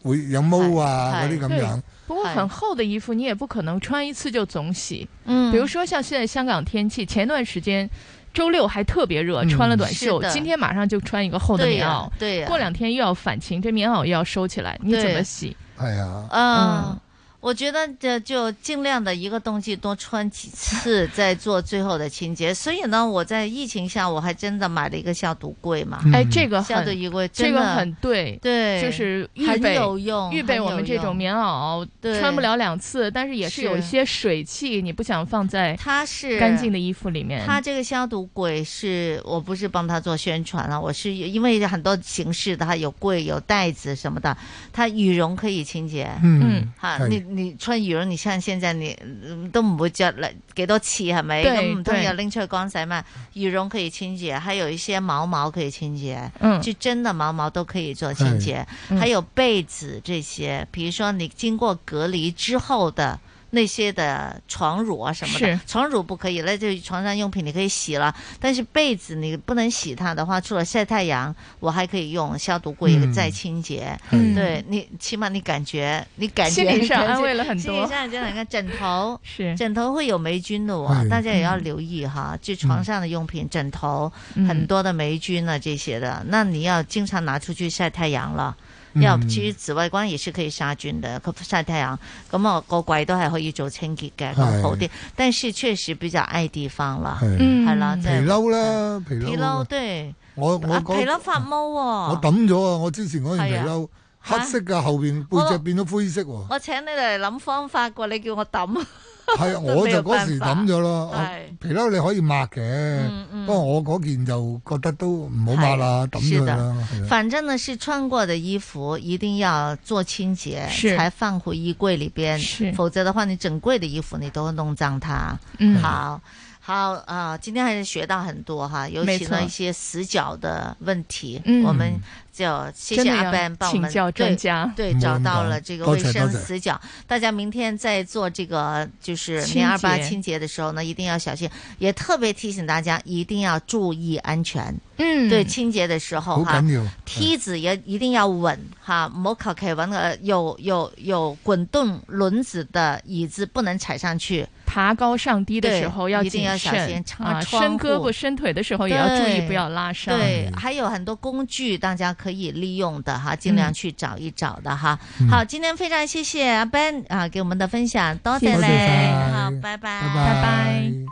F: 會有毛啊嗰啲咁樣
C: 对。不过很厚的衣服，你也不可能穿一次就总洗。
B: 嗯
C: 比如说像现在香港天气，前段时间周六还特别热，
B: 嗯
C: 穿了短袖
B: 是，的
C: 今天马上就穿一个厚的
B: 对
C: 棉
B: 呀
C: 袄，
B: 对呀
C: 过两天又要反晴，这棉袄又要收起来，你
B: 对
C: 怎么洗？
F: 係啊，
B: 嗯，我觉得这就尽量的一个冬季多穿几次，再做最后的清洁。所以呢，我在疫情下，我还真的买了一个消毒柜嘛。
C: 哎，这个
B: 消
C: 很
B: 毒衣柜，
C: 这
B: 真
C: 个
B: 的
C: 很对，
B: 对
C: 就是预
B: 很
C: 备
B: 有用
C: 预备
B: 很
C: 我
B: 有
C: 们这种
B: 用
C: 棉袄，
B: 对
C: 穿不了两次，但是也是有一
B: 是
C: 些水汽，你不想放在
B: 它是
C: 干净的衣服里面，
B: 它这个消毒柜是我不是帮他做宣传了，我是因为很多形式的，它有柜有袋子什么的，它羽绒可以清洁。
S: 嗯嗯
B: 哈，
S: 是
B: 你你穿羽绒，你像现在你嗯都唔会着嚟几多次系咪？
S: 对
B: 咁唔通
S: 对
B: 又拎出去干洗咩？羽绒可以清洁，还有一些毛毛可以清洁，
S: 嗯
B: 就真的毛毛都可以做清洁，
S: 嗯
B: 还有被子这些，比如说你经过隔离之后的。那些的床褥啊什么的
S: 是，
B: 床褥不可以，那就床上用品你可以洗了，但是被子你不能洗它的话，除了晒太阳，我还可以用消毒柜
S: 嗯
B: 再清洁。
S: 嗯
B: 对你，起码你感觉你感觉
C: 心理上
B: 感觉
C: 安慰了很多
B: 心理上就很个枕头
C: 是嗯
B: 枕头会有霉菌的哦
S: 哎，
B: 大家也要留意哈。就床上的用品，枕头
S: 嗯
B: 很多的霉菌啊这些的，那你要经常拿出去晒太阳了。
S: 嗯
B: 要其實紫外光也是可以殺菌的，佢曬太陽咁啊個櫃都係可以做清潔嘅，咁
F: 係
B: 好啲。但是確實比較愛地方啦，
F: 係
B: 係啦，
F: 皮
B: 即係
F: 褸啦，皮褸
B: 皮
F: 啊
B: 褸，對，
F: 我我
B: 啊
F: 嗰
B: 皮褸發毛喎。
F: 我抌咗啊！我之前嗰件皮
B: 係
F: 褸黑色嘅，後邊背脊變咗灰色喎。
B: 我請你嚟諗方法過，你叫我抌。
F: 啊 係啊，我就嗰時抌咗咯。
B: 係嗯
F: 皮褸你可以抹嘅，不過我嗰件就覺得都唔好抹啦，抌
B: 是
F: 咗佢
B: 的
F: 啦。係
C: 嗯
F: 啊，
B: 反正呢是穿过的衣服一定要做清洁，
F: 是
B: 才放回衣柜里边，否则的话你整柜的衣服你都会弄脏它。
C: 嗯
B: 好。好啊、今天还是学到很多哈，尤
C: 没
B: 其呢
C: 错
B: 一些死角的问题，
C: 嗯
B: 我们就谢
C: 真
B: 谢
C: 的
B: 阿
C: 要
B: Ben 帮我
C: 请
B: 们
C: 教专
B: 对
C: 家
B: 对
C: 没
B: 找
C: 问
B: 到
C: 题
B: 了这个
C: 多
B: 卫
C: 谢多
B: 生
C: 谢
B: 死角。大家明天在做这个就是
C: 清
B: 年二八
C: 洁
B: 清洁的时候呢，一定要小心，也特别提醒大家一定要注意安全。
C: 嗯
B: 对，清洁的时候
F: 好
B: 哈
F: 緊要，
B: 梯子也一定要稳哈，唔好求其揾個有有有滾動輪子的椅子不能踩上去。
C: 爬高上低的
B: 对
C: 时候要
B: 一定
C: 谨
B: 要小
C: 慎
B: 心
C: 啊，
B: 啊
C: 伸
B: 窗
C: 胳
B: 户
C: 膊伸腿的时候也要注意
B: 对
C: 不要拉伤。
B: 对，还有很多工具大家可以利用的哈，尽量
C: 嗯
B: 去找一找的哈。
C: 嗯
B: 好，今天非常谢谢阿 Ben 啊给我们的分享，多
C: 谢
B: 谢
C: 谢
B: 嘞，
C: 晒
B: 好，拜拜，
C: 拜拜。